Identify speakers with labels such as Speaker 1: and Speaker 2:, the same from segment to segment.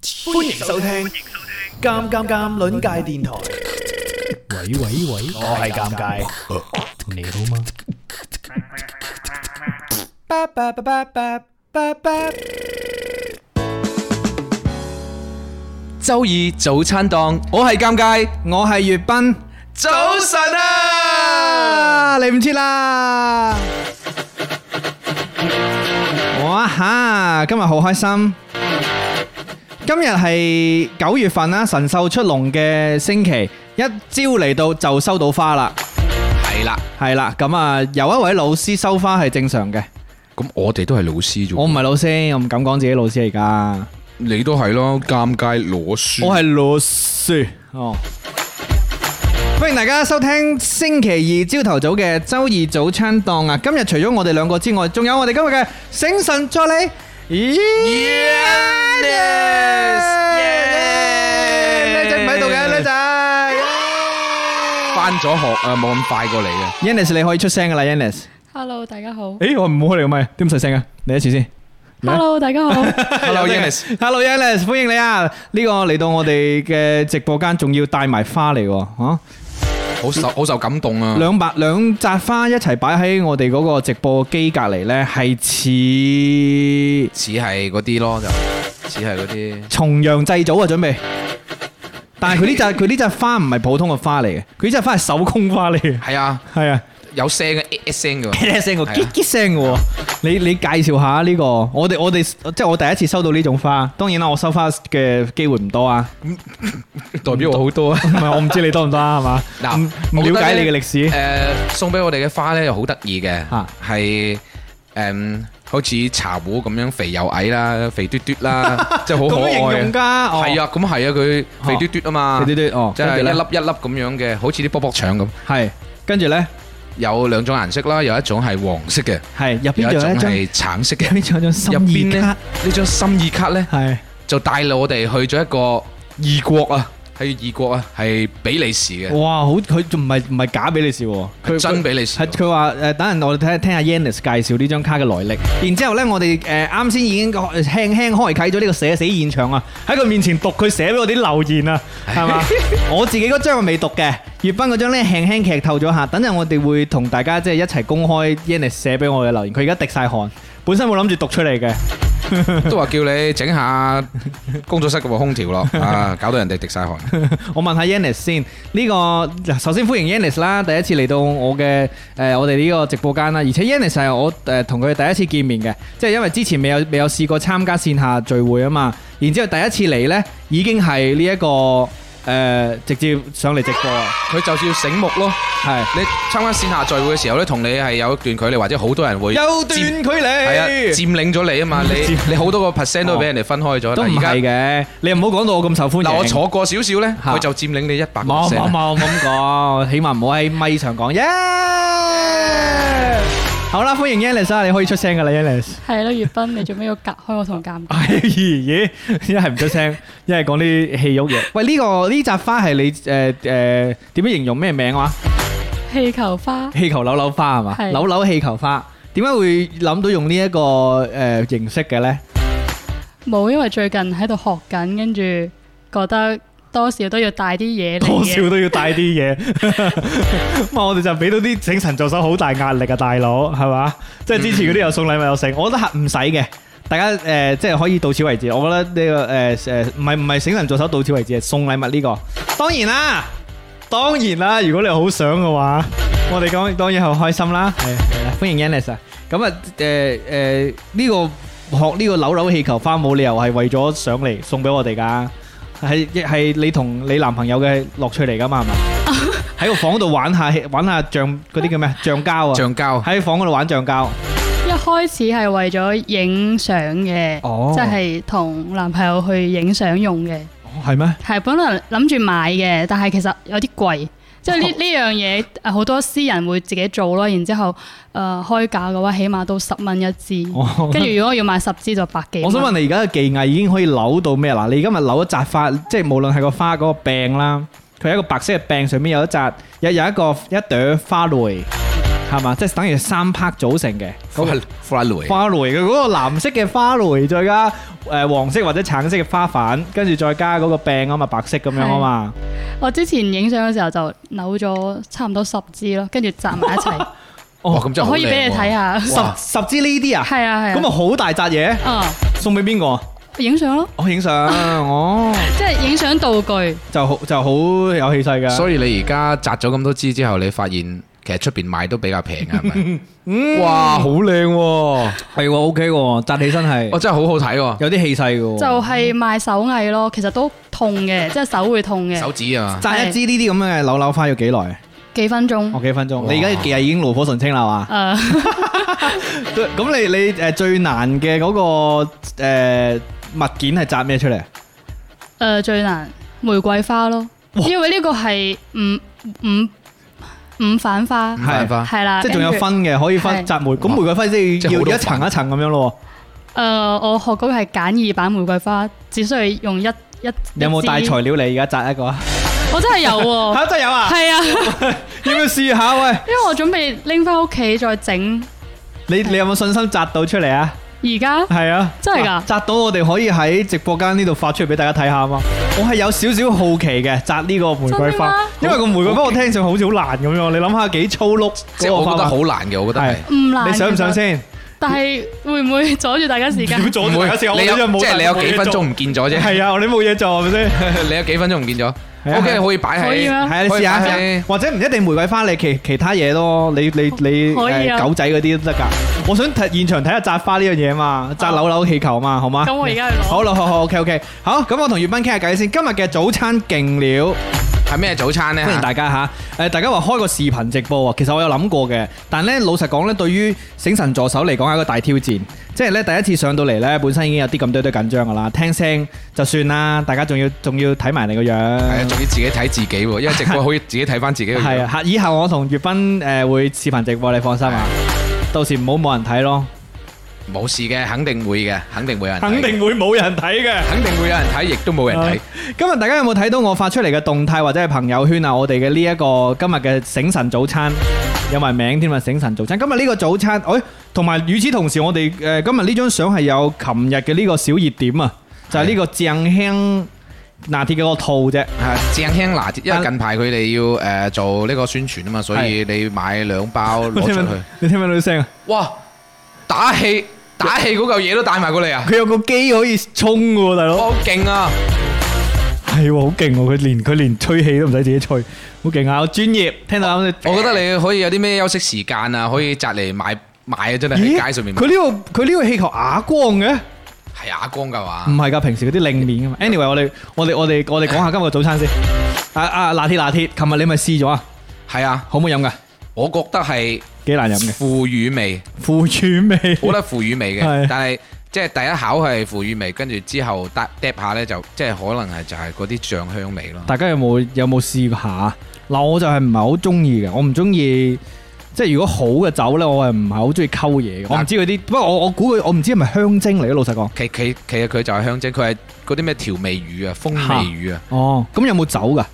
Speaker 1: 歡迎收聽《尷尷尷》鄰界電台。
Speaker 2: 喂喂喂，
Speaker 1: 我係尷尬，
Speaker 2: 你好嗎？
Speaker 1: 巴巴巴巴巴巴巴。
Speaker 3: 周二早餐檔，我係尷尬，我係粵斌。早晨啊，嚟唔切啦！哇哈，今日好開心。今日係九月份啦，神獸出籠嘅星期，一朝嚟到就收到花啦。係啦，係啦，咁啊，有一位老師收花係正常嘅。
Speaker 4: 咁我哋都係老師啫喎，
Speaker 3: 我唔係老師，我唔敢講自己老師嚟噶。
Speaker 4: 你都係咯，尷尬攞書。
Speaker 3: 我係老師哦。歡迎大家收聽星期二朝頭早嘅周二早餐檔啊！今日除咗我哋兩個之外，仲有我哋今日嘅醒神助理。咦，Yannis，靚仔唔喺度嘅，靚仔。
Speaker 4: 翻咗學啊，冇咁快過嚟 嘅。
Speaker 3: Yannis，你可以出聲噶啦，Yannis。
Speaker 5: Hello，大家好。
Speaker 3: 誒，我唔好你個咪，點細聲啊？嚟一次先。嚟啊
Speaker 5: Hello，大家好。
Speaker 4: Hello Yannis，
Speaker 3: Hello Yannis，歡迎你啊！呢個嚟到我哋嘅直播間，仲要帶埋花嚟喎，嚇！
Speaker 4: 好受好受感動啊！
Speaker 3: 兩百兩扎花一齊擺喺我哋嗰個直播機隔離呢，係似
Speaker 4: 似係嗰啲咯，就似係嗰啲
Speaker 3: 重陽祭祖啊！準備，但係佢呢扎佢呢扎花唔係普通嘅花嚟嘅，佢呢扎花係手工花嚟嘅，
Speaker 4: 係啊，
Speaker 3: 係啊，
Speaker 4: 有聲嘅一一聲嘅喎。
Speaker 3: 一聲個
Speaker 4: 係啊
Speaker 3: 結結聲嘅喎。你你介紹下呢個，我哋我哋即係我第一次收到呢種花，當然啦，我收花嘅機會唔多啊，
Speaker 4: 代表我好多啊！
Speaker 3: 唔係我唔知你多唔多啊，係嘛？
Speaker 4: 嗱
Speaker 3: 唔唔
Speaker 4: 我覺
Speaker 3: 了
Speaker 4: 得
Speaker 3: 解你
Speaker 4: 咧
Speaker 3: 嘅歷史，
Speaker 4: 誒，送俾我哋嘅花咧又好得意嘅
Speaker 3: 啊，
Speaker 4: 係誒好似茶壺咁樣肥又矮啦，肥嘟嘟 啦，即係好可
Speaker 3: 咁樣形
Speaker 4: 愛
Speaker 3: 容
Speaker 4: 啊！
Speaker 3: 㗎，哦
Speaker 4: 係，啊，咁係啊，佢肥嘟嘟啊嘛，
Speaker 3: 你啲啲哦，
Speaker 4: 即係
Speaker 3: 跟
Speaker 4: 一
Speaker 3: 住呢
Speaker 4: 粒一粒咁樣嘅，好似啲卜卜腸咁。
Speaker 3: 係，跟住呢，
Speaker 4: 有兩種顏色啦，有一種係黃色嘅，
Speaker 3: 係入邊
Speaker 4: 有一
Speaker 3: 仲
Speaker 4: 種
Speaker 3: 有一張。
Speaker 4: 係橙色嘅。
Speaker 3: 入邊仲有張
Speaker 4: 入
Speaker 3: 心意
Speaker 4: 邊咧
Speaker 3: 卡，
Speaker 4: 呢張心意卡咧
Speaker 3: 係
Speaker 4: 就帶我哋去咗一個異國啊，喺異國啊，係比利時嘅，
Speaker 3: 哇，好佢仲唔係唔係假俾你笑喎，佢
Speaker 4: 係真比利時
Speaker 3: 係。佢話誒，等陣我哋睇聽下 Yannis 介紹呢張卡嘅來歷。然之後咧，我哋誒啱先已經開輕輕開啟咗呢個寫死現場啊，喺佢面前讀佢寫俾我啲留言啊，係嘛？ 我自己嗰張我未讀嘅，粵斌嗰張咧輕輕劇透咗下。等陣我哋會同大家即係一齊公開 Yannis 寫俾我嘅留言。佢而家滴晒汗，本身冇諗住讀出嚟嘅。
Speaker 4: 都話叫你整下工作室嗰個空調咯， 啊，搞到人哋滴晒汗。
Speaker 3: 我問下 Yannis 先，呢、個首先歡迎 Yannis 啦，第一次嚟到我嘅誒、呃我哋呢個直播間啦，而且 Yannis 係我誒同佢第一次見面嘅，即係因為之前未有未有試過參加線下聚會啊嘛，然之後第一次嚟呢，已經係呢一個誒、呃直接上嚟直播啊，
Speaker 4: 佢就要醒目咯。
Speaker 3: 係
Speaker 4: 你參加線下聚會嘅時候咧，同你係有一段距離，或者好多人會
Speaker 3: 有段
Speaker 4: 佔
Speaker 3: 距
Speaker 4: 係啊
Speaker 3: 離。
Speaker 4: 佔領咗你啊嘛， 你你好多個 percent 都俾人哋分開咗。
Speaker 3: 都唔
Speaker 4: 但而家
Speaker 3: 係嘅，你唔好講到我咁受歡迎。
Speaker 4: 嗱，我坐過少少咧，
Speaker 3: 嚇
Speaker 4: 佢就佔領你一百個
Speaker 3: 冇
Speaker 4: percent
Speaker 3: 冇冇，我冇咁講，起碼唔好喺咪上講。耶！好啦，歡迎 Yannis 啊，你可以出聲噶啦，Yannis。
Speaker 5: 係咯，月斌，你做咩要隔開我同尷 尬？
Speaker 3: 哎咦，一係唔出 聲，一係講啲戲肉嘢。喂，呢、個呢扎花係你誒誒點樣形容咩名話？
Speaker 5: 氣球花
Speaker 3: 氣球扭扭花係嘛？
Speaker 5: 係
Speaker 3: 扭扭氣球花，點解會諗到用呢、一個誒、呃形式嘅咧？
Speaker 5: 冇，因為最近喺度學緊，跟住覺得多少都要帶啲嘢嚟
Speaker 2: 多
Speaker 5: 嘅。
Speaker 2: 少都要帶啲嘢， 咁啊我哋就俾到啲整神助手好大壓力啊，大佬係嘛？即係之前嗰啲又送禮物又剩，我覺得係唔使嘅。
Speaker 3: 大家誒、呃即係可以到此為止。我覺得呢、個誒誒唔係唔係醒神助手到此為止，係送禮物呢、個。當然啦，
Speaker 2: 當然啦，如果你好想嘅話，
Speaker 3: 我哋講當然係好開心啦。係係啦，歡迎 Yannis 啊。咁啊誒誒呢個學呢個扭扭氣球花冇理由係為咗上嚟送俾我哋㗎，係係你同你男朋友嘅樂趣嚟㗎嘛係嘛？喺個房度玩下玩下橡嗰啲叫咩橡膠啊？
Speaker 4: 橡膠。
Speaker 3: 喺房嗰度玩橡膠。
Speaker 5: 一開始係為咗影相嘅，
Speaker 3: 哦
Speaker 5: 即係同男朋友去影相用嘅。
Speaker 3: 係咩？
Speaker 5: 係本來諗住買嘅，但係其實有啲貴。即係
Speaker 3: 哦
Speaker 5: 呢呢樣嘢，呃好多私人會自己做咯，然之後誒、呃、開價嘅話，起碼都十蚊一支，
Speaker 3: 哦
Speaker 5: 跟住如果要買十支就百幾。
Speaker 3: 我想問你而家嘅技藝已經可以扭到咩啦？你今日扭一扎花，即係無論係個花嗰個柄啦，佢係一個白色嘅柄上面有一扎，有有一個一朵花蕾，係嘛？即係等於三 part 組成嘅嗰個
Speaker 4: 花蕾，
Speaker 3: 花蕾嘅嗰個藍色嘅花蕾，再加誒黃色或者橙色嘅花瓣，跟住再加嗰個柄啊嘛，白色咁樣啊嘛。
Speaker 5: 我之前影相嘅時候就扭咗差唔多十支咯，跟住集埋一齊，
Speaker 4: 哇咁真係好
Speaker 5: 我可以俾你
Speaker 4: 靚
Speaker 5: 睇
Speaker 4: 喎。
Speaker 5: 下。
Speaker 4: 哇
Speaker 3: 十十支呢啲啊，
Speaker 5: 係啊係啊。
Speaker 3: 咁啊好大扎嘢，
Speaker 5: 啊，
Speaker 3: 送俾邊個啊？
Speaker 5: 影相咯，
Speaker 3: 我影相，哦，
Speaker 5: 即係影相道具。
Speaker 3: 就好就好有氣勢㗎。
Speaker 4: 所以你而家摘咗咁多支之後，你發現其實出邊賣都比較平啊，係咪？哇，好靚喎！哇，
Speaker 3: 係喎，OK 喎，扎起身係
Speaker 4: 真係好好睇喎，
Speaker 3: 有啲氣勢㗎喎。
Speaker 5: 就係賣手藝咯，其實都痛嘅，即係手會痛
Speaker 4: 手
Speaker 5: 嘅，
Speaker 4: 指啊嘛，
Speaker 3: 扎一支呢啲咁嘅扭扭花要幾耐？
Speaker 4: 哦
Speaker 5: 幾分鐘。呃
Speaker 3: 我幾分鐘。
Speaker 4: 哇
Speaker 3: 你而家嘅技藝已經爐火純青啦，係嘛？
Speaker 5: 誒，
Speaker 3: 咁你你誒最難嘅嗰個誒物件係扎咩出嚟啊？
Speaker 5: 誒呃最難玫瑰花咯，因為呢個係五五五瓣花，
Speaker 4: 冇辦法。
Speaker 5: 係啦，
Speaker 3: 即係仲有
Speaker 5: 跟住。
Speaker 3: 分嘅，可以分
Speaker 5: 係
Speaker 3: 摘玫。咁
Speaker 4: 哇
Speaker 3: 玫瑰花即
Speaker 4: 哦即
Speaker 3: 係
Speaker 4: 係
Speaker 3: 要
Speaker 4: 好多
Speaker 3: 一層一層咁樣咯。
Speaker 5: 誒，呃我學嗰個係簡易版玫瑰花，只需要用一一。
Speaker 3: 你有冇帶
Speaker 5: 一支
Speaker 3: 材？料你而家扎一個啊？
Speaker 5: 我真係有 喎，
Speaker 3: 嚇真係有啊！
Speaker 5: 係啊，
Speaker 3: 要唔要試下喂？
Speaker 5: 因為我準備拎翻屋企再整。
Speaker 3: 你你有冇信心扎到出嚟啊？
Speaker 5: 而家
Speaker 3: 係啊，
Speaker 5: 真係㗎
Speaker 3: 啊扎到我哋可以喺直播間呢度發出嚟俾大家睇下啊嘛！我係有少少好奇嘅，扎呢個玫瑰
Speaker 5: 真㗎
Speaker 3: 花
Speaker 5: 嗎，
Speaker 3: 因為個玫瑰花我聽上好似好難咁樣，你諗下幾粗碌，
Speaker 4: 即係我覺得好難嘅，我覺得係。
Speaker 5: 唔難。
Speaker 3: 你想唔想
Speaker 5: 其實？
Speaker 3: 先？
Speaker 5: 但係會唔會阻住大家時 間？
Speaker 3: 如果阻住大家時間，我
Speaker 4: 你
Speaker 3: 哋真
Speaker 4: 有
Speaker 3: 係冇
Speaker 4: 即係你有幾分
Speaker 3: 冇嘢做
Speaker 4: 鐘唔見咗啫，
Speaker 3: 係啊，我哋冇嘢做係咪先？
Speaker 5: 嗯
Speaker 4: 你有幾分鐘唔見咗
Speaker 3: 係啊
Speaker 4: ？OK，
Speaker 3: 係啊
Speaker 4: 可以擺
Speaker 5: 可以
Speaker 4: 喺
Speaker 5: 啊
Speaker 3: 係啊，你試
Speaker 4: 可以擺
Speaker 3: 下
Speaker 4: 喺，
Speaker 3: 或者唔一定玫瑰花，你其其他嘢咯，你你你
Speaker 5: 可以
Speaker 3: 誒
Speaker 5: 啊
Speaker 3: 狗仔嗰啲都得㗎。我想睇現場睇下扎花呢樣嘢嘛，扎
Speaker 5: 哦
Speaker 3: 扭扭氣球嘛，好嗎？
Speaker 5: 咁我而家去攞。
Speaker 3: 好啦，好好，OK OK，好，咁我同月斌傾下偈先。今日嘅早餐勁料。
Speaker 4: 係咩早餐咧？
Speaker 3: 歡迎大家嚇！誒，大家話開個視頻直播啊，其實我有諗過嘅，但咧老實講咧，對於醒神助手嚟講係一個大挑戰，即係咧第一次上到嚟咧，本身已經有啲咁多堆緊張噶啦，聽聲就算啦，大家仲要仲要睇埋你個樣。
Speaker 4: 係啊，仲要自己睇自己喎，因為直播可以自己睇翻自己嘅
Speaker 3: 係
Speaker 4: 樣。
Speaker 3: 啊，以後我同月斌誒會視頻直播，你放心啊，到時唔好冇人睇咯，
Speaker 4: 冇事嘅，肯定會嘅，肯定會有人睇嘅，
Speaker 3: 會冇人睇嘅。
Speaker 4: 肯定會有人睇，亦都冇人睇。
Speaker 3: 今日大家有冇睇到我發出嚟嘅動態或者係朋友圈啊？我哋嘅呢一個今日嘅醒神早餐有埋名添啊！醒神早餐，今日呢個早餐，誒、同埋與此同時，我哋誒、呃今日呢張相係有琴日嘅呢個小熱點啊，就係呢個醬香拿鐵嘅個套啫。
Speaker 4: 啊，正輕拿鐵，因為
Speaker 3: 但
Speaker 4: 近排佢哋要誒做呢個宣傳啊嘛，所以你買兩包
Speaker 3: 你
Speaker 4: 攞出
Speaker 3: 聽唔
Speaker 4: 去
Speaker 3: 聽。你聽唔聽到聲啊？
Speaker 4: 哇！打氣打氣嗰嚿嘢都帶埋過嚟啊！
Speaker 3: 佢有個機可以沖嘅喎，大佬。
Speaker 4: 好勁啊！
Speaker 3: 係喎，好勁喎！佢連佢連吹氣都唔使自己吹，好勁啊！好專業，聽到啱
Speaker 4: 我覺得你可以有啲咩休息時間啊，可以摘嚟買買啊！真係
Speaker 3: 咦
Speaker 4: 喺街上面買
Speaker 3: 佢呢、個佢呢個氣球啞光嘅。
Speaker 4: 係啞光㗎
Speaker 3: 唔
Speaker 4: 嘛？
Speaker 3: 係㗎，平時嗰啲靚面㗎嘛。Anyway，我哋我哋我哋我哋講下今日嘅早餐先。啊啊，拿鐵拿鐵，琴日你咪試咗啊，
Speaker 4: 係啊，
Speaker 3: 好唔好飲㗎？
Speaker 4: 我覺得係
Speaker 3: 幾難飲嘅，
Speaker 4: 腐乳味，
Speaker 3: 腐乳味。
Speaker 4: 我覺得腐乳味
Speaker 3: 係
Speaker 4: 嘅，但係。即係第一口係腐乳味，跟住之後嗒嗒下咧就即係可能係就係嗰啲醬香味咯。
Speaker 3: 大家有冇有冇試過下？嗱，我就係唔係好中意嘅，我唔中意。即係如果好嘅酒咧，我係唔係好中意溝嘢嘅。我唔知嗰啲，不過我我估佢，我唔知係咪香精嚟嘅。老實講，
Speaker 4: 其其其實佢就係香精，佢係嗰啲咩調味乳啊、風味乳啊，
Speaker 3: 哦，咁有冇酒㗎？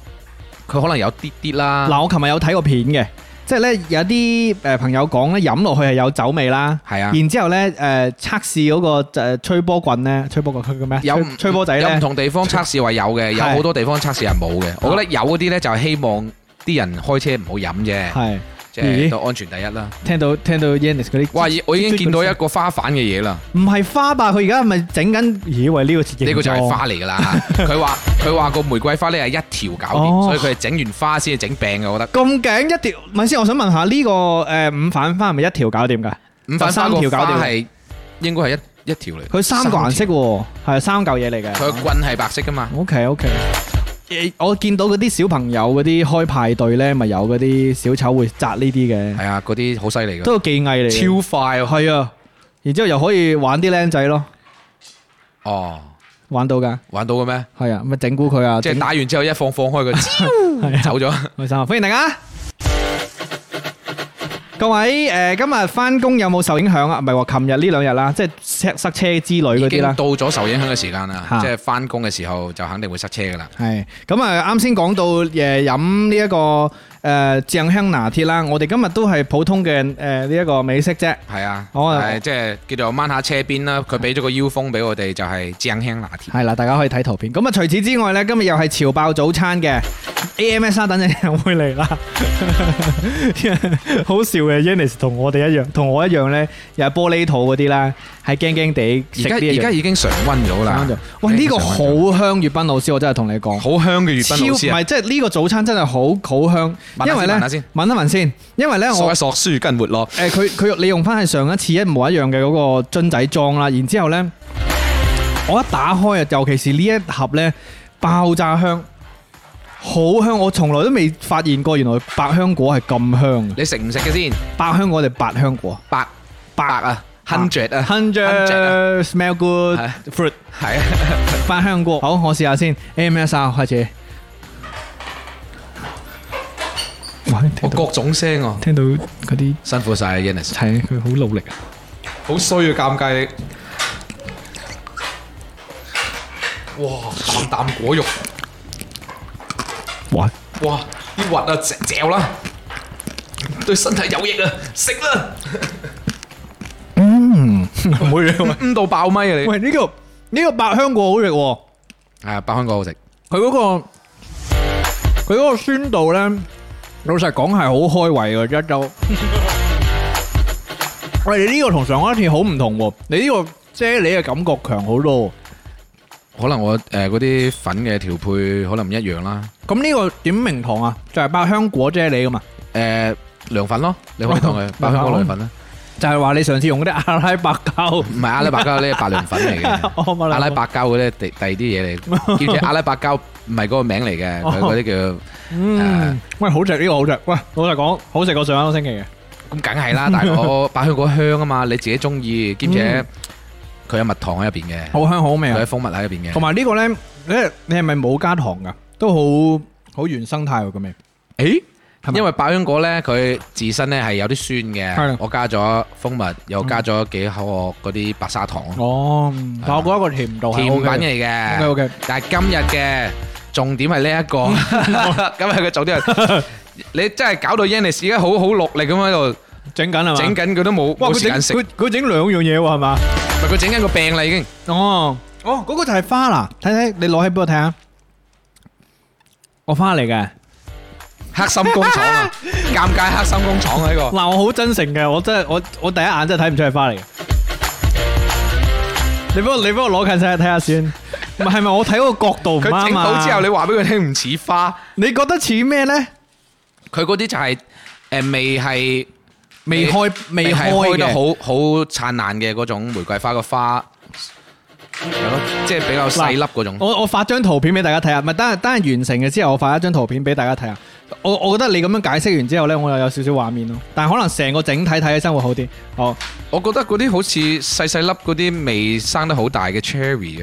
Speaker 4: 佢可能有啲啲啦。
Speaker 3: 嗱，我琴日有睇過片嘅，即係咧有啲誒朋友講咧飲落去係有酒味啦。
Speaker 4: 係啊，
Speaker 3: 然之後咧，誒、測試嗰個誒吹波棍咧，吹波棍佢叫咩？
Speaker 4: 有
Speaker 3: 吹吹波仔
Speaker 4: 有唔
Speaker 3: 咧，
Speaker 4: 同地方測試話有嘅，有好多地方測試係冇嘅。我覺得有嗰啲咧就係希望啲人開車唔好飲啫，
Speaker 3: 係
Speaker 4: 即係
Speaker 3: 咦
Speaker 4: 都安全第一啦。
Speaker 3: 聽到聽到 Yannis 嗰啲，
Speaker 4: 哇！我已經見到一個花瓣嘅嘢啦，
Speaker 3: 唔係花吧？佢而家係咪整緊？咦喂，呢、個設計
Speaker 4: 呢個就係花嚟 㗎啦。佢話佢話個玫瑰花咧係一條搞掂，
Speaker 3: 哦
Speaker 4: 所以佢係整完花先至整餅嘅。我覺得
Speaker 3: 咁勁一條，咪先，我想問下呢、個誒、五反花係咪一條搞掂㗎？
Speaker 4: 五瓣花
Speaker 3: 三條
Speaker 4: 個
Speaker 3: 搞掂
Speaker 4: 花係應該係一一條嚟。
Speaker 3: 佢三個顏色喎，係三嚿嘢嚟
Speaker 4: 佢
Speaker 3: 嘅。
Speaker 4: 個棍係白色㗎嘛？
Speaker 3: O K O K。誒我見到嗰啲小朋友嗰啲開派對咧，咪有嗰啲小丑會摘呢啲嘅，
Speaker 4: 係啊，嗰啲好犀利㗎，
Speaker 3: 都有技藝嚟嘅。
Speaker 4: 超快啊！
Speaker 3: 係啊，然之後又可以玩啲僆仔咯，
Speaker 4: 哦，
Speaker 3: 玩到㗎。
Speaker 4: 玩到嘅咩？
Speaker 3: 係啊，咪整蠱佢啊！
Speaker 4: 即係
Speaker 3: 整
Speaker 4: 打完之後一放放開佢，
Speaker 3: 係啊
Speaker 4: 走咗。
Speaker 3: 開心啊！歡迎大家。各位誒、呃今日翻工有冇受影響啊？唔係喎，琴日呢兩日啦，即係塞塞車之類嗰
Speaker 4: 已
Speaker 3: 啲
Speaker 4: 經
Speaker 3: 啦。
Speaker 4: 到咗受影響嘅時間啦，
Speaker 3: 嚇
Speaker 4: 即係翻工嘅時候就肯定會塞車噶啦。
Speaker 3: 係咁啊！啱先講到誒飲呢一個誒、誒醬香拿鐵啦，我哋今日都係普通嘅誒呢一個美式啫。
Speaker 4: 係啊，
Speaker 3: 好啊
Speaker 4: 係即係叫做掹下車邊啦。佢俾咗個腰封俾我哋，就係醬香拿鐵。
Speaker 3: 係啦，大家可以睇圖片。咁啊，除此之外呢，今日又係潮爆早餐嘅 AMS 沙等陣又會嚟啦。
Speaker 2: 好笑嘅 Yannis 同我哋一樣，
Speaker 3: 同我一樣呢，又係玻璃肚嗰啲啦，係驚驚地
Speaker 4: 而
Speaker 3: 食
Speaker 4: 家
Speaker 3: 呢一
Speaker 4: 而家
Speaker 3: 樣
Speaker 4: 已經常温咗啦
Speaker 3: 生咗。喂，呢個好香，粵斌老師，我真係同你講。
Speaker 4: 好香嘅粵
Speaker 3: 超
Speaker 4: 賓
Speaker 3: 唔
Speaker 4: 老師啊
Speaker 3: 係，，即係呢個早餐真係好好香，
Speaker 4: 聞下先
Speaker 3: 因為
Speaker 4: 聞
Speaker 3: 呢，
Speaker 4: 下先
Speaker 3: 聞一聞先，因為呢，我
Speaker 4: 索一索舒筋活絡。
Speaker 3: 誒佢佢你用翻係上一次一模一樣嘅嗰個樽仔裝啦，然之後呢，我一打開啊，尤其是呢一盒呢，爆炸香，好香！我從來都未發現過，原來百香果係咁香嘅。
Speaker 4: 你食唔食嘅先？
Speaker 3: 百香果定百香果
Speaker 4: 白白啊，hundred 啊
Speaker 3: ？Hundred smell good
Speaker 4: 係
Speaker 3: fruit
Speaker 4: 係 啊。
Speaker 3: 百香果。好，我試下先。AMSR 啊開始。哇！
Speaker 4: 我
Speaker 3: 聽到
Speaker 4: 各種聲啊，
Speaker 3: 聽到嗰啲
Speaker 4: 辛苦晒 y a n n i s
Speaker 3: 係佢好努力啊！
Speaker 4: 好衰啊，尷尬你。哇，啖啖果肉，
Speaker 3: 哇！
Speaker 4: 哇，啲核啊，嚼嚼啦，對身體有益啊，食啦，
Speaker 3: 唔會嘅
Speaker 4: 五到爆咪啊你。
Speaker 3: 喂，呢、個呢、個白香果好食喎，
Speaker 4: 啊，百香果好食，
Speaker 3: 佢嗰、個佢嗰個酸度咧，老實講係好開胃 嘅一周。喂，你呢個同上一次好唔同喎，你呢個啫喱嘅感覺強好多喎。
Speaker 4: 可能我誒嗰啲粉嘅調配可能唔一樣啦。
Speaker 3: 咁呢個點名堂啊？就係、百香果啫喱噶嘛，
Speaker 4: 誒涼粉咯，你可以當佢百香果涼粉啦，
Speaker 3: 就係、話你上次用嗰啲阿拉伯膠。
Speaker 4: 唔係阿拉伯膠呢，係白涼粉 嚟嘅。
Speaker 3: 我冇諗
Speaker 4: 阿拉
Speaker 3: 過
Speaker 4: 伯膠嗰啲第第二 啲嘢嚟，叫做阿拉伯膠唔係嗰個名嚟嘅，佢嗰啲叫。
Speaker 3: 嗯， 喂，好食呢、個好食。喂，老實講，好食過上一個星期嘅。
Speaker 4: 咁梗係 啦，大佬百香果香啊嘛，你自己中意，兼且佢有蜜糖喺入邊嘅，
Speaker 3: 好香好味啊
Speaker 4: 佢有！蜂蜜喺入邊
Speaker 3: 同
Speaker 4: 嘅。
Speaker 3: 埋呢個呢，你你係咪冇加糖噶？都好好原生態喎咁味。
Speaker 4: 誒
Speaker 3: 係，咪
Speaker 4: 因為百香果咧，佢自身咧係有啲酸
Speaker 3: 係
Speaker 4: 嘅
Speaker 3: 啦，
Speaker 4: 我加咗蜂蜜，又加咗幾口嗰啲白砂糖，
Speaker 3: 哦，但我覺得個甜度
Speaker 4: 甜
Speaker 3: 係
Speaker 4: 品
Speaker 3: OK 嘅。
Speaker 4: 嚟嘅。
Speaker 3: OK OK，
Speaker 4: 但係今日嘅重點係呢一 個， 今日嘅重點係你真係搞到 Yannis 而家好好落力咁喺度
Speaker 3: 整緊係嘛？
Speaker 4: 整緊，佢都冇
Speaker 3: 哇！
Speaker 4: 冇
Speaker 3: 佢
Speaker 4: 時
Speaker 3: 整
Speaker 4: 間食，唔
Speaker 3: 佢佢整兩樣嘢喎係嘛？
Speaker 4: 係佢整緊個病啦已經。
Speaker 3: 哦哦，嗰個就係花啦，睇睇你攞起俾我睇下，我花嚟嘅。
Speaker 4: 黑心工廠啊，尷尬黑心工廠啊呢個。
Speaker 3: 嗱，我好真誠嘅，我真係我我第一眼真係睇唔出係花嚟嘅。你幫我你幫我攞近晒睇下先，唔係係咪我睇嗰個角度唔
Speaker 4: 佢
Speaker 3: 啱啊？
Speaker 4: 整好之後，你話俾佢聽唔似花，
Speaker 3: 你覺得似咩呢？
Speaker 4: 佢嗰啲就係誒未係
Speaker 3: 未開未
Speaker 4: 係
Speaker 3: 開
Speaker 4: 開得
Speaker 3: 嘅
Speaker 4: 好好燦爛嘅嗰種玫瑰花嘅花，係咯，即係比較細粒嗰種。
Speaker 3: 我我發張圖片俾大家睇下，唔係等下等下完成嘅之後，我發一張圖片俾大家睇下。我我覺得你咁樣解釋完之後呢，我又有少少畫面咯。但係可能成個整體睇起身會好啲。好，
Speaker 4: 我覺得嗰啲好似細細粒嗰啲未生得好大嘅 cherry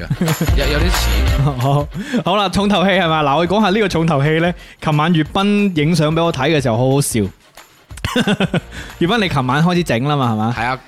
Speaker 4: 啊，有有啲似。
Speaker 3: 好， 好啦，重頭戲係嘛？嗱，我講下呢個重頭戲呢。琴晚粵斌影相俾我睇嘅時候，好好笑。 粵斌，你琴晚開始整啦嘛？係嘛？
Speaker 4: 係啊，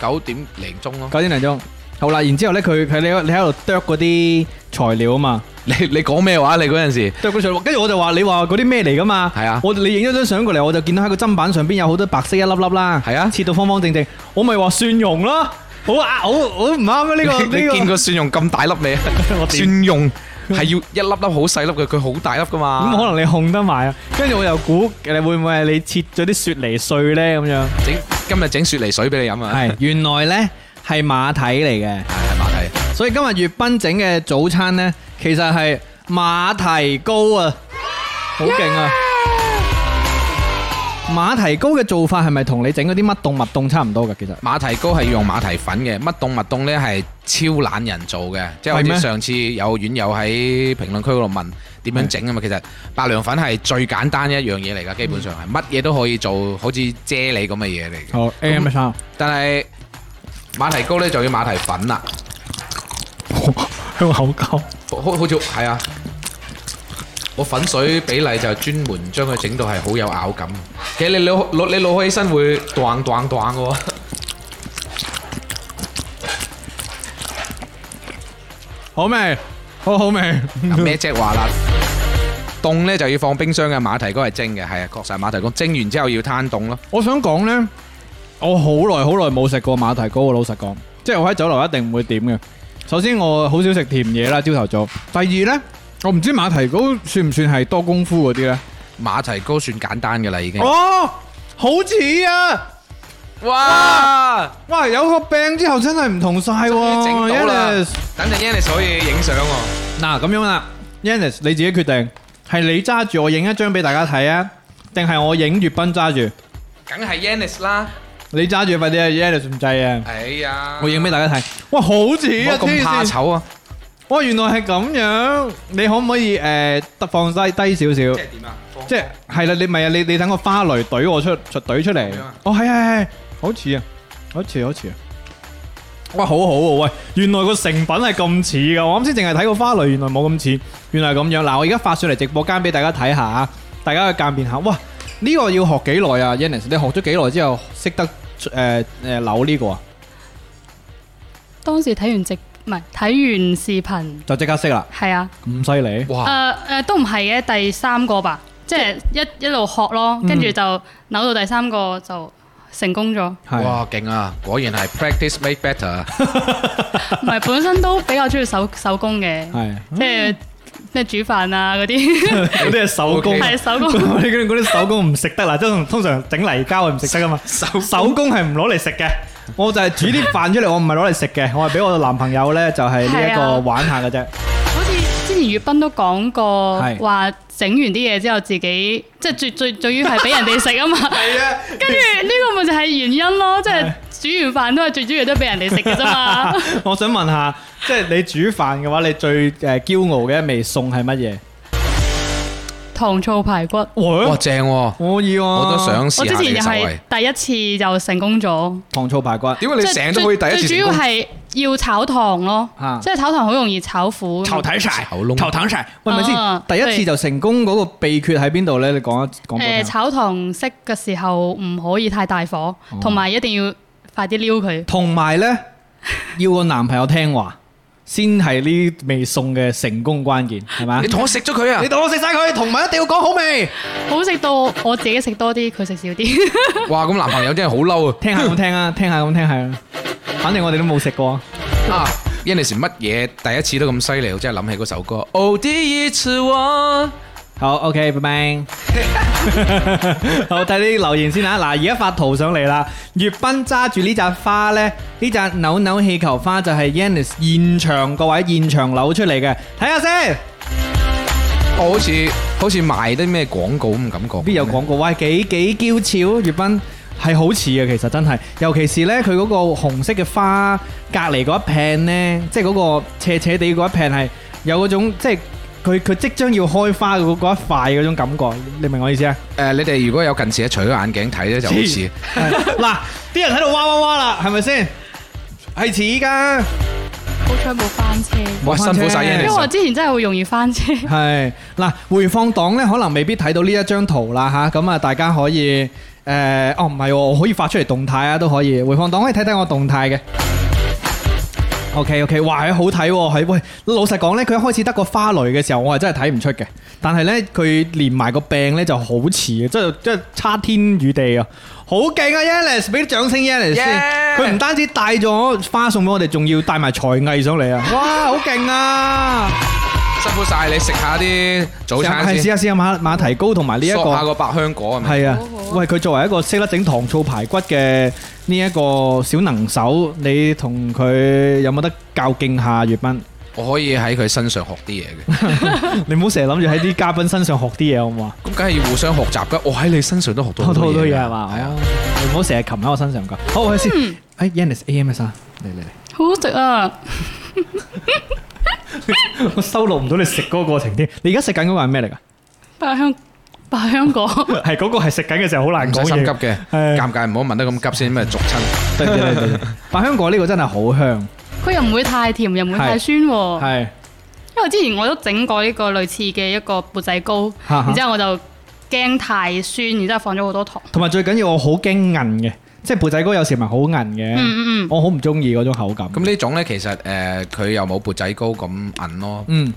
Speaker 4: 九點零鐘咯。
Speaker 3: 九點零鐘。好啦，然之後呢，佢佢你你喺度剁嗰啲材料啊嘛，
Speaker 4: 你你講咩話？你嗰陣時
Speaker 3: 剁嗰啲材料，跟住我就話你話嗰啲咩嚟噶嘛？
Speaker 4: 係啊
Speaker 3: 我你影咗張相過嚟，我就見到喺個砧板上邊有好多白色一粒粒啦。
Speaker 4: 係啊，
Speaker 3: 切到方方正正，我咪話蒜蓉咯，好啊，好好唔啱啊呢個
Speaker 4: 你你見
Speaker 3: 呢
Speaker 4: 過蒜蓉咁大粒未啊？ 蒜蓉係要一粒粒好細粒嘅，佢好大粒噶
Speaker 3: 個，
Speaker 4: 嘛。
Speaker 3: 咁可能你控得埋啊，跟住我又估你會唔會係你切咗啲雪梨碎咧咁樣？
Speaker 4: 整今日整雪梨水俾你飲啊！
Speaker 3: 係原來咧係馬蹄嚟嘅，
Speaker 4: 係馬蹄，
Speaker 3: 所以今日粵斌整嘅早餐咧，其實係馬蹄糕啊，好勁啊！馬蹄糕嘅做法係咪同你整嗰啲乜凍麥凍差唔多㗎？其實
Speaker 4: 馬蹄糕係要用馬蹄粉嘅，乜凍乜凍呢係超懶人做嘅，即係好
Speaker 3: 係咩
Speaker 4: 似上次有院友喺評論區嗰度問點樣整啊嘛，其實白涼粉係最簡單一樣嘢嚟㗎，基本上係乜嘢都可以做，好似啫喱咁嘅嘢嚟嘅。
Speaker 3: 嗯好 AM 三，
Speaker 4: 但係馬蹄糕呢就要馬蹄粉啦，
Speaker 3: 香口膠。
Speaker 4: 好好似係啊，我粉水比例就專門將佢整到係好有咬感，其實你攞攞你攞起身會彈彈彈嘅喎。
Speaker 3: 好味，好好味。
Speaker 4: 咩啫話啦？凍咧就要放冰箱嘅，馬蹄糕係蒸嘅，係啊，確實係馬蹄糕蒸完之後要攤凍咯。
Speaker 3: 我想講呢，我好耐好耐冇食過馬蹄糕啊！老實講，即係我喺酒樓一定唔會點嘅。首先我好少食甜嘢啦，朝頭早。第二呢，我唔知馬蹄糕算唔算係多功夫嗰啲呢？
Speaker 4: 馬蹄糕算簡單嘅啦，已經。
Speaker 3: 哦，好似啊！
Speaker 4: 哇！
Speaker 3: 哇，有個病之後真係唔同晒
Speaker 4: 終於整
Speaker 3: 喎
Speaker 4: 到啦
Speaker 3: Yannis
Speaker 4: 等陣 Yannis 可以影相喎。
Speaker 3: 嗱咁樣啦 y a n n i s 你自己決定，係你揸住我影一張俾大家睇啊，定係我影粵斌揸住？
Speaker 4: 梗係 Yannis 啦。
Speaker 3: 你揸住快啲啊 y a n n i s 唔制啊！
Speaker 4: 哎呀，
Speaker 3: 我影俾大家睇，哇，好似
Speaker 4: 唔
Speaker 3: 啊，
Speaker 4: 好咁怕
Speaker 3: 黐線！
Speaker 4: 醜啊！
Speaker 3: 哇，原來係咁樣，你可唔可以誒得、放低低少
Speaker 4: 即
Speaker 3: 少？
Speaker 4: 係點啊？
Speaker 3: 即係係啦，你咪啊，你你等個花蕾懟我出出懟出嚟
Speaker 4: 咁樣啊。
Speaker 3: 哦，係係係，好似啊，好似好似啊。哇，好好喎、喂，原來個成品係咁似噶，我啱先淨係睇個花蕾，原來冇咁似，原來係咁樣。嗱，我而家發上嚟直播間俾大家睇下啊，大家去鑑別下。哇，呢、個要學幾耐啊 y a n n i s 你學咗幾耐之後識得誒誒、呃呃扭呢個啊？
Speaker 5: 當時睇完直唔係睇完視頻，
Speaker 3: 就即刻識啦，
Speaker 5: 係啊，
Speaker 3: 咁犀利！
Speaker 5: 誒誒、
Speaker 4: 哇！
Speaker 5: 都唔係嘅，第三個吧，即係一一路學咯，
Speaker 3: 嗯
Speaker 5: 跟住就扭到第三個就成功咗，
Speaker 3: 係
Speaker 4: 哇，勁啊！果然係 practice make better。
Speaker 5: 唔係本身都比較中意手 手工 嘅，
Speaker 3: 係。
Speaker 5: 即係咩煮飯啊嗰啲，
Speaker 2: 嗰啲係手工，
Speaker 5: 係 手工。
Speaker 2: 嗰啲嗰啲手工唔食得啦，即係通常整泥膠係唔食得噶嘛。手手工係唔攞嚟食嘅，
Speaker 3: 我就係煮啲飯出嚟，我唔係攞嚟食嘅，我係俾我男朋友咧，就係呢一
Speaker 5: 係啊
Speaker 3: 個玩下嘅啫。
Speaker 5: 好似之前粵斌都講過
Speaker 3: 係，
Speaker 5: 話整完啲嘢之後自己即係最最最於係俾人哋食啊嘛。係啊，跟住呢個咪就係原因咯，即係煮完飯都係最主要都係俾人哋食嘅 啫嘛。
Speaker 3: 我想問下，即係你煮飯嘅話，你最誒驕傲嘅一味餸係乜嘢？
Speaker 5: 糖醋排骨，
Speaker 4: 哇，
Speaker 3: 我
Speaker 4: 正喎！
Speaker 3: 我要啊！
Speaker 4: 我都想
Speaker 5: 我
Speaker 4: 試
Speaker 5: 之
Speaker 4: 下你
Speaker 5: 前
Speaker 4: 嘅
Speaker 5: 又
Speaker 4: 手藝
Speaker 5: 係。第一次就成功咗。
Speaker 3: 糖醋排骨。
Speaker 4: 點解你成日都可以第一
Speaker 5: 最
Speaker 4: 次成
Speaker 5: 最主要
Speaker 4: 功？
Speaker 5: 係要炒糖咯
Speaker 3: 啊，
Speaker 5: 即係炒糖好容易炒苦。
Speaker 3: 睇晒
Speaker 4: 炒窿
Speaker 3: 頭糖晒。喂，咪先
Speaker 5: 啊，
Speaker 3: 第一次
Speaker 5: 對
Speaker 3: 就成功嗰個秘訣喺邊度咧？你講一講俾我
Speaker 5: 誒
Speaker 3: 聽。
Speaker 5: 炒糖色嘅時候唔可以太大火，
Speaker 4: 哦
Speaker 5: 同埋一定要快啲撩佢。
Speaker 3: 同埋咧， 要個男朋友聽話，先係呢味餸嘅成功關鍵，係嘛
Speaker 4: 你？同我食咗佢啊
Speaker 3: 你！同我食晒佢，同埋一定要講好味。
Speaker 5: 好食到我自己食多啲，佢食少啲。
Speaker 4: 哇！咁男朋友真係好嬲啊！
Speaker 3: 聽下咁聽 啊，聽下咁聽係啊，反正我哋都冇食過。
Speaker 4: 啊，Yannis 乜嘢第一次都咁犀利，我真係諗起嗰首歌。哦，第一次我
Speaker 3: 好，OK，拜拜。好，睇啲留言先啊！嗱，而家發圖上嚟啦，粵斌揸住呢扎花呢，呢扎扭扭氣球花就係 Yannis 現場各位現場扭出嚟嘅，睇下先，
Speaker 4: 我好似好似賣啲咩廣告咁感覺。
Speaker 3: 邊有廣告？喂，幾幾嬌俏，粵斌。係好似嘅，其實真係，尤其是呢，佢嗰個紅色嘅花隔離嗰一片呢，即係嗰個斜斜地嗰一片係有嗰種即係佢佢即將要開花嗰嗰一塊嗰種感覺，你明我意思啊？
Speaker 4: 誒，你哋如果有近視咧，除咗眼鏡睇咧就好似
Speaker 3: 黐。嗱，啲人喺度哇哇哇啦，係咪先？係似噶，
Speaker 5: 好彩冇翻車，
Speaker 4: 哇，辛苦晒
Speaker 5: 因為
Speaker 4: Yannis
Speaker 5: 我。之前真係會容易翻車。
Speaker 3: 係嗱，回放檔咧可能未必睇到呢一張圖啦吓，咁啊大家可以誒、呃哦唔係喎，我可以發出嚟動態啊都可以，回放檔可以睇睇我動態嘅。OK OK，哇，係好睇喎、係喂，老實講呢，佢一開始得個花蕾嘅時候，我係真係睇唔出嘅。但係呢，佢連埋個病呢就好似，即係即係差天與地啊！好勁啊 y a n i s 俾啲掌聲 y a n i s 先。
Speaker 4: Yeah！
Speaker 3: 佢唔單止帶咗花送俾我哋，仲要帶埋才藝上嚟啊！哇，好勁啊！
Speaker 4: 辛苦晒你食下啲早餐
Speaker 3: 係試
Speaker 4: 先，
Speaker 3: 下試下馬馬蹄糕同埋呢一
Speaker 4: 索下
Speaker 3: 個。
Speaker 4: 個百香果係咪？
Speaker 3: 係啊
Speaker 5: 好好，啊
Speaker 3: 喂！佢作為一個識得整糖醋排骨嘅呢一個小能手，你同佢有冇得較勁下？粵 斌，
Speaker 4: 我可以喺佢身上學啲嘢嘅，
Speaker 3: 你唔好成日諗住喺啲嘉賓身上學啲嘢好唔好啊？
Speaker 4: 咁梗係要互相學習噶。我喺你身上都學到
Speaker 3: 好
Speaker 4: 好
Speaker 3: 多好
Speaker 4: 多
Speaker 3: 多嘢
Speaker 4: 嘢
Speaker 3: 係嘛？
Speaker 4: 係啊，
Speaker 3: 哦你唔好成日擒喺我身上講。好，我先。哎，Yannis AMS 啊，嚟嚟嚟，
Speaker 5: 好食啊！
Speaker 2: 我收錄唔到你食嗰個過程添。
Speaker 3: 你而家食緊嗰個係咩嚟㗎？
Speaker 5: 百香百香果，
Speaker 2: 係嗰個係食緊嘅時候好難
Speaker 4: 唔
Speaker 2: 講
Speaker 4: 使心急
Speaker 2: 嘢。
Speaker 4: 嘅，
Speaker 2: 係
Speaker 4: 尷尬唔好問得咁急先，咩逐親。
Speaker 3: 對對對 對對，百香果呢個真係好香，
Speaker 5: 佢又唔會太甜，又唔會太酸喎。
Speaker 3: 係
Speaker 5: 因為之前我都整過呢個類似嘅一個缽仔糕，
Speaker 3: 哈哈
Speaker 5: 然之後我就驚太酸，然之後放咗好多糖。
Speaker 3: 同埋最緊要我好驚韌嘅，即係缽仔糕有時咪好韌嘅，
Speaker 5: 嗯嗯嗯，
Speaker 3: 我好唔中意嗰種口感。
Speaker 4: 咁呢種咧，其實誒佢又冇缽仔糕咁韌咯，
Speaker 3: 嗯，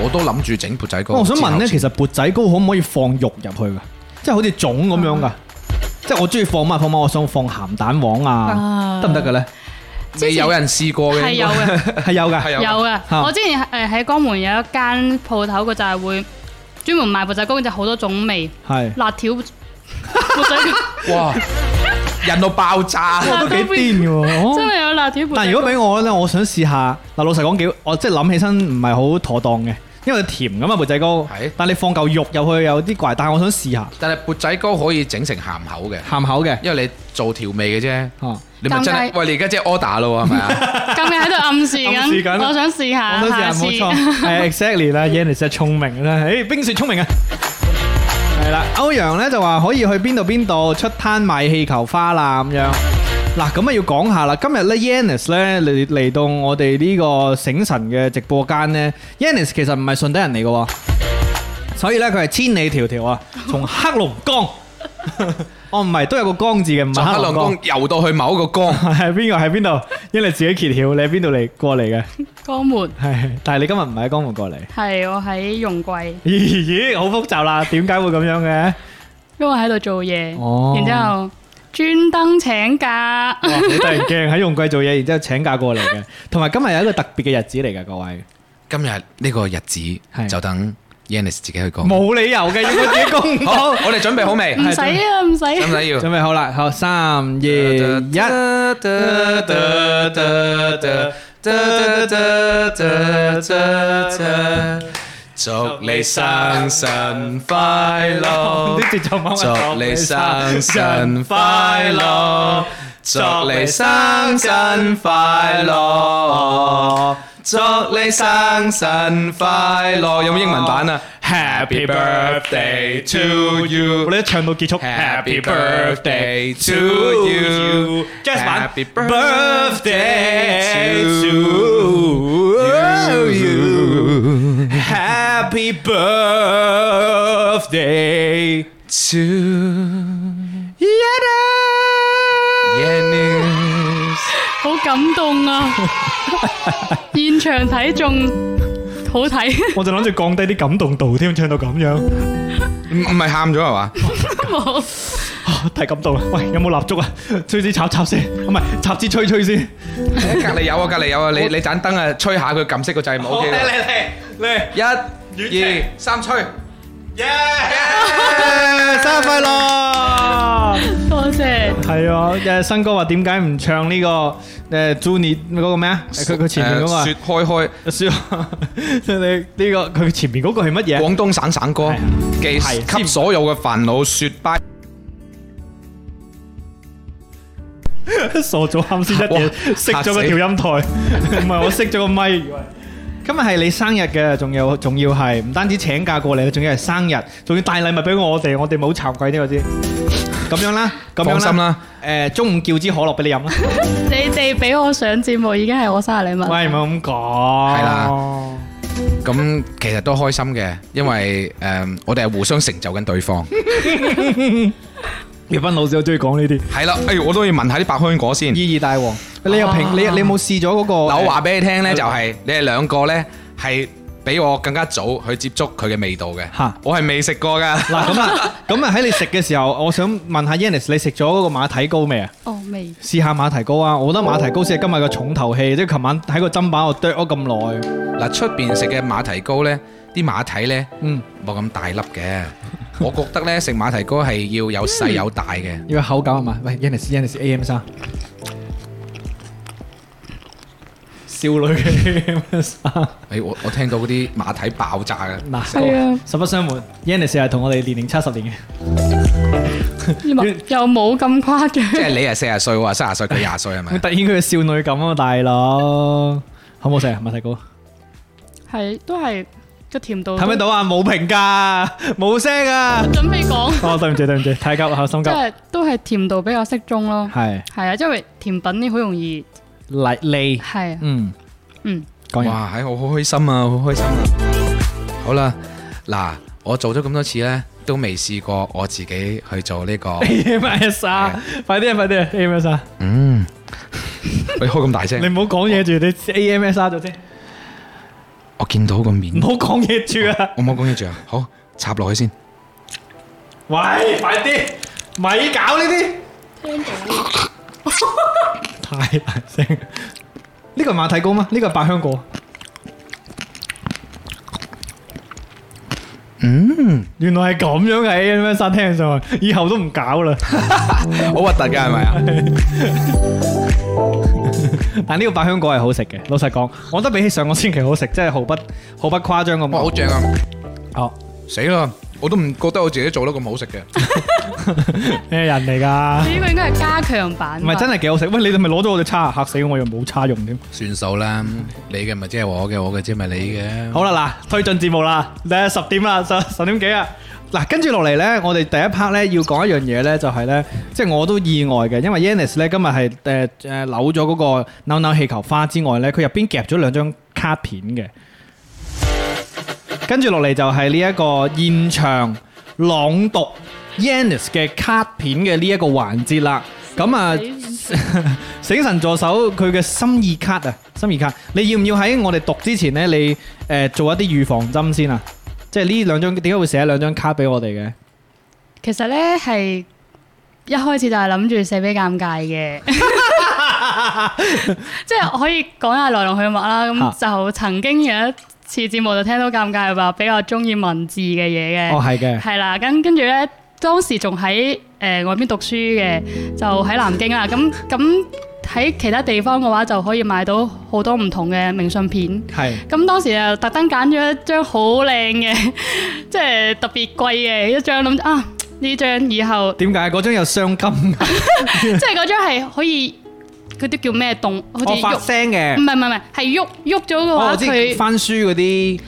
Speaker 4: 我都諗住整缽仔糕。
Speaker 3: 我想問咧，
Speaker 4: 之
Speaker 3: 其
Speaker 4: 後
Speaker 3: 實缽仔糕可唔可以放肉入去噶？即係好似粽咁樣噶？即係我中意放乜放乜，我想放鹹蛋黃啊，
Speaker 5: 啊
Speaker 3: 得唔得嘅咧？
Speaker 4: 未有人試過嘅，
Speaker 5: 係有嘅。
Speaker 3: 係 有
Speaker 4: 係
Speaker 3: 㗎，
Speaker 4: 有
Speaker 5: 有
Speaker 4: 嘅。
Speaker 5: 嘅，
Speaker 3: 啊
Speaker 5: 我之前誒喺江門有一間鋪頭，佢就係會專門賣缽仔糕，就好多種味，
Speaker 3: 係
Speaker 5: 辣條缽 仔糕，
Speaker 4: 哇！人到爆炸，
Speaker 3: 都幾癲嘅喎。哦
Speaker 5: 真係有辣條缽仔糕。
Speaker 3: 但如果俾我咧，我想試下嗱，老實講幾，我即係諗起身唔係好妥當嘅，因為佢甜噶嘛缽仔糕
Speaker 4: 係。
Speaker 3: 但你放嚿肉入去有啲怪，但係我想試下
Speaker 4: 但係缽仔糕可以整成鹹口嘅，
Speaker 3: 鹹口嘅。
Speaker 4: 因為你做調味嘅啫。
Speaker 3: 啊
Speaker 4: 你咪真係
Speaker 5: 尷尬
Speaker 4: 喂，你而家即係 order 咯，係咪 啊？
Speaker 5: 咁你喺度暗示
Speaker 3: 暗示緊
Speaker 5: 緊，我想試下，
Speaker 3: 我都
Speaker 5: 下
Speaker 3: 係
Speaker 5: 次
Speaker 3: 冇錯，係 exactly 啦，Yannis 真係聰明啦，誒冰雪聰明啊！係啦，歐陽咧就話可以去邊度邊度出攤賣氣球花啦咁樣。嗱，咁啊要講下啦，今日咧 Yannis 咧嚟嚟到我哋呢個醒神嘅直播間咧，Yannis 其實唔係順德人嚟嘅喎，所以咧佢係千里迢迢啊，從黑龍 江，哦唔係都有個江字嘅，唔
Speaker 4: 從
Speaker 3: 係
Speaker 4: 黑
Speaker 3: 黑龍
Speaker 4: 龍
Speaker 3: 江，
Speaker 4: 江游到去某一個江，
Speaker 3: 係邊個喺邊度？因為你自己揭曉，你喺邊度嚟過嚟嘅？
Speaker 5: 江門
Speaker 3: 係，但係你今日唔係喺江門過嚟。
Speaker 5: 係我喺容桂，
Speaker 3: 咦咦，好複雜啦，點解會咁 樣嘅？
Speaker 5: 因為喺度做嘢，
Speaker 3: 哦
Speaker 5: 然之後專登請假，
Speaker 3: 哇你突然驚喺用貴做嘢，然之後請假過嚟嘅，同埋今日有一個特別嘅日子嚟嘅，各位
Speaker 4: 今日呢個日子
Speaker 3: 係
Speaker 4: 就等 Yannis 自己去講。
Speaker 3: 冇嗯理由嘅，要我自己公
Speaker 4: 好，
Speaker 3: 佈。
Speaker 4: 我哋準備好未？
Speaker 5: 唔使啊，唔使
Speaker 4: 使唔使要？
Speaker 3: 準備好啦，好，三二一。
Speaker 4: 祝你生辰快樂，
Speaker 3: 啲節奏慢慢
Speaker 4: 祝你生辰快樂，祝你生辰快樂，祝你生辰快樂。有冇英文版啊？Happy à. birthday to
Speaker 3: 我
Speaker 4: you。
Speaker 3: 哋一唱到結束
Speaker 4: Happy birthday to you.
Speaker 3: Jazz 版
Speaker 4: Happy birthday to you.
Speaker 3: Happy birthday
Speaker 4: To
Speaker 3: Yannis
Speaker 4: Yannis，
Speaker 5: 好感 動啊！現場睇仲好 睇，
Speaker 2: 我就諗住降低啲感動度添，唱到咁樣
Speaker 4: 唔唔係喊咗係嘛？
Speaker 5: 冇
Speaker 2: 啊太感動啦！喂，有冇蠟燭啊？吹支插插先，唔係插支吹吹先。
Speaker 4: 隔離有啊，隔離有啊，你你盞燈啊，吹下佢撳熄個掣咪 OK 啦。嚟嚟嚟，一、二、三，吹。
Speaker 3: 生日快樂！
Speaker 5: 多謝。
Speaker 3: 係啊，誒新哥話點解唔唱呢個誒 Juni 嗰個咩啊？佢佢前面嗰個
Speaker 4: 誒
Speaker 3: 啊
Speaker 4: 雪開開，
Speaker 3: 雪， 你呢個佢前面嗰個係乜嘢？
Speaker 4: 廣東省省歌
Speaker 3: 係啊，
Speaker 4: 記
Speaker 3: 係
Speaker 4: 給所有嘅煩惱雪拜。
Speaker 2: 傻咗啱先一
Speaker 4: 哇
Speaker 2: 嘢，熄咗
Speaker 4: 嚇
Speaker 2: 個
Speaker 4: 死
Speaker 2: 調音台，唔係我熄咗個咪。以為
Speaker 3: 今日係你生日嘅，仲有仲要係唔單止請假過嚟，仲要係生日，仲要帶禮物俾我哋，我哋冇慚愧呢個先。咁樣啦，咁樣
Speaker 4: 放心啦，
Speaker 3: 誒中午叫支可樂俾你飲啦。
Speaker 5: 你哋俾我上節目已經係我生日禮 物。
Speaker 3: 喂，唔好咁講。
Speaker 4: 係啦咁其實都開心嘅，因為誒我哋係互相成就緊對 方。
Speaker 3: 葉斌老師好中意講呢啲
Speaker 4: 係啦，哎，我都要問下啲白香果先。
Speaker 3: 意義大王。你又評你你有冇試咗嗰個？
Speaker 4: 嗱，我話俾你聽咧，就係你哋兩個咧係比我更加早去接觸佢嘅味道嘅
Speaker 3: 嚇，
Speaker 4: 我係未食過噶。
Speaker 3: 嗱咁啊，咁啊喺你食嘅時候，我想問下 Yannis，你食咗嗰個馬蹄糕未啊？
Speaker 5: 哦， 未
Speaker 3: 試下馬蹄糕啊！我覺得馬蹄糕先係今日嘅重頭戲，即係琴晚喺個砧板度剁咗咁耐。
Speaker 4: 嗱，出邊食嘅馬蹄糕咧，啲馬蹄咧
Speaker 3: 嗯，
Speaker 4: 冇咁大粒嘅，我覺得咧食馬蹄糕係要有細有大嘅。
Speaker 3: 要有口感啊嘛。喂，Yannis，Yannis AM 三，少女嘅 AM 三。
Speaker 4: 哎，我我聽到嗰啲馬蹄爆炸嘅，
Speaker 3: 嗱，
Speaker 5: 係啊
Speaker 3: 實不相瞞，Yannis 係同我哋年齡差十年嘅。
Speaker 5: 又冇又冇咁誇
Speaker 4: 即
Speaker 5: 張。
Speaker 4: 係你係四十歲，我係三十歲，佢廿歲係咪
Speaker 3: 咁？突然佢嘅少女感啊，大佬，好唔好食啊？馬蹄糕？
Speaker 5: 係都係個甜度。
Speaker 3: 睇唔睇到？啊？冇評價，冇聲啊！
Speaker 5: 準備講，
Speaker 3: 哦，對唔住，對唔住，太急啦，心急
Speaker 5: 即。係都係甜度比較適中咯。
Speaker 3: 係
Speaker 5: 係啊，因為甜品呢好容易
Speaker 3: 嚟嚟。
Speaker 5: 係啊。
Speaker 3: 嗯，
Speaker 5: 嗯，
Speaker 3: 講完
Speaker 4: 哇，係我好開心啊，好開心啊！好啦，嗱，我做咗咁多次咧，都未試過我自己去做呢、 個，
Speaker 3: AMS 啊，快啲啊，快啲啊，AMS 啊，
Speaker 4: 嗯， 哎你開咁大聲
Speaker 3: 你，唔好講嘢住，你 AMS 啊咗先。
Speaker 4: 我見到個面
Speaker 3: 唔，好講嘢住啊！
Speaker 4: 我冇講嘢住啊，好插落去先。
Speaker 3: 喂，快啲，咪搞呢啲！太大聲！呢個係馬蹄糕嗎？呢個係百香果。嗯，原來係咁樣嘅 A M S 聽上去，以後都唔搞 啦。
Speaker 4: 好核突嘅係咪啊？
Speaker 3: 但呢個百香果係好食嘅，老實講，我覺得比起上個星期好食，真係毫不毫不誇張咁
Speaker 4: 哇，
Speaker 3: 講。
Speaker 4: 好正啊！
Speaker 3: 哦，
Speaker 4: 死啦，我都唔覺得我自己做得咁好食嘅。
Speaker 3: 咩人嚟㗎？
Speaker 5: 呢個應該係加強版
Speaker 3: 唔
Speaker 5: 吧，
Speaker 3: 係真係幾好食。喂，你哋咪攞咗我隻叉，嚇死我！我又冇叉用添。
Speaker 4: 算數啦，你嘅咪即係我嘅，我嘅即係咪你 嘅。
Speaker 3: 好啦，嗱，推進節目啦，誒十點啦，十十點幾啊？嗱，跟住落嚟呢，我哋第一 part 呢要講一樣嘢呢，就係呢，即係我都意外嘅，因為 Yannis 呢今日係誒誒扭咗嗰個扭扭氣球花之外呢，佢入邊夾咗兩張卡片嘅。跟住落嚟就係呢一個現場朗讀 Yannis 嘅卡片嘅呢一個環節啦。咁啊〜醒神助手佢嘅心意卡啊，心意卡，你要唔要喺我哋讀之前呢？你誒、呃做一啲預防針先啊？即係呢兩張點解會寫兩張卡俾我哋嘅？
Speaker 5: 其實咧係一開始就係諗住寫俾尷尬嘅， 即係可以講下來龍去脈啦。咁就曾經有一次節目就聽到尷尬話比較中意文字嘅嘢
Speaker 3: 哦，係
Speaker 5: 嘅，
Speaker 3: 嘅，
Speaker 5: 係啦。咁跟住咧，當時仲喺誒外邊讀書嘅，
Speaker 3: 嗯
Speaker 5: 就喺南京啦。咁咁喺其他地方嘅話，就可以買到好多唔同嘅明信片。
Speaker 3: 係
Speaker 5: 咁當時又特登揀咗一張好靚嘅， 即係特別貴嘅一張，諗住啊呢張以 後
Speaker 3: 點解嗰張有雙金嘅？
Speaker 5: 即係嗰張係可以嗰啲叫咩動，好似
Speaker 3: 我哦發
Speaker 5: 喐，
Speaker 3: 聲嘅
Speaker 5: 唔，係唔係唔係，係喐喐咗嘅
Speaker 3: 哦
Speaker 5: 話
Speaker 3: 我知
Speaker 5: 佢
Speaker 3: 翻書嗰啲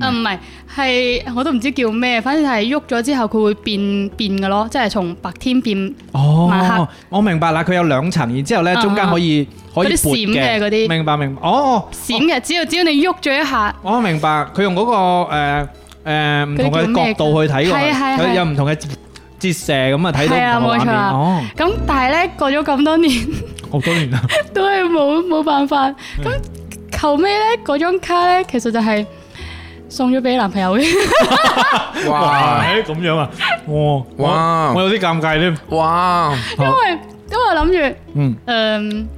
Speaker 5: 啊唔係係我都唔知叫咩，反正係喐咗之後佢會變變嘅咯，即係從白天變晚黑
Speaker 3: 哦，我明白啦，佢有兩層，然之後呢
Speaker 5: 嗯
Speaker 3: 中間可以可以
Speaker 5: 嗰啲
Speaker 3: 撥
Speaker 5: 閃嘅嗰啲
Speaker 3: 明白明白，哦，
Speaker 5: 閃嘅，只要只要你喐咗一下，
Speaker 3: 我明白，佢用嗰個誒誒唔同
Speaker 5: 嗰啲叫
Speaker 3: 嘅角
Speaker 5: 咩
Speaker 3: 度去睇
Speaker 5: 㗎
Speaker 3: 喎，
Speaker 5: 係啊係係
Speaker 3: 有有唔同嘅折折射咁啊，睇
Speaker 5: 係
Speaker 3: 到
Speaker 5: 啊
Speaker 3: 唔同嘅畫
Speaker 5: 冇錯
Speaker 3: 面。
Speaker 5: 啊
Speaker 3: 哦，
Speaker 5: 咁但係咧過咗咁多年。
Speaker 3: 好多年 啦，
Speaker 5: 都係冇冇辦法。
Speaker 3: 嗯
Speaker 5: 咁後尾咧，嗰張卡咧，其實就係送咗俾男朋友嘅。
Speaker 4: 哇
Speaker 3: 誒咁樣啊，哦，
Speaker 4: 哇
Speaker 3: 我有啲尷尬添。
Speaker 4: 哇！
Speaker 5: 因為因為諗住，
Speaker 3: 哦嗯，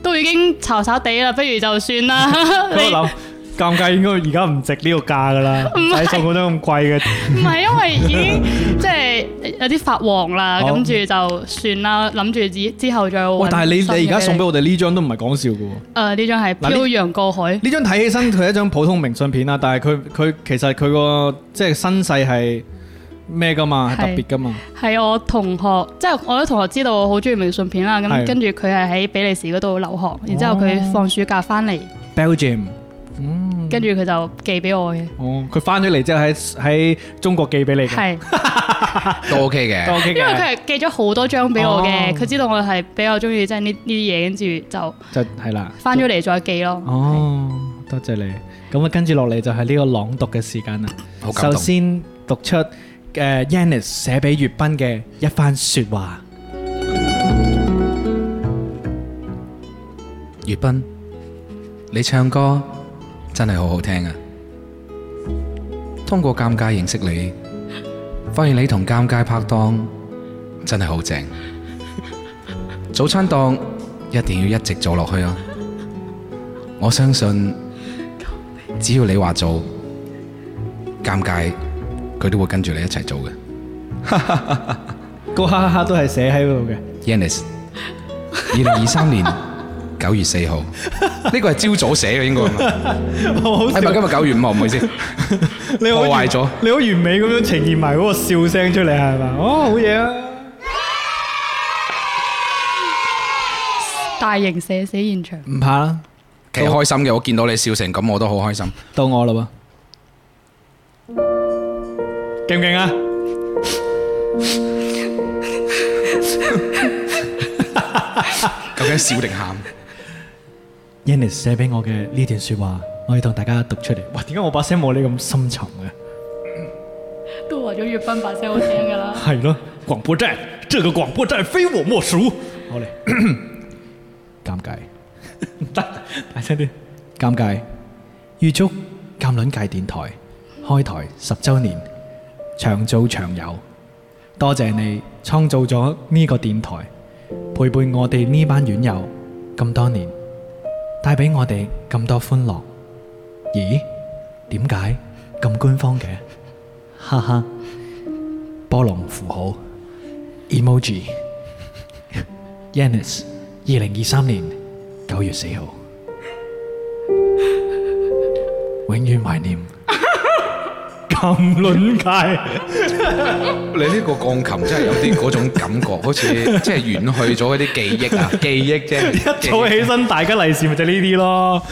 Speaker 5: 誒，都已經嘈嘈地啦，不如就 算啦。
Speaker 3: 我諗尷尬應該而家唔值呢個價噶啦，唔使送嗰張咁貴嘅。
Speaker 5: 唔係因為已經 即係有啲發黃啦，
Speaker 3: 好
Speaker 5: 跟住就算啦，諗住之之後再
Speaker 3: 喂
Speaker 5: 揾，
Speaker 3: 哦但係你
Speaker 5: 新嘅
Speaker 3: 你而家送俾
Speaker 5: 你
Speaker 3: 我哋呢張都唔係講笑嘅喎。
Speaker 5: 誒呢張係
Speaker 3: 嗱呢
Speaker 5: 漂洋過海，
Speaker 3: 呢張睇起身佢係一張普通明信片啦，但係佢佢其實佢個即係身世係咩噶嘛，係特
Speaker 5: 係
Speaker 3: 別噶嘛。
Speaker 5: 係我同學，即係我啲同學知道我好中意明信片啦。
Speaker 3: 係
Speaker 5: 咁跟住佢係喺比利時嗰度留學，然之後佢放暑假翻嚟。
Speaker 3: Belgium，
Speaker 5: 跟住佢就寄俾我嘅，
Speaker 3: 哦，佢翻咗嚟之後喺喺中國寄俾你嘅，
Speaker 5: 係，
Speaker 4: 都 OK
Speaker 3: 都
Speaker 4: 嘅，
Speaker 3: OK 嘅。
Speaker 5: 因為佢係寄咗好多張俾我嘅，
Speaker 3: 哦
Speaker 5: 佢知道我係比較中意即係呢呢啲嘢，跟住就
Speaker 3: 就係啦。
Speaker 5: 翻咗嚟再寄咯。
Speaker 3: 哦，多謝你。咁啊，跟住落嚟就係呢個朗讀嘅時間啦。
Speaker 4: 好感
Speaker 3: 首
Speaker 4: 動。
Speaker 3: 先讀出誒 Yannis 寫俾月斌嘅一番説話。
Speaker 4: 粵斌，你唱歌真係好好聽啊！通過尷尬認識你，發現你同尷尬拍檔真係好正。早餐檔一定要一直做落去啊！我相信，只要你話做，尷尬佢都會跟住你一齊做嘅。
Speaker 3: 個哈哈哈都係寫喺嗰度嘅。
Speaker 4: Yannis，二零二三年九月四號，呢個係朝早寫嘅應該係嘛。
Speaker 3: 我好笑
Speaker 4: 係咪今日九月五號？唔好意思，
Speaker 3: 你好完
Speaker 4: 破壞咗
Speaker 3: 你好完美咁樣呈現埋嗰個笑聲出嚟係嘛？哦，好嘢啊！
Speaker 5: 大型社死現場，
Speaker 3: 唔怕啦，
Speaker 4: 其實開心嘅。我見到你笑成咁，我都好開心。
Speaker 3: 到我啦喎，勁唔勁啊？
Speaker 4: 究竟笑定喊？
Speaker 3: Yannis 寫俾我嘅呢段説話，我要同大家讀出嚟。哇！點解我把聲冇你咁深沉嘅？
Speaker 5: 都話咗粵斌把聲好聽㗎啦。
Speaker 3: 係咯，廣播站，這個廣播站非我莫屬。好 嚟， 尷尬，得大聲啲，尷尬。預祝
Speaker 2: 鑑論界電台開台十週年，長做長有。多謝你創造咗呢個電台，陪伴我哋呢班院友咁多年，帶俾我哋咁多歡樂。咦？點解咁官方嘅？哈哈，波浪符號 emoji。Yannis，二零二三年九月四號。永遠 懷念。
Speaker 3: 冚卵界，
Speaker 4: 你呢個鋼琴真係有啲嗰種感覺，好似即係遠去咗嗰啲記 憶啊，記憶啫。
Speaker 3: 一早起身大家利是咪就呢啲咯。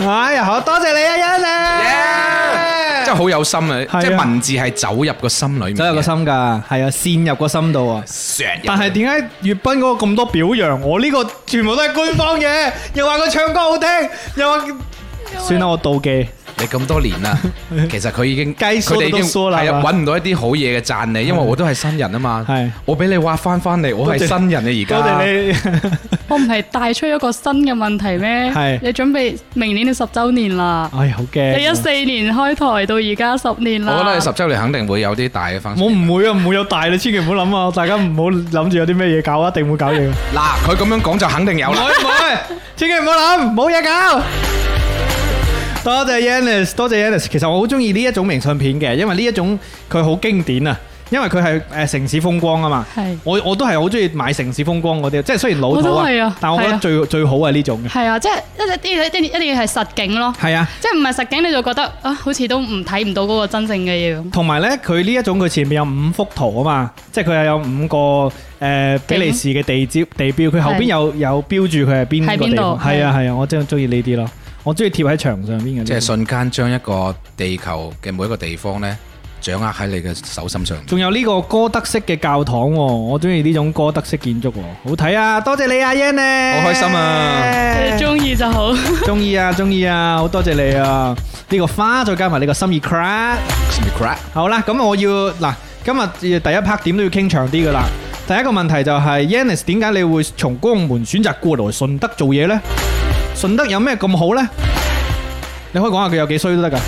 Speaker 3: 哎呀，好多謝你啊，欣啊！
Speaker 4: 真係好有心啊！
Speaker 3: 啊
Speaker 4: 即係文字係走入個心裏面嘅，
Speaker 3: 真有個心㗎，係啊，線入個心度啊。
Speaker 4: 錫入去。
Speaker 3: 但係點解粵斌嗰個咁多表揚，我呢個全部都係官方嘢，又話佢唱歌好聽，又話算啦，我妒忌。
Speaker 4: 你咁多年 啦，其實佢已經
Speaker 3: 雞梳
Speaker 4: 佢哋已經
Speaker 3: 都梳啦
Speaker 4: 係啊，
Speaker 3: 係嘛
Speaker 4: 揾唔到一啲好嘢嘅讚你，因為我都係新人啊嘛。
Speaker 3: 係
Speaker 4: 我俾你挖翻翻嚟，我係
Speaker 3: 多謝
Speaker 4: 新人啊而
Speaker 3: 多
Speaker 4: 家。
Speaker 3: 謝你，
Speaker 5: 我唔係帶出一個新嘅問題咩？
Speaker 3: 係
Speaker 5: 你準備明年你十週年啦，
Speaker 3: 哎呀，好
Speaker 5: 你一
Speaker 3: 驚。
Speaker 5: 四年開台到而家十年啦。
Speaker 4: 我覺得你十週年肯定會有啲大嘅翻。
Speaker 3: 我唔會啊，唔會有大你千祈唔好諗啊！大家唔好諗住有啲咩嘢搞，一定會搞嘢嘅。
Speaker 4: 嗱，佢咁樣講就肯定有
Speaker 3: 唔
Speaker 4: 啦。
Speaker 3: 會唔會，千祈唔好諗，冇嘢搞。多謝 Yannis，多謝 Yannis。其實我好中意呢一種明信片嘅，因為呢一種佢好經典啊。因為佢係誒城市風光啊嘛
Speaker 5: 係，
Speaker 3: 我我都係好中意買城市風光嗰啲，即係雖然老
Speaker 5: 我
Speaker 3: 土
Speaker 5: 都
Speaker 3: 啊，
Speaker 5: 係啊
Speaker 3: 但我覺
Speaker 5: 係
Speaker 3: 得
Speaker 5: 啊
Speaker 3: 最最好係呢種嘅。
Speaker 5: 係啊，即係一定一定一定要係實景咯，
Speaker 3: 係啊，
Speaker 5: 即係唔係實景你就覺得啊，好似都唔睇唔到嗰個真正嘅嘢咁。
Speaker 3: 同埋呢，佢呢一種佢前面有五幅圖啊嘛，即係佢係有五個誒、呃比利時嘅地標地標，佢後邊
Speaker 5: 嗯係
Speaker 3: 有有標注佢係邊
Speaker 5: 喺
Speaker 3: 個
Speaker 5: 邊
Speaker 3: 地
Speaker 5: 度
Speaker 3: 方。係啊係啊，我真係中意呢啲咯，我中意貼喺牆上邊嘅呢啲。
Speaker 4: 即係瞬間將一個地球嘅每一個地方呢，掌握喺你嘅手心上。
Speaker 3: 仲有呢個哥德式嘅教堂喎，我中意呢種哥德式建築喎，好睇啊！多謝你啊，Yannis，
Speaker 4: 好開心 啊
Speaker 5: 你中意就好。
Speaker 3: 中意啊，中意啊，好多謝你啊！呢個花再加埋呢個心意 crack，
Speaker 4: Crack
Speaker 3: 好啦，咁我要嗱，今日第一 part 點都要傾長啲噶啦。第一個問題就係 Yannis 點解你會從江門選擇過來順德做嘢呢？順德有咩咁好呢？你可以講下佢有幾衰都得噶。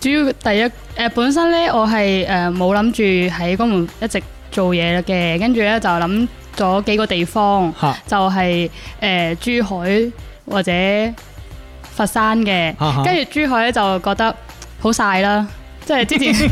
Speaker 5: 主要第一誒、呃本身咧，我係誒冇諗住喺江門一直做嘢嘅，跟住咧就諗咗幾個地方，
Speaker 3: 嚇
Speaker 5: 就係、呃珠海或者佛山嘅
Speaker 3: 啊哈，
Speaker 5: 跟住珠海咧就覺得好晒啦，即 係之前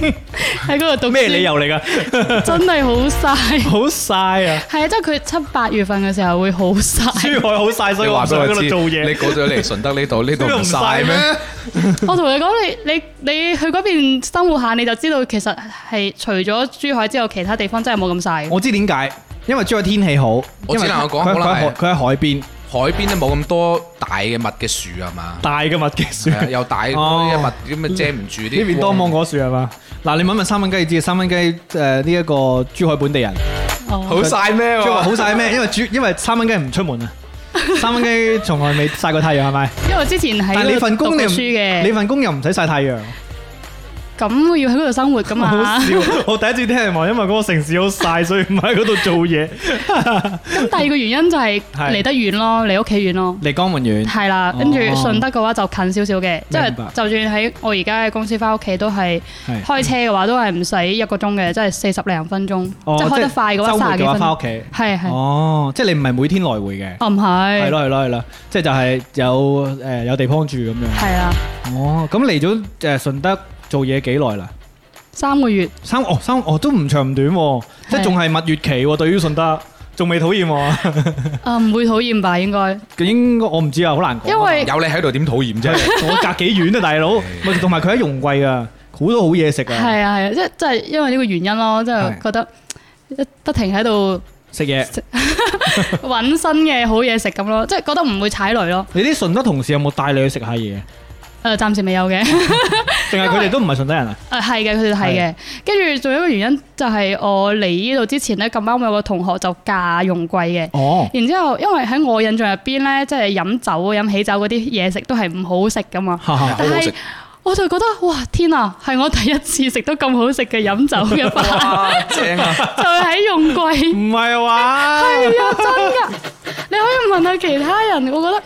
Speaker 5: 喺嗰度讀書
Speaker 3: 咩理？由嚟噶？
Speaker 5: 真係好晒。
Speaker 3: 好晒啊！
Speaker 5: 係啊，即係佢七八月份嘅時候會好晒。
Speaker 3: 珠海好晒，所以
Speaker 4: 你
Speaker 3: 我
Speaker 4: 話
Speaker 3: 唔
Speaker 4: 俾
Speaker 3: 想
Speaker 4: 我
Speaker 3: 喺嗰
Speaker 4: 知，
Speaker 3: 度
Speaker 4: 你
Speaker 3: 做嘢。
Speaker 4: 過咗嚟順德呢度，呢度唔晒咩？
Speaker 5: 我同你講，你你你去嗰邊生活下，你就知道其實係除咗珠海之後，其他地方真係冇咁晒。
Speaker 3: 我知點解，因為珠海天氣好，
Speaker 4: 我
Speaker 3: 因為
Speaker 4: 知啦我講
Speaker 3: 佢
Speaker 4: 好啦
Speaker 3: 佢喺海佢喺海邊
Speaker 4: 海邊都冇咁多大嘅密嘅樹係嘛？
Speaker 3: 大嘅物嘅樹，
Speaker 4: 係啊
Speaker 3: 呢
Speaker 4: 又大嗰啲密咁啊遮唔住啲光。
Speaker 3: 邊多芒果樹係嘛？嗱，你問問三蚊雞就知，三蚊雞誒呢一個珠海本 地人，
Speaker 5: 哦
Speaker 4: 好晒咩喎？
Speaker 3: 即係話好晒咩？因為珠因為三蚊雞唔出門啊，三蚊雞從來未曬過太陽係咪？
Speaker 5: 因為我之前喺
Speaker 3: 但係你
Speaker 5: 嗰
Speaker 3: 份
Speaker 5: 度讀
Speaker 3: 工
Speaker 5: 過
Speaker 3: 你唔
Speaker 5: 書
Speaker 3: 你
Speaker 5: 嘅，
Speaker 3: 份工又唔使曬太陽，
Speaker 5: 咁我要喺嗰度生活噶
Speaker 3: 好
Speaker 5: 嘛。
Speaker 3: 笑！我第一次聽人話，因為嗰個城市好曬，所以唔喺嗰度做 嘢。
Speaker 5: 咁第二個原因就係
Speaker 3: 係
Speaker 5: 離得遠咯，離屋企遠咯。
Speaker 3: 離江門遠，
Speaker 5: 係啦，
Speaker 3: 哦
Speaker 5: 跟住順德嘅話就近少少嘅，即係
Speaker 3: 明白
Speaker 5: 就算喺我而家嘅公司翻屋企都係
Speaker 3: 係
Speaker 5: 開車嘅話都係唔使一個鐘嘅，即係四十零分鐘，
Speaker 3: 哦
Speaker 5: 即係開得快嘅
Speaker 3: 即係周
Speaker 5: 話
Speaker 3: 末
Speaker 5: 卅幾
Speaker 3: 嘅話
Speaker 5: 分
Speaker 3: 翻
Speaker 5: 鐘
Speaker 3: 屋。企。
Speaker 5: 係係，
Speaker 3: 哦，即係你唔係每天來回嘅。
Speaker 5: 哦唔
Speaker 3: 係
Speaker 5: 係，
Speaker 3: 咯係咯係咯，即係就係有誒有地方住咁樣。
Speaker 5: 係啦，
Speaker 3: 哦，咁嚟咗誒順德做嘢幾耐啦？
Speaker 5: 三個月。
Speaker 3: 三哦三哦都唔長唔短喎，即係
Speaker 5: 係
Speaker 3: 仲係蜜月期喎。對於順德，仲未討厭喎。
Speaker 5: 啊，唔會討厭吧？應該，
Speaker 3: 佢應該我唔知啊，好難講。
Speaker 5: 因為
Speaker 4: 有你喺度點討厭啫？
Speaker 3: 我隔幾遠啊，大 佬。咪同埋佢喺容桂啊，好多好嘢食啊，
Speaker 5: 係啊係啊，即係即係因為呢個原因咯，即係
Speaker 3: 係
Speaker 5: 覺得一不停喺 度
Speaker 3: 食嘢。
Speaker 5: 揾新嘅好嘢食咁咯，即係覺得唔會踩雷咯。
Speaker 3: 你啲順德同事有冇帶你去食下嘢？
Speaker 5: 誒，暫時未有嘅，
Speaker 3: 定係佢哋都唔係順德人啊？
Speaker 5: 誒係嘅，佢哋係嘅。跟住仲有一個原因就係我嚟呢度之前咧，咁啱我有個同學就嫁用貴嘅。
Speaker 3: 哦，
Speaker 5: 然之後，因為喺我印象入邊咧，即係飲酒、飲喜酒嗰啲嘢食都係唔 好食噶嘛。
Speaker 3: 哈哈
Speaker 5: 但係我就覺得哇，天啊，係我第一次食到咁好食嘅飲酒嘅 飯，
Speaker 4: 哇，正啊！
Speaker 5: 就喺用貴。
Speaker 3: 唔係話
Speaker 5: 哎 係啊，真噶！你可以問下其他人，我覺得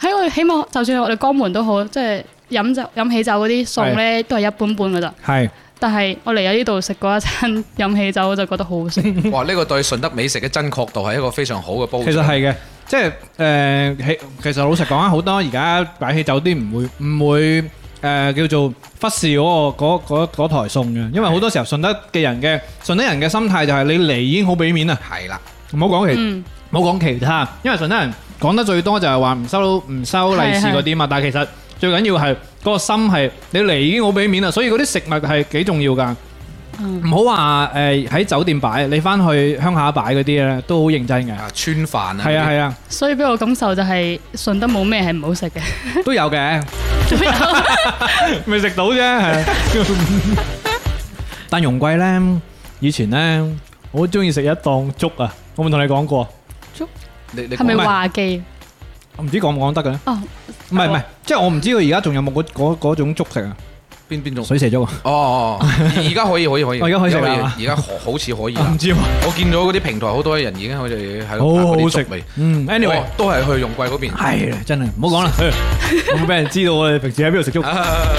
Speaker 5: 喺我哋起碼就算我哋江門都好，即係飲酒飲喜酒嗰啲餸咧，都係一般般噶咋。
Speaker 2: 係
Speaker 5: 但係我嚟咗呢度食嗰一餐飲喜酒，我就覺得好 好食。
Speaker 4: 哇！呢個對順德美食嘅真確度係一個非常好嘅褒獎。
Speaker 2: 其實係嘅，即係誒、呃喜其實老實講啊，好多而家擺起酒店唔會唔會誒、呃叫做忽視嗰、個嗰嗰嗰台餸嘅，因為好多時候順德嘅人嘅順德人嘅心態就係你嚟已經好俾面啦，
Speaker 4: 係啦，
Speaker 2: 唔好講其
Speaker 5: 嗯，
Speaker 2: 唔好講其他，因為順德人講得最多就係話唔收唔收利是嗰啲嘛，但係其實最緊要係嗰個心係你嚟已經好俾面啦，所以嗰啲食物係幾重要㗎。
Speaker 5: 嗯
Speaker 2: 唔好話誒喺酒店擺，你翻去鄉下擺嗰啲咧都好認真嘅。
Speaker 4: 啊川飯啊，
Speaker 2: 係啊係啊，
Speaker 5: 所以俾我感受就係順德冇咩係唔好食嘅。
Speaker 2: 都有嘅，
Speaker 5: 仲有
Speaker 2: 未食到啫。係但容貴咧，以前咧，我好中意食一檔粥啊！我冇同你講過，
Speaker 4: 你你
Speaker 5: 係咪
Speaker 4: 講
Speaker 5: 話記？
Speaker 2: 我唔知講唔講得嘅咧。
Speaker 5: 哦，
Speaker 2: 唔係唔係，即係我唔知佢而家仲有冇嗰嗰嗰種粥食啊？
Speaker 4: 邊邊種？
Speaker 2: 水蛇粥啊？
Speaker 4: 哦，哦哦而而家可以可以可以，
Speaker 2: 我而家可以食啦啊係嘛
Speaker 4: 而家好好似可以
Speaker 2: 唔
Speaker 4: 啦。
Speaker 2: 知喎。
Speaker 4: 我見到嗰啲平台好多人已經佢哋喺度
Speaker 2: 好
Speaker 4: 拍嗰
Speaker 2: 好
Speaker 4: 啲
Speaker 2: 食
Speaker 4: 粥味。
Speaker 2: 嗯，anyway，
Speaker 4: 哦都係去用貴嗰邊。
Speaker 2: 係啦，真係唔 好講啦，會俾人知道我哋平時喺邊度食粥。
Speaker 4: 啊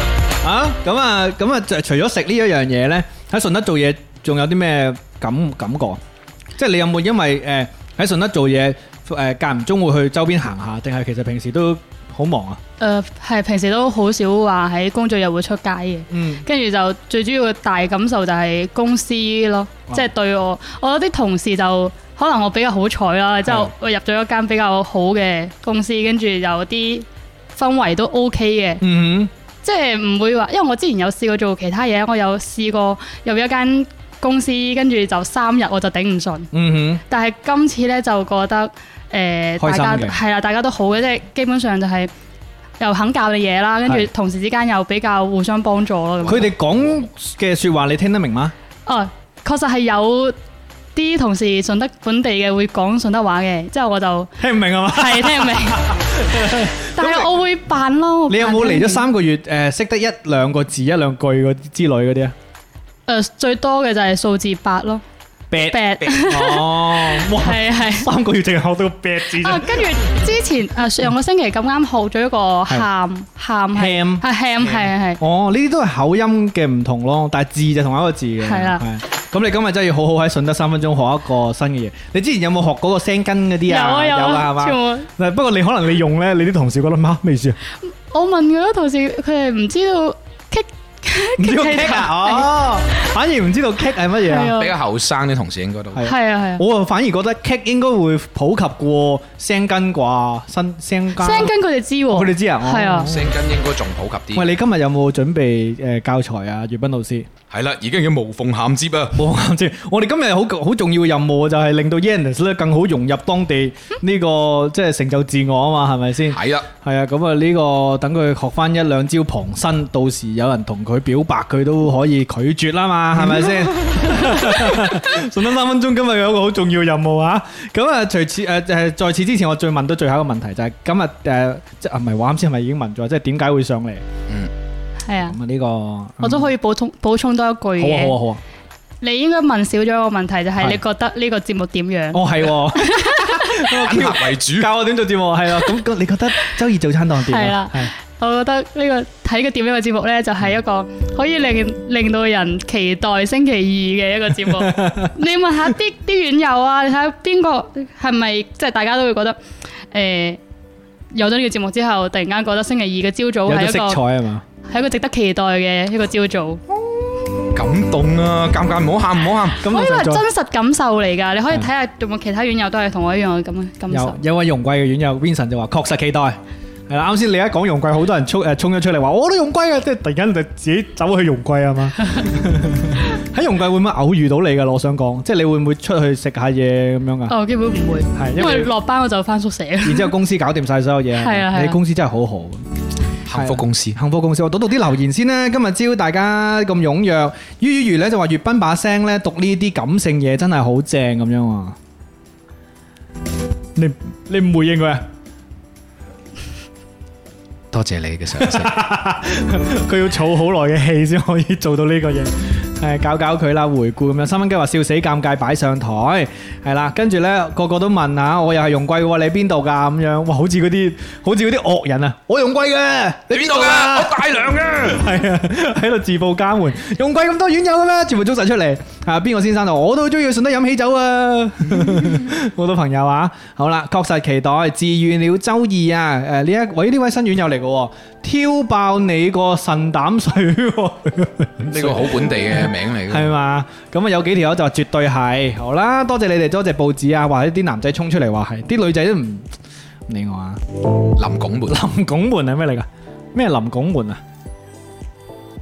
Speaker 2: 啊，咁啊，咁啊，就除咗食呢一樣嘢咧，喺順德做嘢仲有啲咩感感覺？即係你有冇因為誒喺順德做嘢誒間唔中會去周邊行下，定係其實平時都好忙啊？
Speaker 5: 誒呃係平時都好少話喺工作日會出街嘅。
Speaker 2: 嗯，
Speaker 5: 跟住就最主要嘅大感受就係公司咯，
Speaker 2: 哇
Speaker 5: 即係對我，我有啲同事就可能我比較好彩啦，之後我入咗一間比較好嘅公司，跟住有啲氛圍都 OK 嘅，
Speaker 2: 嗯
Speaker 5: 即係唔會話，因為我之前有試過做其他嘢，我有試過入一間公司，跟住就三日我就頂唔順，
Speaker 2: 哼，嗯
Speaker 5: 但係今次呢，就覺得誒、
Speaker 2: 開
Speaker 5: 大家
Speaker 2: 心嘅
Speaker 5: 係啦，大家都好嘅，即係基本上就係又肯教你嘢啦，跟
Speaker 2: 係
Speaker 5: 住同事之間又比較互相幫助咯。咁
Speaker 2: 哼，
Speaker 5: 樣
Speaker 2: 佢哋講嘅説話你聽得明嗎？
Speaker 5: 哦，確實係有啲同事順德本地嘅會講順德話嘅，之後我 就
Speaker 2: 聽唔明啊嘛？
Speaker 5: 係聽唔 明，但係我會扮咯。我扮
Speaker 2: 你有冇嚟
Speaker 5: 聽唔明
Speaker 2: 咗？三個月誒識得一兩個字一兩句嗰啲之類嗰啲啊？
Speaker 5: 誒，最多嘅就係數字八咯，
Speaker 2: bet
Speaker 5: 八
Speaker 2: 哦，哇，
Speaker 5: 係 係。
Speaker 2: 三個月淨係學到 bet
Speaker 5: 啊，
Speaker 2: 字啫。
Speaker 5: 跟住之前誒上個星期咁啱學咗一個喊喊係
Speaker 2: Ham
Speaker 5: 啊 ham 係係係
Speaker 2: 哦，呢啲都係口音嘅唔同咯，但係字就同一個字嘅。
Speaker 5: 係啦
Speaker 2: 係。咁你今日真係要好好喺順德三分鐘學一個新嘅嘢。你之前有冇學嗰個聲根嗰啲
Speaker 5: 有
Speaker 2: 啊？
Speaker 5: 啊有
Speaker 2: 啦，係
Speaker 5: 啊，全
Speaker 2: 嘛？
Speaker 5: 部
Speaker 2: 嗱，不過你可能你用咧，你啲同事覺得媽咩意思啊？
Speaker 5: 我問嗰啲同事，佢哋唔知道
Speaker 2: 唔知道
Speaker 5: kick
Speaker 2: kick 啊？哦，反而唔知道 kick 係乜嘢啊？
Speaker 5: 係
Speaker 4: 比較
Speaker 5: 啊
Speaker 4: 後生啲同事應該都
Speaker 2: 係
Speaker 5: 係啊係啊。
Speaker 2: 我啊反而覺得 kick 應該會普及過聲根啩，新聲根。
Speaker 5: 聲跟佢哋知喎，
Speaker 2: 佢哋知啊哦
Speaker 5: 係啊，
Speaker 4: 聲根應該仲普及
Speaker 2: 喂，
Speaker 4: 啲。
Speaker 2: 你今日有冇準備誒教材啊？粵斌老師，
Speaker 4: 係啦，已經要無縫銜接啊！
Speaker 2: 冇啱先。我哋今日好好重要嘅任務就係令到 Yannis 咧更好融入當地呢個即係成就自我啊嘛，係咪先？
Speaker 4: 係啦，
Speaker 2: 係啊，咁啊呢個等佢學翻一兩招旁身，到時有人同佢表白，佢都可以拒絕啦嘛，係咪先？順德三分鐘今日有一個好重要任務啊！咁啊，除此誒誒，在此之前，我再問到最後一個問題就係今日誒，即係啊唔係話啱先係咪已經問咗？即係點解會上嚟？
Speaker 5: 係啊，
Speaker 2: 咁啊呢個
Speaker 5: 我都可以補充補充多一句
Speaker 2: 好啊
Speaker 5: 嘅。
Speaker 2: 好啊好啊！
Speaker 5: 你應該問少咗一個問題，就係
Speaker 2: 係
Speaker 5: 你覺得呢個節目點樣？
Speaker 2: 哦係喎，
Speaker 4: 反客為主。
Speaker 2: 哦教我點做節目係啊！咁咁你覺得周二早餐檔點
Speaker 5: 係
Speaker 2: 啊
Speaker 5: 啦？我覺得呢個睇個點樣嘅節目呢，就係一個
Speaker 2: 嗯
Speaker 5: 可以令令到人期待星期二嘅一個節 目。你問下啲啲院友啊，你睇下邊個係咪即係大家都會覺得誒、呃有咗呢個節目之後，突然間覺得星期二嘅朝
Speaker 2: 有
Speaker 5: 早係
Speaker 2: 咗
Speaker 5: 一
Speaker 2: 色
Speaker 5: 個
Speaker 2: 彩嗯啊嘛？
Speaker 5: 係一個值得期待嘅一個朝早。
Speaker 4: 感動啊！尷尬，唔好喊，唔好喊。
Speaker 2: 咁
Speaker 5: 我
Speaker 2: 我
Speaker 5: 呢個係
Speaker 2: 就再
Speaker 5: 真實感受嚟㗎，你可以睇下有冇其他院友都係同我一樣咁嘅感
Speaker 2: 有
Speaker 5: 受。
Speaker 2: 有位容貴嘅院友 Vincent 就話確實期待。係啦，啱先你一講容貴，好多 人衝誒衝咗出嚟話我都容貴啊，即係突然間就自己走去容 貴啊嘛。喺容貴會唔會偶遇到你噶？我想講，即係你會唔會出去食下嘢咁樣噶？
Speaker 5: 哦，基本唔會，
Speaker 2: 係因
Speaker 5: 因為
Speaker 2: 為
Speaker 5: 落班我就翻宿舍啦。
Speaker 2: 然之後公司搞掂晒所 有嘢，
Speaker 5: 係啊係啊
Speaker 2: 你公司真係好好。啊
Speaker 4: 幸福公司。
Speaker 2: 幸福公司，我讀到啲留言先啦。今日朝大家咁踴躍，於於如咧就話粵斌把聲咧讀呢啲感性嘢真係好正咁樣喎。你你唔回應佢啊？
Speaker 4: 多謝你嘅賞識。
Speaker 2: 佢要儲好耐嘅氣先可以做到呢個嘢。係搞搞佢啦，回顧咁樣。三蚊雞話笑死尷尬擺上台，係啦，跟住呢，個個都問啊，我又係用貴喎，你邊度㗎咁樣？哇，好似嗰啲好似嗰啲惡人啊，我用貴嘅，
Speaker 4: 你邊度噶？我大量嘅。
Speaker 2: 係啊，喺度自報家門，用貴咁多院友嘅咩？全部捉晒出嚟。啊，邊個先生就我都好中意順德飲喜酒啊！好多朋友啊，好啦，確實期待自願了周二啊！誒呢一位呢位新院友嚟嘅喎，挑爆你個腎膽水喎！
Speaker 4: 呢個好本地嘅名嚟嘅。
Speaker 2: 係嘛？咁啊有幾條友就話絕對係，好啦，多謝你哋，多謝報紙啊，或者啲男仔衝出嚟話係，啲女仔都唔唔理我啊！
Speaker 4: 林拱門，
Speaker 2: 林 拱門係咩嚟噶？咩林拱門啊？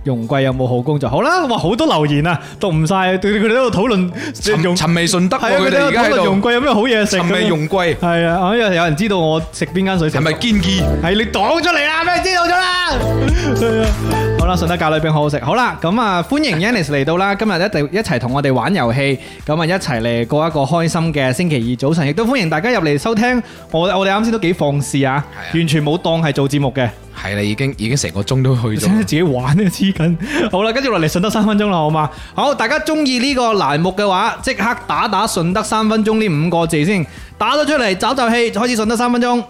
Speaker 2: 容貴有冇好工作？好啦，哇，好多留言啊，讀唔晒，對佢哋喺度討論
Speaker 4: 尋
Speaker 2: 容
Speaker 4: 尋味順德
Speaker 2: 係
Speaker 4: 喎，
Speaker 2: 啊，佢
Speaker 4: 佢
Speaker 2: 哋
Speaker 4: 哋
Speaker 2: 喺
Speaker 4: 而
Speaker 2: 度
Speaker 4: 家
Speaker 2: 討
Speaker 4: 喺
Speaker 2: 論容
Speaker 4: 度
Speaker 2: 貴有咩好嘢食？
Speaker 4: 尋味用貴，
Speaker 2: 係啊，好似有人知道我食邊間水食
Speaker 4: 係咪堅堅？
Speaker 2: 係你講出嚟啦， 俾人知道咗啦。係啊好啦，順德咖喱餅好好食。好啦，咁啊，歡迎 Yannis 嚟到啦，今日一齊一齊同我哋玩遊戲，咁啊一齊嚟過一個開心嘅星期二早晨，亦都歡迎大家入嚟收聽。我我哋啱先都幾放肆啊
Speaker 4: 係啊，
Speaker 2: 完全冇當係做節目嘅，
Speaker 4: 係啦，已經已經成個鐘都去
Speaker 2: 真係
Speaker 4: 咗
Speaker 2: 自。己玩啊黐筋。好啦，跟住落嚟順德三分鐘啦，好嘛？好，大家中意呢個欄目嘅話，即刻打打順德三分鐘呢五個字先，打咗出嚟，找就氣，開始順德三分鐘。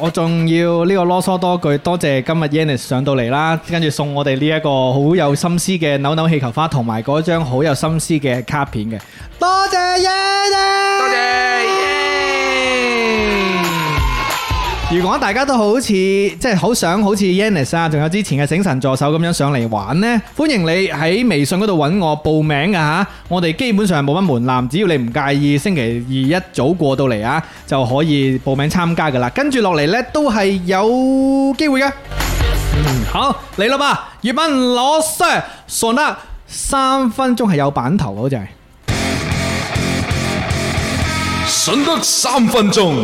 Speaker 2: 我仲要呢個囉嗦多句，多謝今日 Yannis 上到嚟啦，跟住送我哋呢一個好有心思嘅扭扭氣球花，同埋嗰張好有心思嘅卡片嘅，多謝 Yannis，多謝。如果大家都好似即係好想好似 Yannis 啊，仲有之前嘅醒神助手咁樣上嚟玩呢，歡迎你喺微信嗰度揾我報名㗎啊吓，我哋基本上冇乜門檻，只要你唔介意，星期二一早過到嚟啊，就可以報名參加㗎啦。跟住落嚟呢，都係有機會嘅。嗯，好嚟啦嘛，粵文攞 Sir，順德三分鐘係有版頭嘅啊好似係。
Speaker 4: 順德三分鐘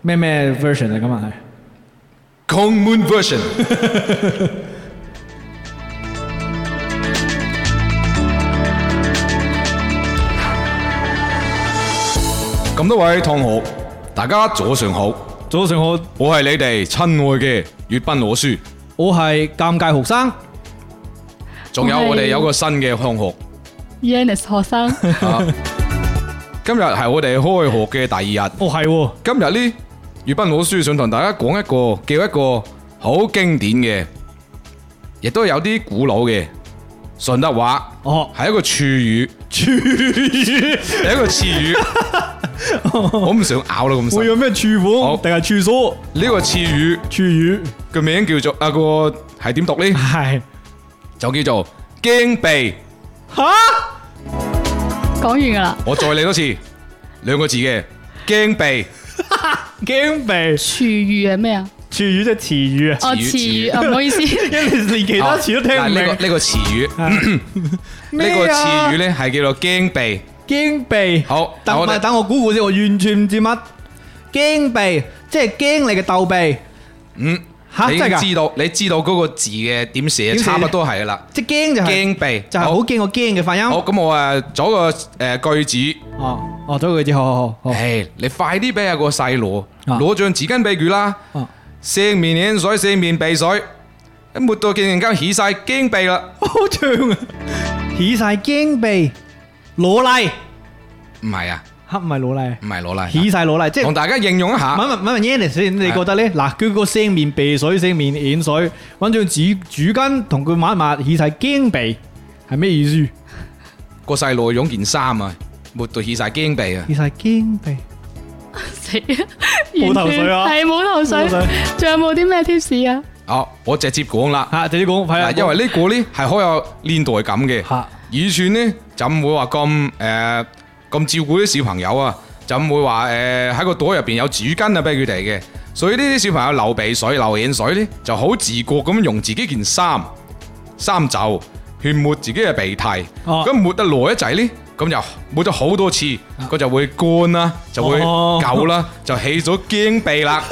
Speaker 2: 咩咩 version 啊？今日係
Speaker 4: ，Kong Moon Version。咁多位同學，大家早上好，
Speaker 2: 早上好，
Speaker 4: 我係你哋親愛嘅粵賓老師，
Speaker 2: 我係尷尬學生。
Speaker 4: 仲有
Speaker 5: 我係
Speaker 4: 我哋有個新嘅同學。
Speaker 5: Yannis 學 生，
Speaker 4: 啊今日係我哋開學嘅第二日。
Speaker 2: 哦，係喎，
Speaker 4: 今日呢，粵賓老師想同大家講一個叫一個好經典嘅，亦都有啲古老嘅順德話，
Speaker 2: 哦，
Speaker 4: 係一個處語，係一個詞語。 我唔想咬啦咁
Speaker 2: 會
Speaker 4: 深。
Speaker 2: 有咩處
Speaker 4: 好
Speaker 2: 房定係處所？
Speaker 4: 呢個詞語
Speaker 2: 處語
Speaker 4: 個名叫做啊個係點讀呢？
Speaker 2: 係
Speaker 4: 就叫做驚避。
Speaker 2: 吓，
Speaker 5: 講完噶啦，
Speaker 4: 我再嚟多次，兩個字嘅驚避。
Speaker 2: 驚鼻
Speaker 5: 廚餘係咩啊？
Speaker 2: 處語即係詞語 啊，
Speaker 5: 哦，
Speaker 4: 餘
Speaker 5: 詞語啊，唔好意 思，
Speaker 2: 因為連 其他詞都聽唔
Speaker 4: 啊嗱呢個
Speaker 2: 明。
Speaker 4: 呢個詞語，呢個
Speaker 2: 咩
Speaker 4: 詞
Speaker 2: 啊
Speaker 4: 語呢係叫做驚避。
Speaker 2: 驚鼻，
Speaker 4: 好
Speaker 2: 等
Speaker 4: 我
Speaker 2: 唔
Speaker 4: 哋
Speaker 2: 係等我估估先，我完全唔知乜驚鼻，即係驚你嘅鬥鼻，
Speaker 4: 嗯，
Speaker 2: 吓
Speaker 4: 你已
Speaker 2: 真係
Speaker 4: 經
Speaker 2: 㗎
Speaker 4: 知道，你知道嗰個字嘅點寫，
Speaker 2: 點寫
Speaker 4: 差不多係噶啦。
Speaker 2: 即係驚就係
Speaker 4: 驚避
Speaker 2: 就係好驚我驚嘅發音。
Speaker 4: 好，咁我誒咗個誒句子，
Speaker 2: 哦哦，咗佢知，好好 好好。
Speaker 4: 誒你快啲俾下個細路
Speaker 2: 啊
Speaker 4: 攞張紙巾俾佢啦，
Speaker 2: 哦
Speaker 4: 四面眼水，四面鼻水，一抹到佢突然間起晒驚避啦，
Speaker 2: 好長啊！起晒驚鼻，攞嚟，
Speaker 4: 唔係啊，
Speaker 2: 黑唔係攞嚟，
Speaker 4: 唔係攞啦，
Speaker 2: 起晒攞嚟，即係
Speaker 4: 同大家應用一下，
Speaker 2: 問一問問問 Yannis 先，你覺得咧？嗱，佢個聲面鼻水，聲面眼水，揾張紙紙巾同佢抹一抹，起晒驚鼻，係咩意思？
Speaker 4: 個細路用件衫啊，抹到起晒驚避啊，
Speaker 2: 起晒驚鼻，
Speaker 5: 死啊！
Speaker 2: 冇頭緒啊
Speaker 5: 完全係冇頭
Speaker 2: 冇頭
Speaker 5: 緒，仲有冇啲咩 tips 啊？
Speaker 4: 好，我直接講啦，
Speaker 2: 嚇！直接講，係啊，
Speaker 4: 嗱因為呢個呢係好有年代感嘅。
Speaker 2: 嚇
Speaker 4: 以前呢，就唔會話咁誒咁照顧啲小朋友啊，就唔會話誒喺個袋入邊有紙巾啊俾佢哋嘅，所以呢啲小朋友流鼻水、流眼水呢，就好自覺咁用自己件衫衫袖去抹自己嘅鼻涕，咁、
Speaker 2: 哦
Speaker 4: 抹得耐一滯呢，咁就抹咗好多次，佢就會乾啦，就會
Speaker 2: 啊哦
Speaker 4: 舊啦，就起咗驚鼻啦。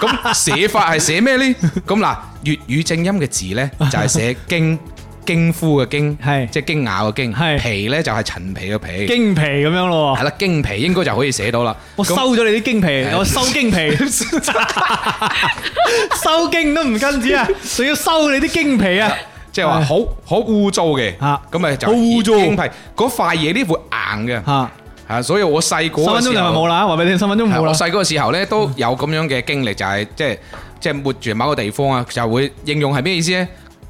Speaker 4: 咁寫法係寫咩呢？咁嗱，粵語正音嘅字呢，就係寫驚驚呼嘅驚，
Speaker 2: 係
Speaker 4: 即係驚咬嘅驚，
Speaker 2: 係
Speaker 4: 皮咧就係陳皮嘅皮，
Speaker 2: 經皮咁樣咯喎
Speaker 4: 係。啦，驚皮應該就可以寫到啦。
Speaker 2: 我收咗你啲經皮，我收經皮， 收經都唔跟止啊，仲要收你啲經皮 啊！
Speaker 4: 即係話好好污糟嘅，
Speaker 2: 啊
Speaker 4: 咁咪就
Speaker 2: 好污糟
Speaker 4: 驚皮嗰塊嘢呢會硬嘅，
Speaker 2: 吓，
Speaker 4: 啊，所以我細個嘅
Speaker 2: 三分鐘就
Speaker 4: 時
Speaker 2: 咪
Speaker 4: 候
Speaker 2: 冇。啦，話俾你聽，三分鐘
Speaker 4: 係
Speaker 2: 冇啦
Speaker 4: 我。細個嘅時候咧都有咁樣嘅經歷，就係即係即係抹住某個地方啊，就會應用係咩意思咧？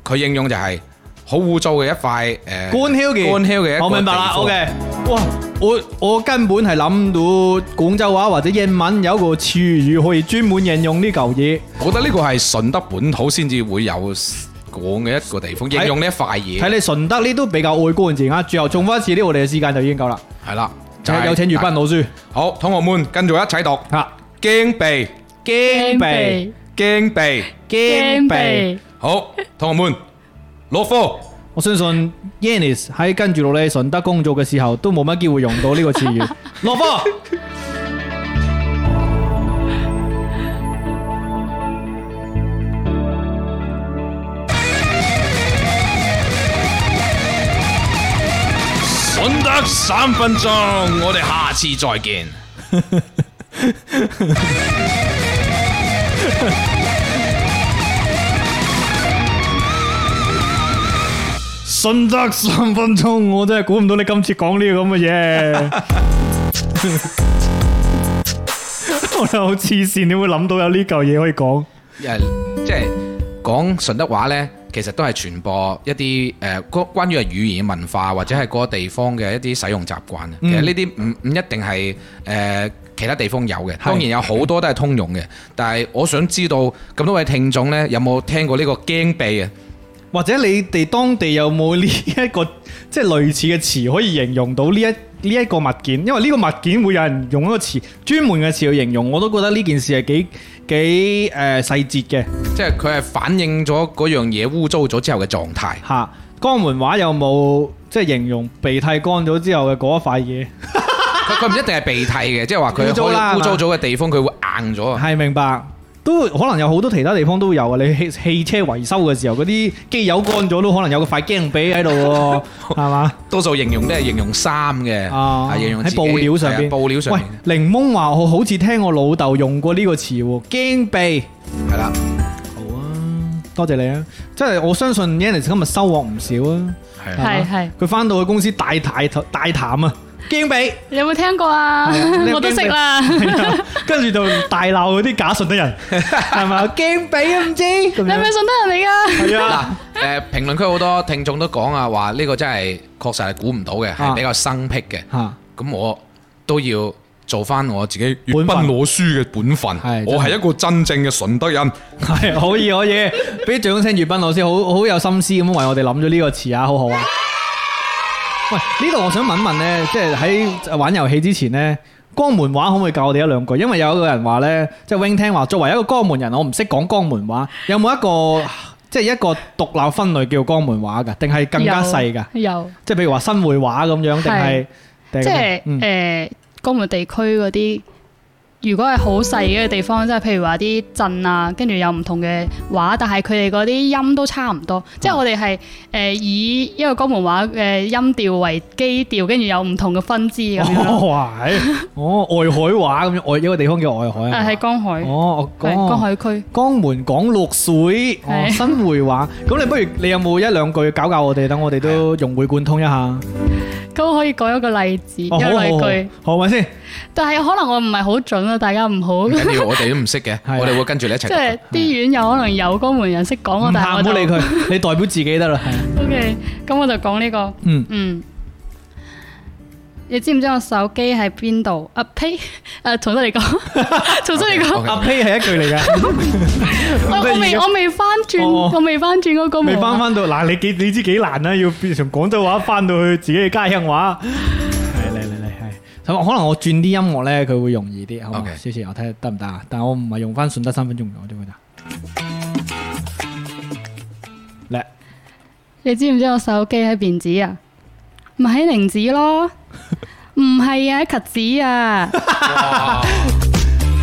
Speaker 4: 佢應用就係好污糟嘅一塊誒乾
Speaker 2: 官囂嘅，
Speaker 4: 乾囂嘅一個
Speaker 2: 我明白啦。
Speaker 4: 地方
Speaker 2: OK，哇，我我根本係諗唔到廣州話或者英文有一個詞語可以專門應用呢嚿嘢。
Speaker 4: 我覺得呢個係順德本土先至會有講嘅一個地方，應用呢一塊
Speaker 2: 睇
Speaker 4: 嘢
Speaker 2: 你順德呢都比較愛官字啊，最後中翻一次呢，我哋嘅時間就已經夠啦。
Speaker 4: 係啦。就係
Speaker 2: 有請粵賓老師
Speaker 4: 好，同學們跟住我一齊讀
Speaker 2: 啊，
Speaker 4: 驚鼻
Speaker 2: 驚鼻
Speaker 4: 驚鼻。
Speaker 2: 驚鼻。
Speaker 4: 好，同學們攞科
Speaker 2: 我相信 Yannis 喺跟住落嚟順德工作嘅時候，都冇乜機會用到呢個詞 語。落課，
Speaker 4: 順德三分鐘，我哋下次再見。
Speaker 2: 順德三分鐘，我真係估唔到你今次講呢個咁嘅嘢。 我哋好黐線，點會諗到有呢嚿嘢可以講？
Speaker 4: 誒，即係講順德話呢，其實都係傳播一啲誒、呃、關關於係語言文化或者係嗰個地方嘅一啲使用習慣。
Speaker 2: 嗯
Speaker 4: 其實呢啲唔唔一定係誒、呃其他地方有嘅，當然有好多都係通用嘅。但係我想知道咁多位聽眾呢，有冇聽過呢個驚鼻啊？
Speaker 2: 或者你哋當地有冇呢一個即係類似嘅詞可以形容到呢一呢一個物件？因為呢個物件會有人用一個詞專門嘅詞去形容，我都覺得呢件事係幾幾誒細節嘅
Speaker 4: 即係佢係反映咗嗰樣嘢污糟咗之後嘅狀態。
Speaker 2: 嚇。江門話有冇即係形容鼻涕乾咗之後嘅嗰一塊嘢？
Speaker 4: 佢佢唔一定係鼻涕嘅，即係話佢
Speaker 2: 污糟啦
Speaker 4: 可以污糟
Speaker 2: 係嘛
Speaker 4: 咗嘅地方，佢會硬咗啊。
Speaker 2: 係明白，都會可能有好多其他地方都會有啊！你汽汽車維修嘅時候，嗰啲機油乾咗都可能有個塊鏡髀喺度喎， 係嘛？
Speaker 4: 多數形容都係形容衫嘅，
Speaker 2: 啊
Speaker 4: 係形容自
Speaker 2: 喺
Speaker 4: 己
Speaker 2: 布料上邊，
Speaker 4: 係啊布料上邊
Speaker 2: 喂，檸檬話我好似聽我老豆用過呢個詞喎，驚鼻。
Speaker 4: 係啦。
Speaker 2: 多謝你啊！即係我相信 Yannis 今日收穫唔少啊，
Speaker 4: 係
Speaker 5: 係
Speaker 2: 係嘛
Speaker 5: 係，
Speaker 2: 佢翻到去公司大大大談啊，驚鼻。
Speaker 5: 你有冇聽過啊
Speaker 2: 係啊？
Speaker 5: 我都識啦，
Speaker 2: 跟住就大鬧嗰啲假信德人，係 咪？驚鼻啊，唔知
Speaker 5: 你
Speaker 2: 咁
Speaker 5: 係咪
Speaker 2: 樣。
Speaker 5: 順德人嚟㗎？
Speaker 2: 係啊。
Speaker 4: 嗱，誒評論區好多聽眾都講啊，話呢個真係確實係估唔到嘅，
Speaker 2: 啊
Speaker 4: 係比較生僻嘅。
Speaker 2: 嚇
Speaker 4: 咁我都要做翻我自己
Speaker 2: 本
Speaker 4: 粵
Speaker 2: 分
Speaker 4: 賓攞書嘅本分
Speaker 2: 係，
Speaker 4: 我係一個真正嘅順德人。
Speaker 2: 系 可以可以，俾掌聲，粵斌老師好好有心思咁為我哋諗咗呢個詞啊，好好啊！喂，呢度我想問問呢，即係喺玩遊戲之前呢，江門話可唔可以教我哋一兩句？因為有一個人話呢，即係 wing 聽話，作為一個江門人，我唔識講江門話，有冇一個即係一個獨立分類叫江門話㗎？定係更加細㗎？
Speaker 5: 有有，
Speaker 2: 即係譬如話新會話咁樣，定係定
Speaker 5: 即係
Speaker 2: 嗯
Speaker 5: 誒江門地區嗰啲，如果係好細嘅地方，即係譬如話啲鎮啊，跟住有唔同嘅話，但係佢哋嗰啲音都差唔多。即
Speaker 2: 嗯
Speaker 5: 係我哋係誒以一個江門話嘅音調為基調，跟住有唔同嘅分支咁樣咯。
Speaker 2: 哇，係哦外海話咁樣，外有個地方叫外海
Speaker 5: 誒
Speaker 2: 啊
Speaker 5: 係。江海，
Speaker 2: 哦，我
Speaker 5: 係江海區。
Speaker 2: 江門講綠水，哦
Speaker 5: 係
Speaker 2: 新會話。咁你不如你有冇一兩句搞搞我哋，等我哋都融會貫通一下。
Speaker 5: 咁可以講一個例子，一
Speaker 2: 哦，好
Speaker 5: 個例
Speaker 2: 啊
Speaker 5: 句，
Speaker 2: 好啊，好咪先？
Speaker 5: 但係可能我唔係好準啊，大家唔好
Speaker 4: 唔。
Speaker 2: 嗯
Speaker 4: 緊要，我哋都唔識嘅，
Speaker 2: 係
Speaker 4: 我哋會跟住你一齊
Speaker 5: 即
Speaker 4: 讀。
Speaker 5: 係啲院友可能有江門人識講
Speaker 2: 唔
Speaker 5: 啊，但係
Speaker 2: 怕，
Speaker 5: 我
Speaker 2: 唔
Speaker 5: 就
Speaker 2: 好理佢，你代表自己得啦。係
Speaker 5: OK，咁我就講呢個。
Speaker 2: 嗯
Speaker 5: 嗯，你知唔知我手機喺邊度？啊呸！ 誒，重新 嚟講，重新嚟講。
Speaker 4: OK，OK
Speaker 2: 阿 P 係一句 嚟㗎，
Speaker 5: 我我未我未翻轉，
Speaker 2: 哦
Speaker 5: 我未翻轉嗰個
Speaker 2: 未
Speaker 5: 門
Speaker 2: 翻
Speaker 5: 啊。
Speaker 2: 翻到嗱，你幾你知幾難啊啦？要變從廣州話翻到去自己嘅家鄉話。係嚟嚟嚟係，咁可能我轉啲音樂咧，佢會容易啲。好嘛
Speaker 4: OK
Speaker 2: 少少，我睇下得唔得啊？但係我唔係用翻順德三分鐘嘅，我點會得？叻！
Speaker 5: 你知唔知我手機喺邊子啊？咪喺寧子咯。唔係啊，喺蠍子啊，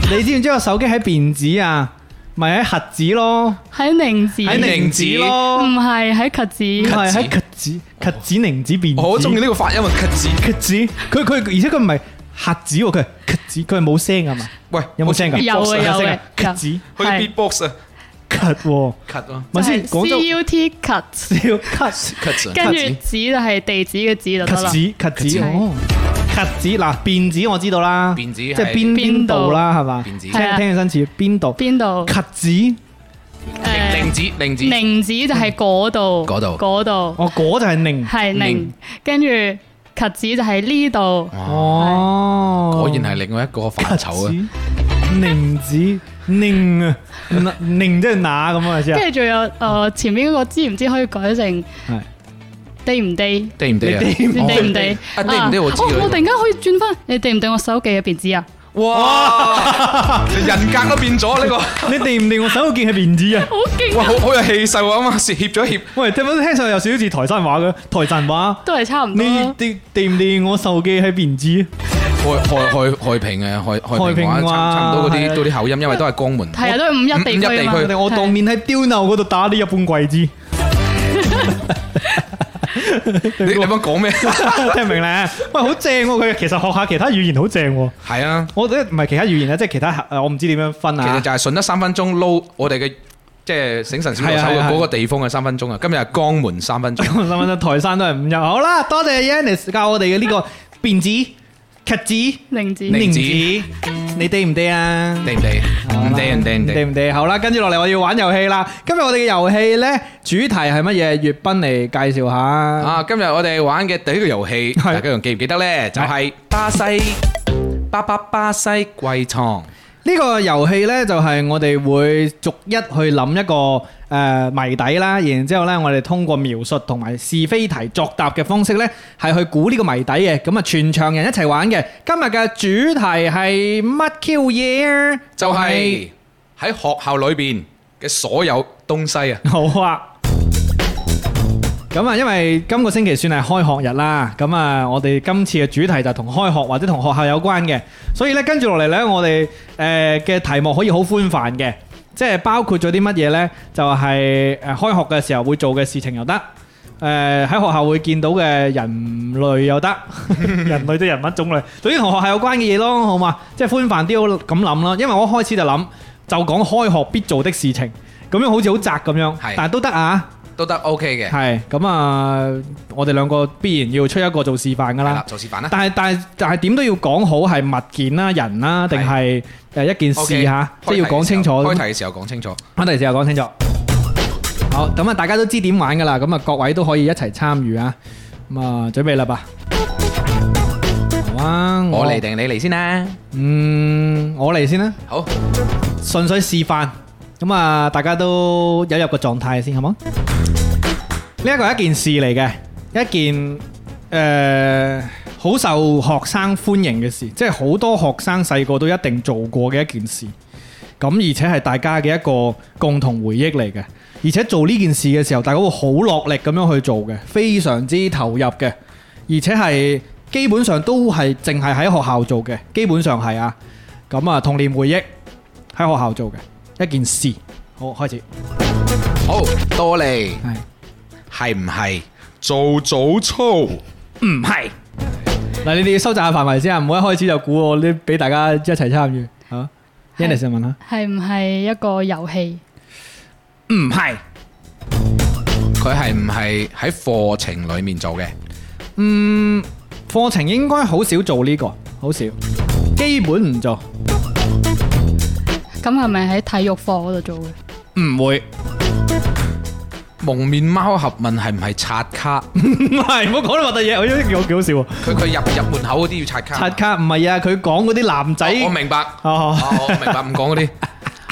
Speaker 2: 你知唔知我手機喺辮子啊？唔咪喺核子咯，
Speaker 5: 喺寧子，
Speaker 4: 喺寧子
Speaker 5: 唔係喺咳子，
Speaker 2: 係喺核子核子寧子變子。
Speaker 4: 我好中意呢個發音啊！咳字，
Speaker 2: 核子，佢佢而且佢唔係核子喎，佢係核子，佢係冇聲啊嘛。
Speaker 4: 喂，
Speaker 2: 有冇聲㗎
Speaker 5: 有啊有啊，
Speaker 2: 咳子
Speaker 4: 去
Speaker 5: 係
Speaker 4: beatbox 啊，
Speaker 2: 咳喎，
Speaker 4: 咳咯，
Speaker 2: 咪先廣州
Speaker 5: C U T 咳，
Speaker 2: 要咳
Speaker 4: 咳啊，
Speaker 5: 跟住
Speaker 2: 咳
Speaker 5: 子就係地址嘅子就得
Speaker 2: 咳
Speaker 5: 啦
Speaker 2: 子。咳子
Speaker 5: 係
Speaker 2: 哦，咳子嗱辮子我知道啦，
Speaker 4: 辮子
Speaker 2: 即
Speaker 4: 係
Speaker 2: 係邊邊
Speaker 5: 邊度
Speaker 2: 度啦，係嘛？
Speaker 4: 辮子
Speaker 2: 聽
Speaker 5: 係啊
Speaker 2: 聽起身似邊度？
Speaker 5: 邊度？
Speaker 2: 咳子。
Speaker 5: 誒
Speaker 4: 令子令子，
Speaker 5: 寧子就係嗰度，
Speaker 4: 嗰度
Speaker 5: 嗰度
Speaker 2: 哦，嗰就係寧。
Speaker 5: 係寧
Speaker 4: 寧，
Speaker 5: 跟住咳子就係呢度。
Speaker 2: 哦，
Speaker 4: 果然係另外一個範疇啊！
Speaker 2: 啊！ 寧子寧啊，嗱寧即係哪咁啊？
Speaker 5: 跟
Speaker 2: 先
Speaker 5: 住仲有誒前面嗰個知唔知可以改成
Speaker 2: 係
Speaker 5: day 唔 day？
Speaker 4: 地唔地啊？
Speaker 2: 你
Speaker 5: 你
Speaker 4: 哦
Speaker 5: 地唔地？
Speaker 4: 啊地唔地
Speaker 5: 啊
Speaker 4: 我知道
Speaker 5: 我突然間可以轉翻，你地唔地我手機入邊知啊？
Speaker 4: 哇！ 人格都變咗呢個，
Speaker 2: 你定唔定我手見係面子 啊？
Speaker 5: 好勁
Speaker 4: 哇！
Speaker 5: 啊！
Speaker 4: 好好有氣勢喎，啱啱協協咗協，
Speaker 2: 喂，聽聽上去有少少似台山話嘅台山話。
Speaker 5: 都係差唔多
Speaker 2: 你
Speaker 5: 啦。
Speaker 2: 定定唔定我受嘅係面子？啊
Speaker 4: 害害害害平啊，害害
Speaker 2: 害
Speaker 4: 平
Speaker 2: 平
Speaker 4: 話差
Speaker 2: 話
Speaker 4: 差唔多嗰啲
Speaker 2: 係啊
Speaker 4: 嗰啲口音，因為都係江門。
Speaker 5: 係啊，都係五一地
Speaker 4: 五一
Speaker 5: 區
Speaker 4: 地
Speaker 5: 啊嘛
Speaker 4: 區
Speaker 5: 係
Speaker 2: 我當面喺刁牛嗰度打啲日本鬼 子，
Speaker 4: 你你啱講咩？
Speaker 2: 聽唔明咧？喂，好正喎！佢其實學下其他語言好正喎。
Speaker 4: 係啊，
Speaker 2: 我覺得唔係其他語言啊啦，即係其他呃誒，我唔知點樣分
Speaker 4: 其實
Speaker 2: 啊。
Speaker 4: 就係順德三分鐘撈我哋嘅即係醒神小助手
Speaker 2: 係啊係
Speaker 4: 嘅
Speaker 2: 啊
Speaker 4: 嗰個地方嘅三分鐘啊！今日係江門三 分鐘。
Speaker 2: 我想問台山都係五一。好啦，多謝 Yannis 教我哋嘅呢個辮子、咳子、
Speaker 5: 寧子
Speaker 4: 寧
Speaker 2: 寧
Speaker 4: 子
Speaker 2: 子，你地唔地啊？
Speaker 4: 地唔地？
Speaker 2: Ờ,
Speaker 4: 唔地唔地唔
Speaker 2: 地
Speaker 4: 地。
Speaker 2: 唔地？好啦，跟住落嚟我要玩遊戲啦。今日我哋嘅遊戲呢，主題係乜嘢？粵斌嚟介紹下。
Speaker 4: 啊，今日我哋玩嘅第一個遊戲，
Speaker 2: 係
Speaker 4: 大家仲記唔記得呢？就係巴西巴巴巴西貴床。
Speaker 2: 呢個遊戲呢，就係我哋會逐一去諗一個誒、呃、謎底啦，然之後呢，我哋通過描述同埋是非題作答嘅方式呢，係去估呢個謎底嘅。咁啊，全場人一齊玩嘅。今日嘅主題係乜 Q 嘢？
Speaker 4: 就係喺學校裏邊嘅所有東西啊！
Speaker 2: 好啊。咁啊，因為今個星期算係開學日啦，咁啊，我哋今次嘅主題就同開學或者同學校有關嘅，所以呢，跟住落嚟呢，我哋誒嘅題目可以好寬泛嘅，即係包括咗啲乜嘢呢？就係誒開學嘅時候會做嘅事情又得，誒喺學校會見到嘅人類又得，人類即係人物種類，總之同學校有關嘅嘢咯，好嘛？即係寬泛啲好咁諗咯，因為我一開始就諗就講開學必做的事情，咁樣好似好窄咁樣
Speaker 4: 係，
Speaker 2: 但係都得啊。
Speaker 4: 都得 OK 嘅。
Speaker 2: 係咁啊！我哋兩個必然要出一個做示範噶
Speaker 4: 係啦
Speaker 2: 啦，。
Speaker 4: 做示範啦。
Speaker 2: 但係但係但係點都要講好係物件啦、人啦，定係誒一件
Speaker 4: OK，
Speaker 2: 事嚇，即
Speaker 4: 開題
Speaker 2: 係要
Speaker 4: 嘅時候
Speaker 2: 講清楚。啊
Speaker 4: 開題嘅時候講清楚。
Speaker 2: 我哋時候講清楚。好，咁啊，大家都知點玩噶啦，咁啊，各位都可以一齊參與啊。咁啊，準備啦吧。好啊，
Speaker 4: 我嚟，定你嚟先啦。
Speaker 2: 嗯，我嚟先啦，
Speaker 4: 好，
Speaker 2: 純粹示範。咁啊，大家都有入個狀態先，好冇？呢一個係一件事嚟嘅，一件誒好、受學生歡迎嘅事，即係好多學生細個都一定做過嘅一件事。咁而且係大家嘅一個共同回憶嚟嘅，而且做呢件事嘅時候，大家會好落力咁樣去做嘅，非常之投入嘅，而且係基本上都係淨係喺學校做嘅，基本上係啊。咁啊，童年回憶喺學校做嘅一件事。好，開始
Speaker 4: 好，到我嚟。
Speaker 2: 係
Speaker 4: 係唔係做早操？
Speaker 2: 唔係？嗱，你哋要收窄下範圍先啊，唔好一開始就估我，你俾大家一齊參與嚇。
Speaker 5: 係
Speaker 2: Yannis 問下，
Speaker 5: 係唔係一個遊戲？
Speaker 2: 唔係，
Speaker 4: 佢係唔係喺課程裏面做嘅？
Speaker 2: 嗯，課程應該好少做呢個，好少，基本唔做，
Speaker 5: 咁係咪喺體育課嗰度做嘅？
Speaker 2: 唔會，
Speaker 4: 蒙面貓俠問係唔係刷卡？
Speaker 2: 唔係，唔好講啲核突嘢，我覺得幾好幾好笑喎。
Speaker 4: 佢佢入入門口嗰啲要刷卡。
Speaker 2: 刷卡唔係啊，佢講嗰啲男仔，
Speaker 4: 我明白。
Speaker 2: 哦，
Speaker 4: 哦，我明白，唔講嗰啲。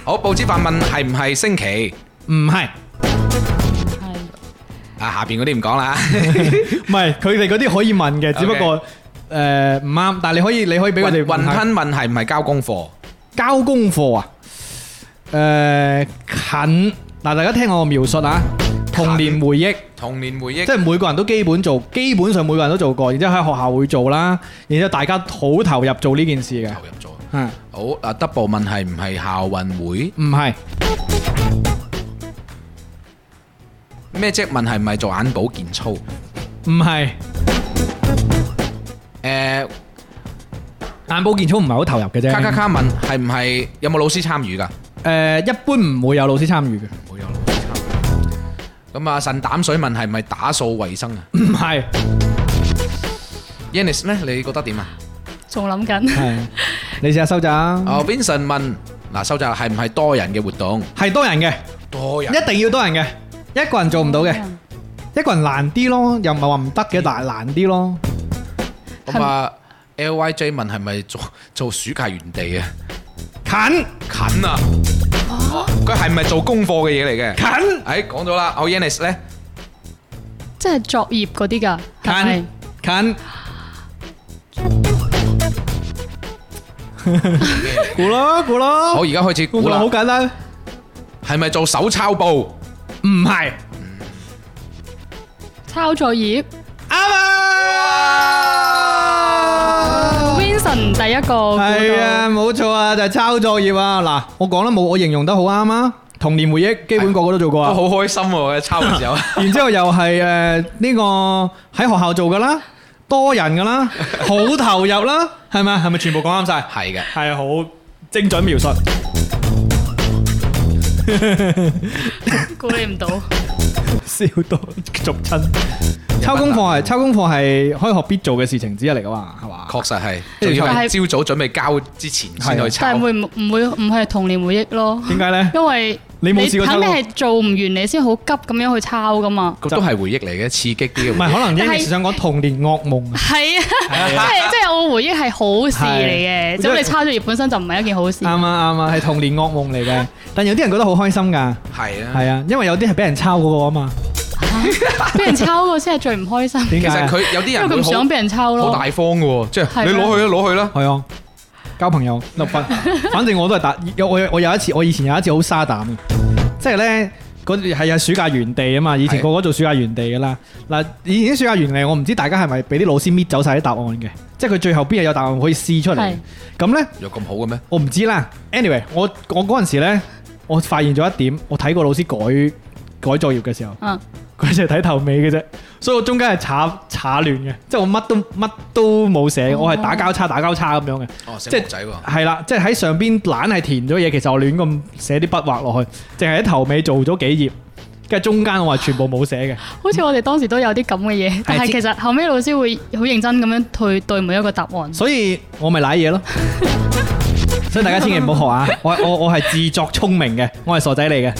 Speaker 4: 好，報紙飯問係唔係星期？
Speaker 2: 唔係，
Speaker 5: 係
Speaker 4: 啊，下邊嗰啲唔講啦。
Speaker 2: 唔係，佢哋嗰啲可以問嘅，只不過誒唔啱，但係你可以你可以俾佢
Speaker 4: 雲
Speaker 2: 哋問下
Speaker 4: 吞問係唔係交功課？
Speaker 2: 交功課啊？誒、近嗱，大家聽我描述啊，童年回憶，
Speaker 4: 童年回
Speaker 2: 即
Speaker 4: 憶。
Speaker 2: 係每個人都基本做，基本上每個人都做過，然之後喺學校會做啦，然之後大家好投入做呢件事嘅，
Speaker 4: 投入咗。
Speaker 2: 嗯，
Speaker 4: 好嗱，double 問係唔係校運會？
Speaker 2: 唔係
Speaker 4: 咩即問係唔係做眼保健操？
Speaker 2: 唔係，
Speaker 4: 誒，
Speaker 2: 眼保健操唔係好投入嘅啫。
Speaker 4: 卡卡卡問係唔係有冇老師參與㗎？
Speaker 2: 誒，一般唔會有老師參與嘅。
Speaker 4: 冇有老師參與。咁啊，腎膽水問係唔係打掃衞生啊
Speaker 2: 唔係，
Speaker 4: ？Yannis 咧，你覺得點啊？
Speaker 5: 仲諗緊，
Speaker 2: 係你試下收咋，
Speaker 4: 啊，Vincent 問嗱，收集係唔係多人嘅活動？
Speaker 2: 係多人嘅，
Speaker 4: 多人
Speaker 2: 一定要多人嘅，一個人做唔到嘅，一個人難啲咯，又唔係話唔得嘅，但係難啲咯。
Speaker 4: 咁啊，LYJ 問係咪做做暑假園地啊？
Speaker 2: 近
Speaker 4: 近啊！佢係咪做功課嘅嘢嚟嘅？
Speaker 2: 近
Speaker 4: 誒，哎講咗啦，我 Yannis 咧
Speaker 5: 即係作業嗰啲㗎，係咪
Speaker 2: 近近，估咯估
Speaker 4: 好，
Speaker 2: 咯，
Speaker 4: 而家開始
Speaker 2: 估
Speaker 4: 估
Speaker 2: 到
Speaker 4: 啦
Speaker 2: 哦好，簡單，
Speaker 4: 係咪做手抄報？
Speaker 2: 唔係
Speaker 5: 抄作業。
Speaker 2: 啱啊！
Speaker 5: Vincent 第一個
Speaker 2: 係啊，冇錯啊，就係抄作業啊！嗱，我講得冇，我形容得好啱啊！童年回憶基本個個都做過
Speaker 4: 都
Speaker 2: 啊。
Speaker 4: 好開心喎，抄嘅時候。
Speaker 2: 然之後又係誒呢個喺學校做噶啦，多人噶啦，好投入啦，係咪？係咪全部講啱晒？
Speaker 4: 係嘅，
Speaker 2: 係好精準描述。
Speaker 5: 估到估你唔到，
Speaker 2: 笑到逐親。抄功課係啊抄功課係開學必做嘅事情之一嚟噶嘛，係嘛？
Speaker 4: 確實係，
Speaker 2: 即
Speaker 4: 仲
Speaker 2: 係
Speaker 4: 要係
Speaker 5: 但係
Speaker 4: 朝早準備交之前先
Speaker 2: 係
Speaker 4: 去
Speaker 2: 啊
Speaker 4: 抄
Speaker 5: 但係。會唔唔會唔係童年回憶咯？
Speaker 2: 點 解呢？
Speaker 5: 因為
Speaker 2: 你冇試過
Speaker 5: 肯定
Speaker 2: 抄
Speaker 5: 係做唔完，你先好急咁樣去抄噶嘛。
Speaker 4: 咁都係回憶嚟嘅，刺激啲嘅
Speaker 2: 唔
Speaker 4: 回
Speaker 2: 係
Speaker 4: 憶。
Speaker 2: 可能
Speaker 5: 但係
Speaker 2: Yannis 想講童年噩夢啊。
Speaker 5: 係啊，即
Speaker 2: 係啊
Speaker 5: 係即係我回憶係好事嚟嘅，
Speaker 2: 係
Speaker 5: 咁你抄作業本身就唔係一件好事
Speaker 2: 啱。啊啱啊，係童年噩夢嚟嘅。但有啲人覺得好開心㗎，
Speaker 4: 係啊，
Speaker 2: 係啊，因為有啲係俾人抄嗰個啊嘛。
Speaker 5: 俾人抄嗰個先係最唔開 心，
Speaker 2: 點
Speaker 4: 其
Speaker 2: 解
Speaker 4: 實
Speaker 2: 啊？
Speaker 4: 佢有啲
Speaker 5: 因為
Speaker 4: 人
Speaker 5: 佢
Speaker 4: 會
Speaker 5: 唔
Speaker 4: 好
Speaker 5: 想俾人抄
Speaker 4: 好
Speaker 5: 咯
Speaker 4: 大。方嘅喎，即係
Speaker 5: 係
Speaker 4: 你
Speaker 5: 咩
Speaker 4: 攞去啦，攞去啦。
Speaker 2: 係啊，交朋友六分， 反正我都係打有我我有一次，我以前有一次好沙膽嘅，即係咧嗰係啊暑假園地啊嘛，以前
Speaker 4: 係
Speaker 2: 個個做暑假園地噶啦。嗱，以前啲暑假園地，我唔知大家係咪俾啲老師搣走晒啲答案嘅，即係佢最後邊係有答案可以試出嚟
Speaker 5: 係。
Speaker 2: 咁咧，
Speaker 4: 有咁好嘅咩？
Speaker 2: 我唔知啦。anyway，我我嗰陣時咧，我發現咗一點，我睇過老師改改作業嘅時候。
Speaker 5: 嗯，
Speaker 2: 佢就係睇頭尾嘅啫，所以我中間係查查亂嘅，即係我乜都乜都冇寫，我係打交叉打交叉咁樣嘅，
Speaker 4: 哦，即
Speaker 2: 即係
Speaker 4: 係仔喎。
Speaker 2: 係啦，即係喺上邊懶係填咗嘢，其實我亂咁寫啲筆畫落去，淨係喺頭尾做咗幾頁，跟住中間我係全部冇寫嘅，
Speaker 5: 好似我哋當時都有啲咁嘅嘢，但係其實後尾老師會好認真咁樣去對每一個答案。
Speaker 2: 所以我咪賴嘢 咯。所以大家千祈唔好學啊！我我我係自作聰明嘅，我係傻仔嚟嘅。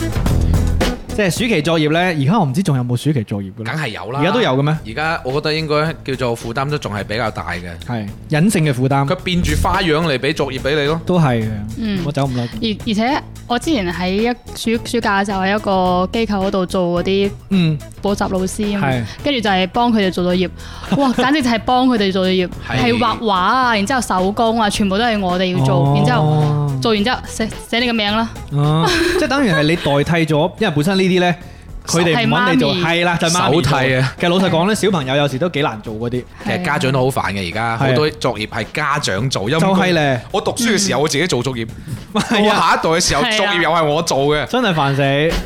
Speaker 2: 即係暑期作業呢，而家我唔知仲有冇暑期作業嘅
Speaker 4: 梗
Speaker 2: 咧，
Speaker 4: 係有啦，
Speaker 2: 而家都有嘅咩？
Speaker 4: 而家我覺得應該叫做負擔都仲係比較大嘅，
Speaker 2: 係隱性嘅負擔
Speaker 4: 佢變住花樣嚟俾作業俾你咯。
Speaker 2: 都係嘅，
Speaker 5: 嗯
Speaker 2: 我走唔甩嘅。
Speaker 5: 而而且我之前喺一暑暑假就喺一個機構嗰度做嗰啲
Speaker 2: 嗯，
Speaker 5: 補習老師啊
Speaker 2: 係
Speaker 5: 嘛，跟住就係幫佢哋做作業， 哇！簡直就係幫佢哋做作業，
Speaker 4: 係
Speaker 5: 係畫畫啊，然之後手工啊，全部都係我哋要做，然之後
Speaker 2: 哦
Speaker 5: 做完之後寫寫你個名啦，
Speaker 2: 哦，即係等於係你代替咗，因為本身呢啲咧，佢哋唔揾你做，
Speaker 5: 係媽咪
Speaker 2: 係啦，就係媽咪做
Speaker 4: 手替啊。
Speaker 2: 其實老實講咧，小朋友有時都幾難做嗰啲，
Speaker 4: 其實家長都好煩嘅，而家
Speaker 2: 係啊
Speaker 4: 好多作業係家長做，就
Speaker 2: 就係咧
Speaker 4: 我讀書嘅時候我自己做作業，我下一
Speaker 2: 係啊
Speaker 4: 代嘅時候
Speaker 5: 係啊
Speaker 4: 作業又係我做嘅。
Speaker 2: 真係煩死。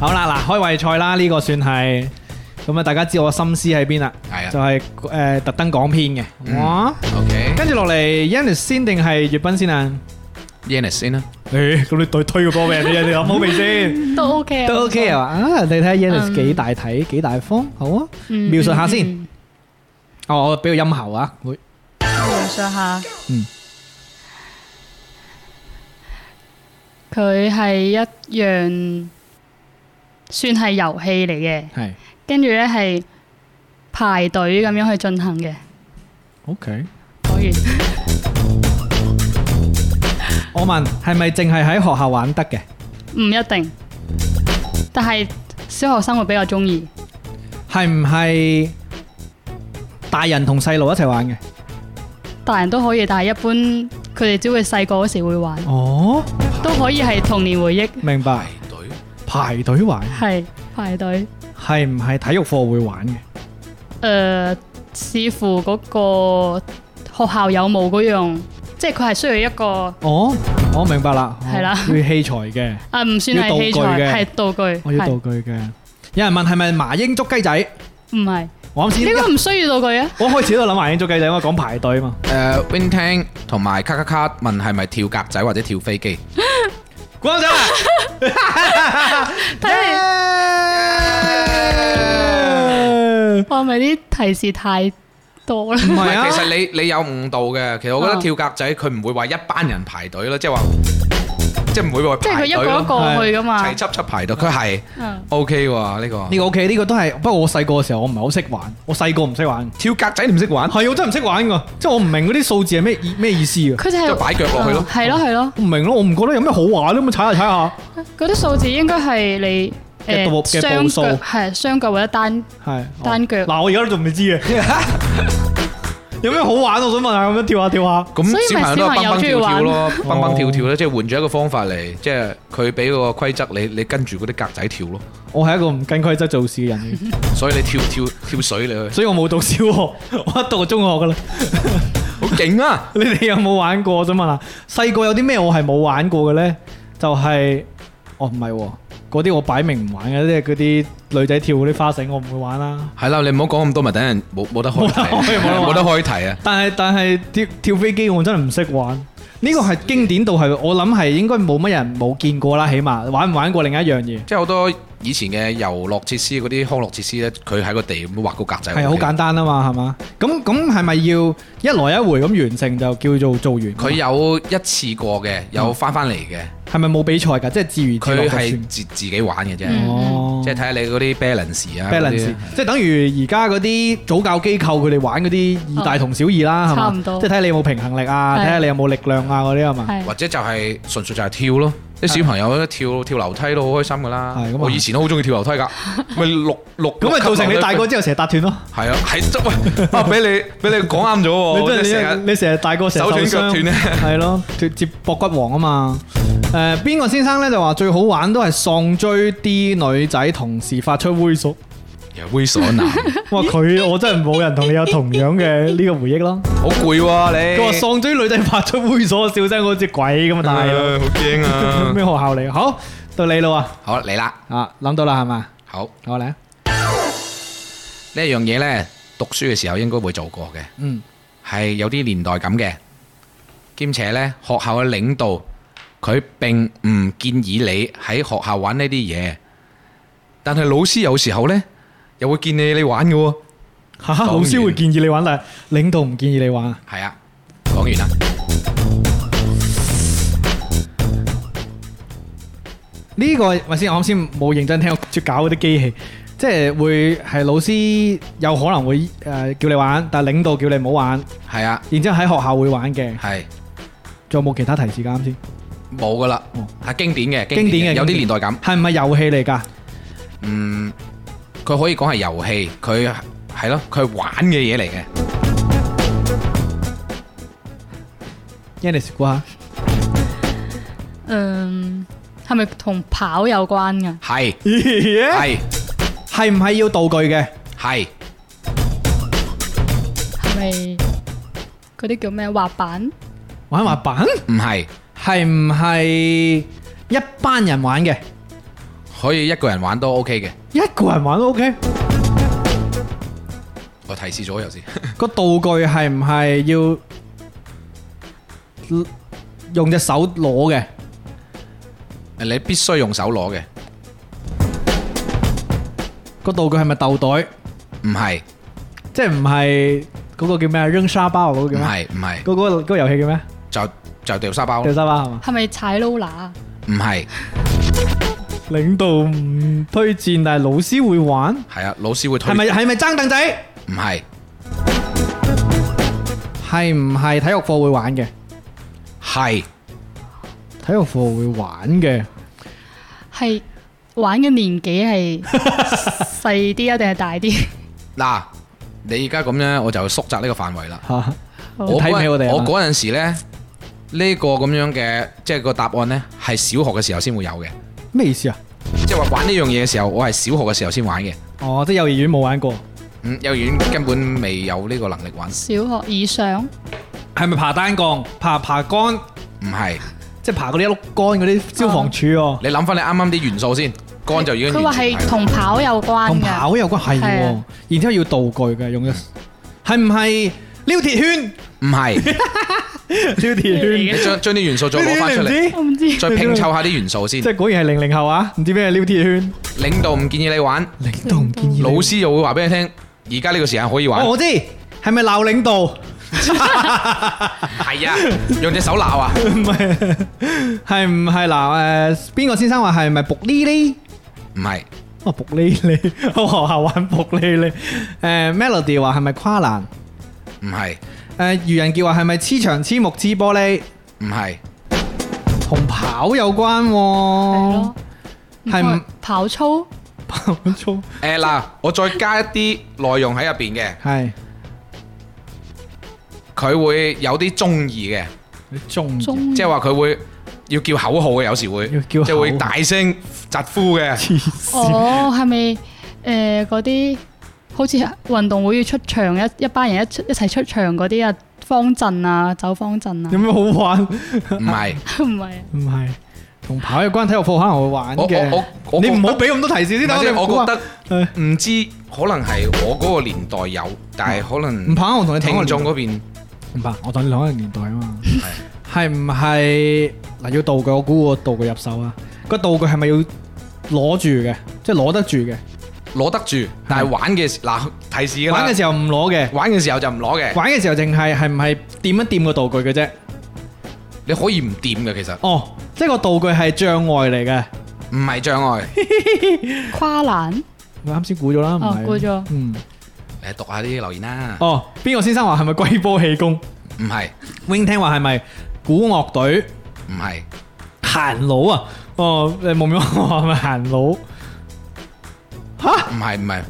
Speaker 2: 好啦，嗱，開胃菜啦，呢個算係。咁啊，大家知我心思喺邊啦，
Speaker 4: 係啊
Speaker 2: 就係誒特登講偏嘅。
Speaker 4: 嗯
Speaker 2: 哇，跟住落嚟 Yannis 先定係粵斌先啊？
Speaker 4: OK，Yannis 先啦，
Speaker 2: 誒，咁你對推個波俾人哋，你 諗好未先？
Speaker 5: 都 OK 啊，
Speaker 2: 都 OK 啊！啊，你睇下 Yannis
Speaker 5: 嗯
Speaker 2: 幾大體，幾大方，好啊！
Speaker 5: 嗯
Speaker 2: 描述下先。
Speaker 5: 嗯
Speaker 2: 哦，我俾個音效啊，會
Speaker 5: 嗯描述下，
Speaker 2: 嗯，
Speaker 5: 佢係一樣算係遊戲嚟嘅，
Speaker 2: 係。
Speaker 5: 跟住咧係排隊咁樣去進行嘅，
Speaker 2: OK，
Speaker 5: 講完。
Speaker 2: 我問係咪淨係喺學校玩得嘅？
Speaker 5: 唔一定，但係小學生會比較中意，
Speaker 2: 係唔係大人同細路一齊玩嘅？
Speaker 5: 大人都可以，但係一般佢哋只會細個嗰時會玩，
Speaker 2: 哦，
Speaker 5: 都可以係童年回憶，
Speaker 2: 明白。
Speaker 4: 隊
Speaker 2: 排隊玩
Speaker 5: 係排隊。
Speaker 2: 係唔係體育課會玩嘅？
Speaker 5: 呃誒、視乎嗰個學校有冇嗰樣，即即係佢係需要一個
Speaker 2: 哦，我明白啦，
Speaker 5: 係啦
Speaker 2: 要器材嘅，
Speaker 5: 啊，唔算
Speaker 2: 要道
Speaker 5: 係器
Speaker 2: 具
Speaker 5: 材，
Speaker 2: 嘅
Speaker 5: 係道具，
Speaker 2: 我要道
Speaker 5: 係
Speaker 2: 具嘅。有人問係咪麻英捉雞仔？
Speaker 5: 唔係
Speaker 2: 我啱先
Speaker 5: 呢個唔需要道具啊？
Speaker 2: 我一開始都諗麻英捉雞仔，因為講排隊 嘛。
Speaker 4: 誒 Wing Tang 同埋卡卡卡問係咪跳格仔或者跳飛機？
Speaker 2: 廣州啊！
Speaker 5: 睇
Speaker 2: 哎
Speaker 5: 嚟我係咪啲提示太多啦？
Speaker 2: 唔
Speaker 4: 唔
Speaker 2: 係啊
Speaker 4: 係，其，實你你有誤導嘅。其實我覺得
Speaker 5: 啊
Speaker 4: 跳格仔佢唔會話一班人排隊咯，即係話即係唔會話
Speaker 5: 即係佢
Speaker 4: 排
Speaker 5: 一
Speaker 4: 隊
Speaker 5: 個一
Speaker 4: 咯，
Speaker 5: 個去噶嘛
Speaker 4: 齊？輯輯排隊。佢係
Speaker 5: 嗯
Speaker 4: OK 喎呢個
Speaker 2: 呢。個 OK，呢個都係。不過我細個嘅時候我唔係好識玩，我細個唔識玩，
Speaker 4: 跳格仔你唔識玩，
Speaker 2: 係我真係唔識玩㗎，即係我唔明嗰啲數字係咩意咩意思嘅。
Speaker 5: 佢就
Speaker 4: 即係
Speaker 5: 係
Speaker 4: 擺腳落去咯
Speaker 5: 嗯係
Speaker 2: 哦
Speaker 5: 咯係咯，
Speaker 2: 我唔明咯，我唔覺得有咩好玩咯，咁踩下踩下，
Speaker 5: 嗰啲數字應該係你
Speaker 2: 嘅步
Speaker 5: 誒
Speaker 2: 嘅
Speaker 5: 雙
Speaker 2: 步數
Speaker 5: 腳係雙腳或者單
Speaker 2: 係
Speaker 5: 單腳
Speaker 2: 嗱，我而家都仲未知 嘅，有咩好玩？我想問下，咁樣跳下跳下，
Speaker 4: 咁
Speaker 5: 所以
Speaker 4: 小
Speaker 5: 咪
Speaker 4: 朋友都係蹦蹦跳跳咯，蹦
Speaker 2: 玩
Speaker 4: 蹦跳跳咧，即係換咗一個方法嚟，即係佢俾個規則你，你跟住嗰啲格仔跳咯。
Speaker 2: 我係一個唔跟規則做事嘅人嚟嘅，
Speaker 4: 所以你跳跳跳水你去，
Speaker 2: 所以我冇讀小學， 我一讀就中學噶啦。
Speaker 4: 好勁啊！
Speaker 2: 你哋有冇玩過？我想問下，細個有啲咩我係冇玩過嘅咧？就係、哦唔係喎，嗰啲我擺明唔玩嘅，即係嗰啲女仔跳嗰啲花繩，我唔會玩啦。
Speaker 4: 係啦，你唔好講咁多，咪等人冇冇得開題，啊冇得開題啊！
Speaker 2: 但係但係跳跳飛機我真係唔識玩，呢個係經典到係我諗係應該冇乜人冇見過啦，起碼玩唔玩過另一樣嘢。
Speaker 4: 即係好多以前嘅遊樂設施嗰啲康樂設施咧，佢喺個地咁畫個格仔，
Speaker 2: 係好簡單啊嘛，係嘛？咁咁係咪要一來一回咁完成就叫做做完？
Speaker 4: 佢有一次過嘅，有翻翻嚟嘅，
Speaker 2: 係咪冇比賽㗎？即係自娛自樂
Speaker 4: 佢
Speaker 2: 就
Speaker 4: 係
Speaker 2: 算。
Speaker 4: 自自己玩嘅啫，
Speaker 5: 嗯
Speaker 2: 哦，
Speaker 4: 即係睇下你嗰啲 balance 啊嗰啲
Speaker 2: balance，即係等於而家嗰啲早教機構佢哋玩嗰啲二大同小二啦，係
Speaker 5: 嗯差
Speaker 2: 嘛
Speaker 5: 唔？多
Speaker 2: 即係睇下你有冇平衡力啊，
Speaker 5: 係
Speaker 2: 睇下你有冇力量啊嗰啲係嘛？
Speaker 5: 係
Speaker 4: 或者就係純粹就係跳咯。啲小朋友咧跳跳樓梯都好開心噶啦
Speaker 2: 係咁啊，
Speaker 4: 我以前都好中意跳樓梯 㗎，咪六六
Speaker 2: 咁咪造成你大個之後成日搭斷咯。
Speaker 4: 係啊，係真喂啊！俾你俾你講啱咗
Speaker 2: 你
Speaker 4: 喎，
Speaker 2: 真
Speaker 4: 哦即係成
Speaker 2: 係你
Speaker 4: 日
Speaker 2: 你成日大個成日受
Speaker 4: 手斷腳斷
Speaker 2: 傷
Speaker 4: 咧，
Speaker 2: 係咯，脫接膊骨王啊嘛。誒邊個先生咧就話最好玩都係喪追啲女仔同時發出猥 瑣。
Speaker 4: 又猥瑣男，
Speaker 2: 哇！佢我真係冇人同你有同樣嘅呢個回 憶咯。
Speaker 4: 好攰喎
Speaker 2: 佢話
Speaker 4: 你。
Speaker 2: 喪追女仔發出猥瑣嘅笑聲，好似鬼咁啊！大佬
Speaker 4: 唉 好驚 啊！
Speaker 2: 咩學校嚟？好到你啦
Speaker 4: 好嚟啦，
Speaker 2: 喎，啊諗到啦係嘛？
Speaker 4: 好
Speaker 2: 我嚟啊，
Speaker 4: 呢一樣嘢呢，讀書嘅時候應該會做過嘅，
Speaker 2: 嗯，
Speaker 4: 係有啲年代感嘅，兼且呢，學校嘅領導佢並唔建議你喺學校玩呢啲嘢，但係老師有時候呢，又會建議你玩嘅喎。
Speaker 2: 嚇老師會建議你玩，但係領導唔建議你玩啊。
Speaker 4: 係啊，講完啦，
Speaker 2: 呢個咪先，我啱先冇認真聽，我住搞嗰啲機器，即係會係老師有可能會誒叫你玩，但係領導叫你唔好玩，
Speaker 4: 係啊，
Speaker 2: 然之後喺學校會玩嘅。
Speaker 4: 係
Speaker 2: 仲有冇其他提示㗎？啱先
Speaker 4: 冇噶啦
Speaker 2: 哦，
Speaker 4: 係經典嘅，
Speaker 2: 經典嘅
Speaker 4: 有啲
Speaker 2: 經
Speaker 4: 年
Speaker 2: 典
Speaker 4: 代感。
Speaker 2: 係唔係遊戲嚟㗎？
Speaker 4: 嗯，佢可以講係遊戲，佢係咯，佢係玩嘅嘢嚟嘅。
Speaker 2: Yannis 估下，
Speaker 5: 嗯係咪同跑有關㗎？
Speaker 4: 係
Speaker 2: 係
Speaker 4: 係
Speaker 2: 唔係要道具嘅？
Speaker 4: 係
Speaker 5: 係咪嗰啲叫咩滑板？
Speaker 2: 玩滑板
Speaker 4: 唔係
Speaker 2: 係唔係一班人玩嘅？
Speaker 4: 可以一個人玩都 OK 嘅？
Speaker 2: 一個人玩都 OK。
Speaker 4: 我提示咗又先，
Speaker 2: 個道具係唔係要用隻手攞嘅？
Speaker 4: 你必須用手攞嘅，
Speaker 2: 個道具係咪豆袋？
Speaker 4: 唔係
Speaker 2: 即係唔係嗰個叫咩啊？扔沙包嗰個
Speaker 4: 唔
Speaker 2: 叫咩？
Speaker 4: 係唔係，
Speaker 2: 嗰嗰個嗰個遊戲叫咩？
Speaker 4: 就就掉沙包咯
Speaker 2: 掉，沙包係嘛？
Speaker 5: 係咪踩啊 roller？
Speaker 4: 唔係
Speaker 2: 領導唔推薦，但係老師會玩。
Speaker 4: 係啊，老師會推，
Speaker 2: 係咪係咪爭凳仔？
Speaker 4: 唔係
Speaker 2: 係唔係體育課會玩嘅？
Speaker 4: 係
Speaker 2: 體育課會玩嘅。
Speaker 5: 係玩嘅年紀 係細啲啊，定係大啲？
Speaker 4: 嗱，你而家咁樣我就縮窄呢個範圍啦。
Speaker 2: 嚇！
Speaker 5: 好
Speaker 4: 我
Speaker 2: 睇唔
Speaker 4: 嗰
Speaker 2: 起我哋啊
Speaker 4: 我嗰陣時咧，呢個咁樣嘅即係個答案呢，係小學嘅時候先會有嘅。
Speaker 2: 咩意思啊？
Speaker 4: 即係話玩呢樣嘢嘅時候，我係小學嘅時候先玩嘅。
Speaker 2: 哦，即係幼兒園冇玩過。
Speaker 4: 嗯，幼兒園根本未有呢個能力玩。
Speaker 5: 小學以上，
Speaker 2: 係咪爬單槓、爬爬杆，
Speaker 4: 唔係，
Speaker 2: 即係爬嗰啲一碌杆嗰啲消防柱哦，
Speaker 4: 你諗翻你啱啱啲元素先，肝就已經
Speaker 5: 佢話係同跑有關
Speaker 2: 同
Speaker 5: 嘅，
Speaker 2: 跑有關係
Speaker 5: 係
Speaker 2: 喎
Speaker 5: 啊。
Speaker 2: 然之後要道具嘅，用嘅係唔係撩鐵圈？
Speaker 4: 唔係，
Speaker 2: 撩鐵圈，
Speaker 4: 你將將啲元素再
Speaker 2: 呢
Speaker 4: 攞
Speaker 2: 啲
Speaker 4: 翻
Speaker 2: 你
Speaker 4: 出
Speaker 2: 唔
Speaker 4: 嚟，
Speaker 5: 我唔知
Speaker 4: 再拼湊下啲元素先
Speaker 2: 即。係果然係零零後啊！唔知咩係撩鐵圈，
Speaker 4: 領導唔建議你玩，
Speaker 2: 領導唔建議你
Speaker 4: 老師又會話俾你聽，而家呢個時間可以玩
Speaker 2: 哦，。我知係咪鬧領導？唔
Speaker 4: 係啊，用隻手鬧啊，
Speaker 2: 係，係唔係嗱？誒，邊個先生話係咪卜哩哩？
Speaker 4: 唔係，
Speaker 2: 哦，卜哩哩， 我學校玩卜哩哩。誒，Melody 話係咪跨欄？
Speaker 4: 唔係，
Speaker 2: 誒，愚人傑話係咪黐牆、黐木、黐玻璃？
Speaker 4: 唔係，
Speaker 2: 同跑有關
Speaker 5: 係
Speaker 2: 喎
Speaker 5: 咯，，
Speaker 2: 哦係唔
Speaker 5: 唔跑操
Speaker 2: 跑操？
Speaker 4: 誒嗱，我再加一啲內容喺入邊嘅，
Speaker 2: 係
Speaker 4: 佢會有啲中意嘅，
Speaker 2: 你中
Speaker 5: 中
Speaker 4: 即係話佢會要叫口號嘅，有時會，
Speaker 2: 要
Speaker 4: 即
Speaker 2: 叫
Speaker 4: 係會
Speaker 2: 口號
Speaker 4: 大聲疾呼嘅。
Speaker 2: 黐線，
Speaker 5: 哦，係咪誒嗰啲好似運動會要出場一一班人一出一齊出場嗰啲啊，方陣啊，走方陣啊
Speaker 2: 有，咩好玩？
Speaker 4: 唔係，
Speaker 5: 唔係啊
Speaker 2: 唔係同跑有關體育課可能會玩
Speaker 4: 我
Speaker 2: 嘅。
Speaker 4: 我我我
Speaker 2: 你唔
Speaker 4: 覺
Speaker 2: 好
Speaker 4: 得
Speaker 2: 俾咁多提示先
Speaker 4: 唔
Speaker 2: 得。
Speaker 4: 係即係
Speaker 2: 你估
Speaker 4: 我
Speaker 2: 啊
Speaker 4: 覺得唔知，可能係我嗰個年代有，但係可
Speaker 2: 唔
Speaker 4: 能
Speaker 2: 怕，我同你同一個
Speaker 4: 聽眾
Speaker 2: 年
Speaker 4: 嗰邊
Speaker 2: 代唔怕，我同你同一個年代啊嘛。係唔係嗱？要道具，我估個道具入手啊。個道具係咪要攞住嘅？即係攞得住嘅。
Speaker 4: 攞得住，但係玩嘅時嗱提示㗎啦
Speaker 2: 玩嘅時候唔攞嘅，
Speaker 4: 玩嘅時候就唔攞嘅，
Speaker 2: 玩嘅時候淨係係唔係掂一掂個道具嘅啫。
Speaker 4: 你可以唔掂嘅，其實
Speaker 2: 哦，即係個道具係障礙嚟嘅。
Speaker 4: 唔係障 礙。
Speaker 5: 跨欄
Speaker 2: 我啱先估咗啦，唔
Speaker 5: 哦
Speaker 2: 係
Speaker 5: 估咗
Speaker 2: 嗯，
Speaker 4: 你讀下啲留言啦，
Speaker 2: 哦，邊個先生話係咪龜波氣功
Speaker 4: 唔係
Speaker 2: ？wing 聽話係咪古樂隊
Speaker 4: 唔係
Speaker 2: 行佬啊？哦，誒夢妙話係咪行佬？
Speaker 4: 唔係唔係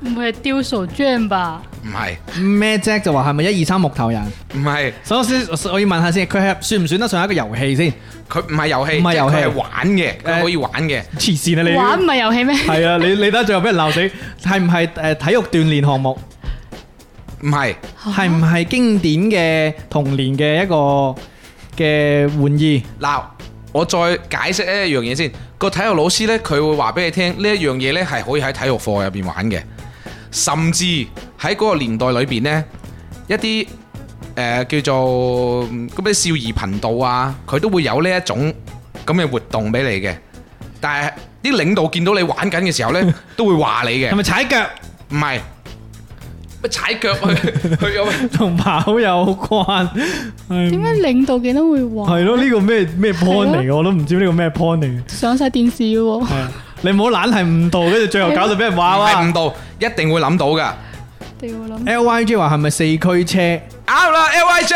Speaker 5: 唔會係雕塑匠吧？
Speaker 4: 唔係
Speaker 2: 咩 Jack 就話係咪一二三木頭人？
Speaker 4: 唔係，
Speaker 2: 首先我要問下先，佢係算唔算得上一個遊戲先？
Speaker 4: 佢唔係遊戲，
Speaker 2: 唔係遊戲
Speaker 4: 即係佢係玩嘅，佢可以玩嘅，
Speaker 2: 黐線啊
Speaker 5: 玩唔
Speaker 2: 你！
Speaker 5: 係遊戲咩？
Speaker 2: 係啊，你你得最後俾人鬧死，係唔係誒體育鍛鍊項目？
Speaker 4: 唔係
Speaker 2: 係唔係經典嘅童年嘅一個嘅玩意？
Speaker 4: 嗱。我再解釋一樣嘢先，個體育老師呢，佢會話俾你聽，呢一樣嘢呢係可以喺體育課入邊玩嘅，甚至喺嗰個年代裏邊呢，一啲誒、呃叫做嗯嗰啲少兒頻道啊，佢都會有呢一種咁嘅活動俾你嘅。但係啲領導見到你玩緊嘅時候呢，都會話你嘅
Speaker 2: 係。咪踩腳
Speaker 4: 唔係，乜踩腳去去有咩？
Speaker 2: 同跑有關？係
Speaker 5: 點解領導見到會玩？
Speaker 2: 係咯，呢個咩咩 point 嚟
Speaker 5: 係
Speaker 2: 嘅？我都唔知呢個咩 point 嚟嘅。
Speaker 5: 上晒電視嘅喎，
Speaker 2: 係啊你唔好懶係誤導，跟住最後搞到俾人話
Speaker 4: 係唔
Speaker 2: 哇。
Speaker 4: 到，一定會諗到噶。
Speaker 5: 屌我諗
Speaker 2: L Y G 話係咪四驅車？
Speaker 4: 啱啦，L Y J，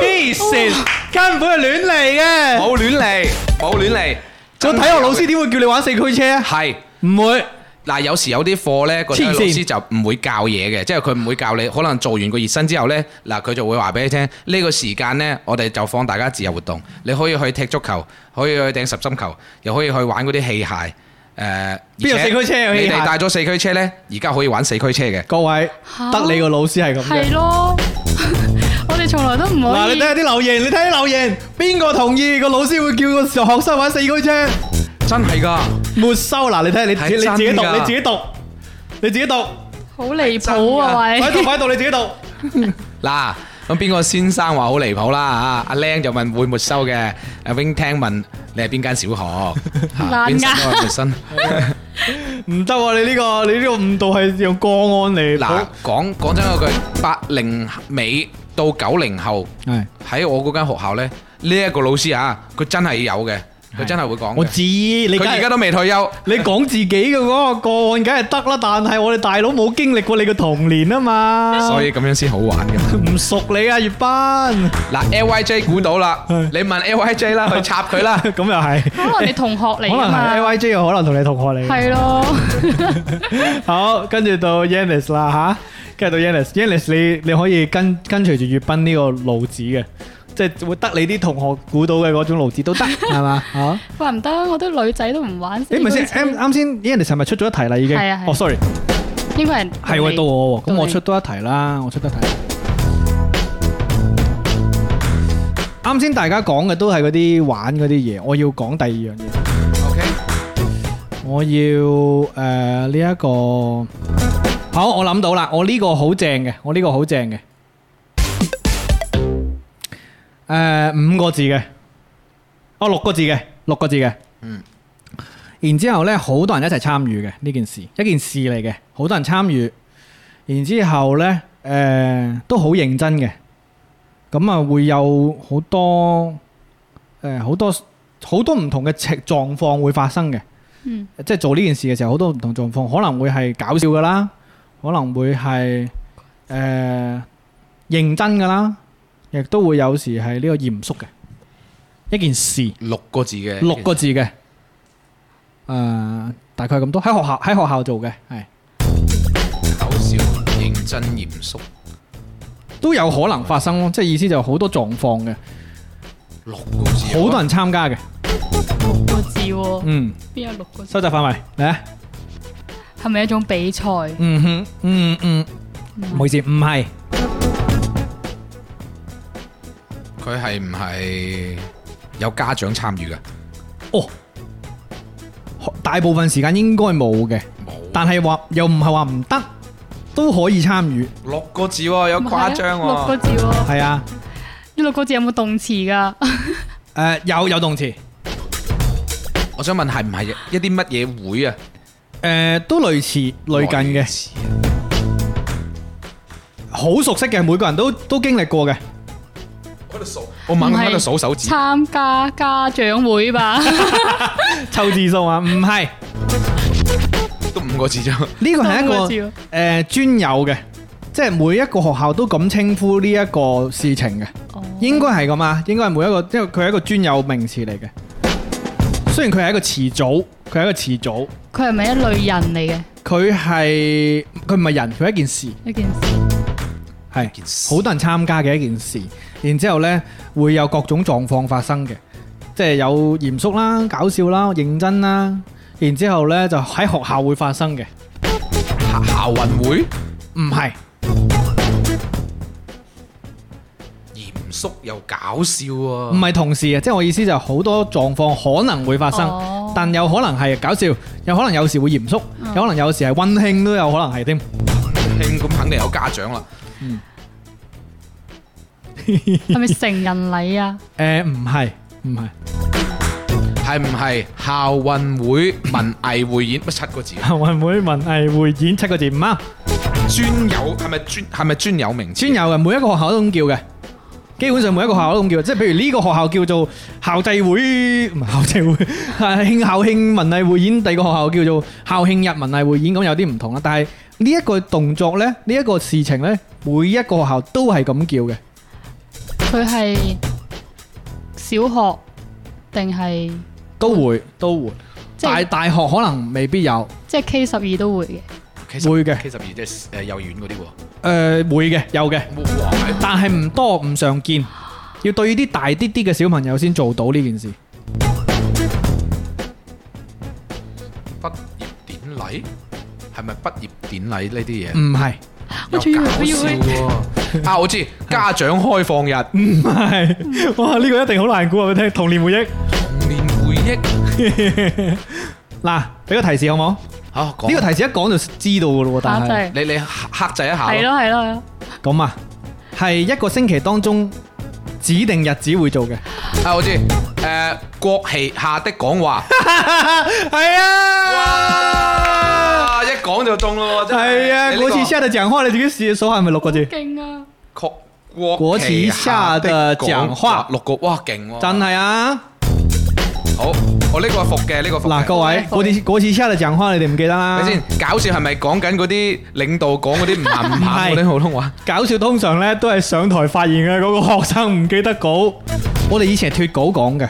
Speaker 2: 黐線，根本係亂嚟嘅。
Speaker 4: 冇亂嚟，冇亂嚟。
Speaker 2: 做體育老師點會叫你玩四驅車啊？
Speaker 4: 係
Speaker 2: 唔會，
Speaker 4: 嗱，有時有啲課呢，個體育老師就唔會教嘢嘅，即係佢唔會教你。可能做完個熱身之後呢，嗱佢就會話俾你聽，呢個時間呢，我哋就放大家自由活動。你可以去踢足球，可以去掟十針球，又可以去玩嗰啲器械。誒、呃，
Speaker 2: 邊有
Speaker 4: 而且
Speaker 2: 四驅車有器械
Speaker 4: 你哋帶咗四驅車呢，而家可以玩四驅車嘅。
Speaker 2: 各位
Speaker 5: 嚇
Speaker 2: 得你個老師係咁嘅
Speaker 5: 係。咯， 我哋從來都唔
Speaker 2: 嗱，
Speaker 5: 可
Speaker 2: 你睇
Speaker 5: 以。
Speaker 2: 下啲留言，你睇下啲留言，邊個同意個老師會叫個學生玩四驅車？
Speaker 4: 真係㗎，
Speaker 2: 沒收嗱，你睇下你自己
Speaker 4: 係真
Speaker 2: 你自己讀，
Speaker 4: 㗎
Speaker 2: 你自己讀，你自己讀，
Speaker 5: 好離譜啊！喂
Speaker 2: 快，讀快讀，你自己讀。
Speaker 4: 嗱，咁邊個先生話好離譜啦？啊，阿僆就問會沒收嘅，阿 wing 聽問你係邊間小學？嚇
Speaker 5: 懶㗎
Speaker 4: 邊生都話沒 收。
Speaker 2: 唔得喎，你呢個你呢個誤導係用個案嚟
Speaker 4: 嗱講
Speaker 2: 講。，
Speaker 4: 講真嗰句，八零尾到九零後
Speaker 2: 係，
Speaker 4: 喺我嗰間學校呢，呢一個老師啊，佢真係有嘅，佢真係會講
Speaker 2: 我
Speaker 4: 嘅。
Speaker 2: 知你
Speaker 4: 佢
Speaker 2: 梗係
Speaker 4: 而家都未退休，
Speaker 2: 你講自己嘅嗰個個案梗係得啦，但係我哋大佬冇經歷過你個童年啊嘛，
Speaker 4: 所以咁樣先好玩嘅。
Speaker 2: 唔熟你啊，粵斌。
Speaker 4: 嗱，L Y J 估到啦，你問 L Y J 啦，去插佢 啦。
Speaker 2: 咁又係，
Speaker 5: 可能你同學嚟
Speaker 2: 可
Speaker 5: 㗎
Speaker 2: 能係
Speaker 5: 嘛，
Speaker 2: L Y J 又可能同你同學嚟嘅。
Speaker 5: 係咯，
Speaker 2: 好，跟住到 Yannis 啦吓，跟住到 Yannis，Yannis 你你可以跟跟隨住粵斌呢個路子嘅，即係會得你啲同學估到嘅嗰種路子 都得，係嘛？嚇，
Speaker 5: 怪唔得我啲女仔都唔玩。
Speaker 2: 誒咪先，啱啱先 Yannis 係咪出咗一題啦已經？
Speaker 5: 係啊係啊
Speaker 2: 哦，sorry，
Speaker 5: 應該係啊
Speaker 2: 係喎，到我喎，咁
Speaker 5: 到
Speaker 2: 我
Speaker 5: 你
Speaker 2: 出多一題啦，我出多一題。啱先大家講嘅都係嗰啲玩嗰啲嘢，我要講第二樣
Speaker 4: OK，
Speaker 2: 嘢。我要诶呢一個好，我諗到啦，我呢個好正嘅，我呢個好正嘅。诶、呃五個字嘅，哦六個字嘅，六個字嘅。嗯。然之後呢，好多人一齊參與嘅呢件事，一件事嚟嘅，好多人參與。然之後呢，诶、都好認真嘅，咁啊會有好多诶好、多好多唔同嘅情狀況會發生嘅。
Speaker 5: 嗯，
Speaker 2: 即係做呢件事嘅時候，好多唔同狀況，可能會係搞笑噶啦，可能會係誒、呃、認真噶啦，亦都會有時係呢個嚴肅嘅一件事，
Speaker 4: 六個字嘅，
Speaker 2: 六個字嘅，誒、呃大概咁多喺學校喺學校做嘅，係
Speaker 4: 搞笑、認真、嚴肅，
Speaker 2: 都有可能發生咯，即係意思就好多狀況嘅，
Speaker 4: 六個字，
Speaker 2: 好多人參加嘅，
Speaker 5: 六個字喎，
Speaker 2: 嗯，
Speaker 5: 邊有六個字？
Speaker 2: 收集範圍嚟啊，
Speaker 5: 係咪一種比賽？
Speaker 2: 嗯哼，嗯嗯，唔好意思，唔係
Speaker 4: 佢係唔係有家長參與嘅？
Speaker 2: 哦，大部分時間應該冇嘅。
Speaker 4: 冇，
Speaker 2: 但係話又唔係話唔得，都可以參與。
Speaker 4: 六個字喎，有
Speaker 5: 唔係啊
Speaker 4: 誇張
Speaker 5: 六個
Speaker 4: 喎，
Speaker 5: 字喎，呢
Speaker 2: 係啊，
Speaker 5: 六個字有冇動詞㗎？
Speaker 2: 誒、有有動詞，誒、
Speaker 4: 我想問係唔係一啲乜嘢會啊？
Speaker 2: 都類似類近嘅，
Speaker 4: 嘅，
Speaker 2: 好熟悉嘅，每個人都都經歷過嘅。
Speaker 4: 我喺度數，我猛咁喺度數手指，
Speaker 5: 參加家長會吧？
Speaker 2: 湊字數啊，唔係
Speaker 4: 都五個字啫。
Speaker 2: 呢個係一
Speaker 5: 都
Speaker 2: 個
Speaker 5: 冇字
Speaker 2: 誒
Speaker 5: 喎、
Speaker 2: 專有嘅，即係每一個學校都咁稱呼呢一個事情嘅，應該係咁啊，應該係每一個，因為佢係一個專有名詞嚟嘅。雖然佢係一個詞組，佢係一個詞組，
Speaker 5: 佢係咪一類人嚟嘅
Speaker 2: 佢係佢唔係人，佢係一件事。
Speaker 5: 一件事？
Speaker 2: 係
Speaker 4: 件事
Speaker 2: 好多人參加嘅一件事，然之後呢，會有各種狀況發生嘅，即係有嚴肅啦、搞笑啦、認真啦，然之後呢，就喺學校會發生嘅，
Speaker 4: 校校運會
Speaker 2: 唔係
Speaker 4: 嚴肅又搞笑喎、
Speaker 2: 唔係同事啊，即係我意思就係好多狀況可能會發生，
Speaker 5: 哦
Speaker 2: 但有可能係搞笑，有可能有時會嚴肅，有可能有時係温馨都有可能係添。
Speaker 4: 聽咁肯定有家長啦。
Speaker 5: 係咪成人禮啊？
Speaker 2: 誒唔係唔係
Speaker 4: 係唔係校運會文藝匯演乜七個字？啊
Speaker 2: 校運會文藝匯演七個字唔啱，
Speaker 4: 專有係咪專係咪專有名詞？
Speaker 2: 專有嘅每一個學校都咁叫嘅。基本上每一個學校都咁叫，即係譬如呢個學校叫做校際會，唔係校際會，係慶校慶文藝匯演；第二個學校叫做校慶日文藝匯演，咁有啲唔同啦。但係呢一個動作呢，呢、一個事情呢，每一個學校都係咁叫嘅。
Speaker 5: 佢係小學定係
Speaker 2: 都會都會，
Speaker 5: 即
Speaker 2: 大
Speaker 5: 係
Speaker 2: 大學可能未必有，誒、
Speaker 5: 即係 K 十二都會嘅？
Speaker 4: K 十
Speaker 2: 會嘅
Speaker 4: K 十二即係誒幼兒園嗰啲喎。
Speaker 2: 會嘅有嘅，
Speaker 4: 哇！係
Speaker 2: 但係唔多唔常見，要對啲大啲啲嘅小朋友先做到呢件事。
Speaker 4: 畢業典禮係咪畢業典禮呢啲嘢？
Speaker 2: 唔係
Speaker 5: 我仲以
Speaker 4: 又
Speaker 5: 為
Speaker 4: 搞笑喎！啊，我知家長開放日、
Speaker 2: 唔係，哇！呢、個一定好難估啊！俾你聽童年回憶。
Speaker 4: 童年回憶。
Speaker 2: 嗱，俾個提示好
Speaker 4: 啊
Speaker 2: 冇？
Speaker 4: 嚇，
Speaker 2: 呢
Speaker 4: 呢
Speaker 2: 個提示一啊講就知道噶咯
Speaker 5: 嚇
Speaker 2: 喎，但
Speaker 5: 啊真
Speaker 2: 係
Speaker 5: 係
Speaker 4: 你你克制一下
Speaker 5: 係
Speaker 4: 咯。
Speaker 5: 咯係咯係咯，
Speaker 2: 咁啊，係一個星期當中指定日子會做嘅。
Speaker 4: 啊，我知誒國旗下的講 話。
Speaker 2: 係啊，
Speaker 4: 啊！一講就中咯喎，真係
Speaker 2: 係啊，
Speaker 4: 你呢
Speaker 2: 國
Speaker 4: 個哦
Speaker 2: 旗下的講話，你自己試數下係咪六個字？
Speaker 5: 勁啊！
Speaker 4: 國國
Speaker 2: 國旗下的講話
Speaker 4: 六個，哇勁喎！
Speaker 2: 真係啊！
Speaker 4: 好，我呢個服嘅，呢個服嘅。
Speaker 2: 嗱，各位，啊國旗國旗下的講話，你哋唔記得啦
Speaker 4: 睇。先，搞笑係咪講緊嗰啲領導講嗰啲唔咸唔
Speaker 2: 係
Speaker 4: 咸嗰啲普通話？
Speaker 2: 搞笑通常咧都係上台發言嘅嗰個學生唔記得稿。我哋以前係脱稿講嘅，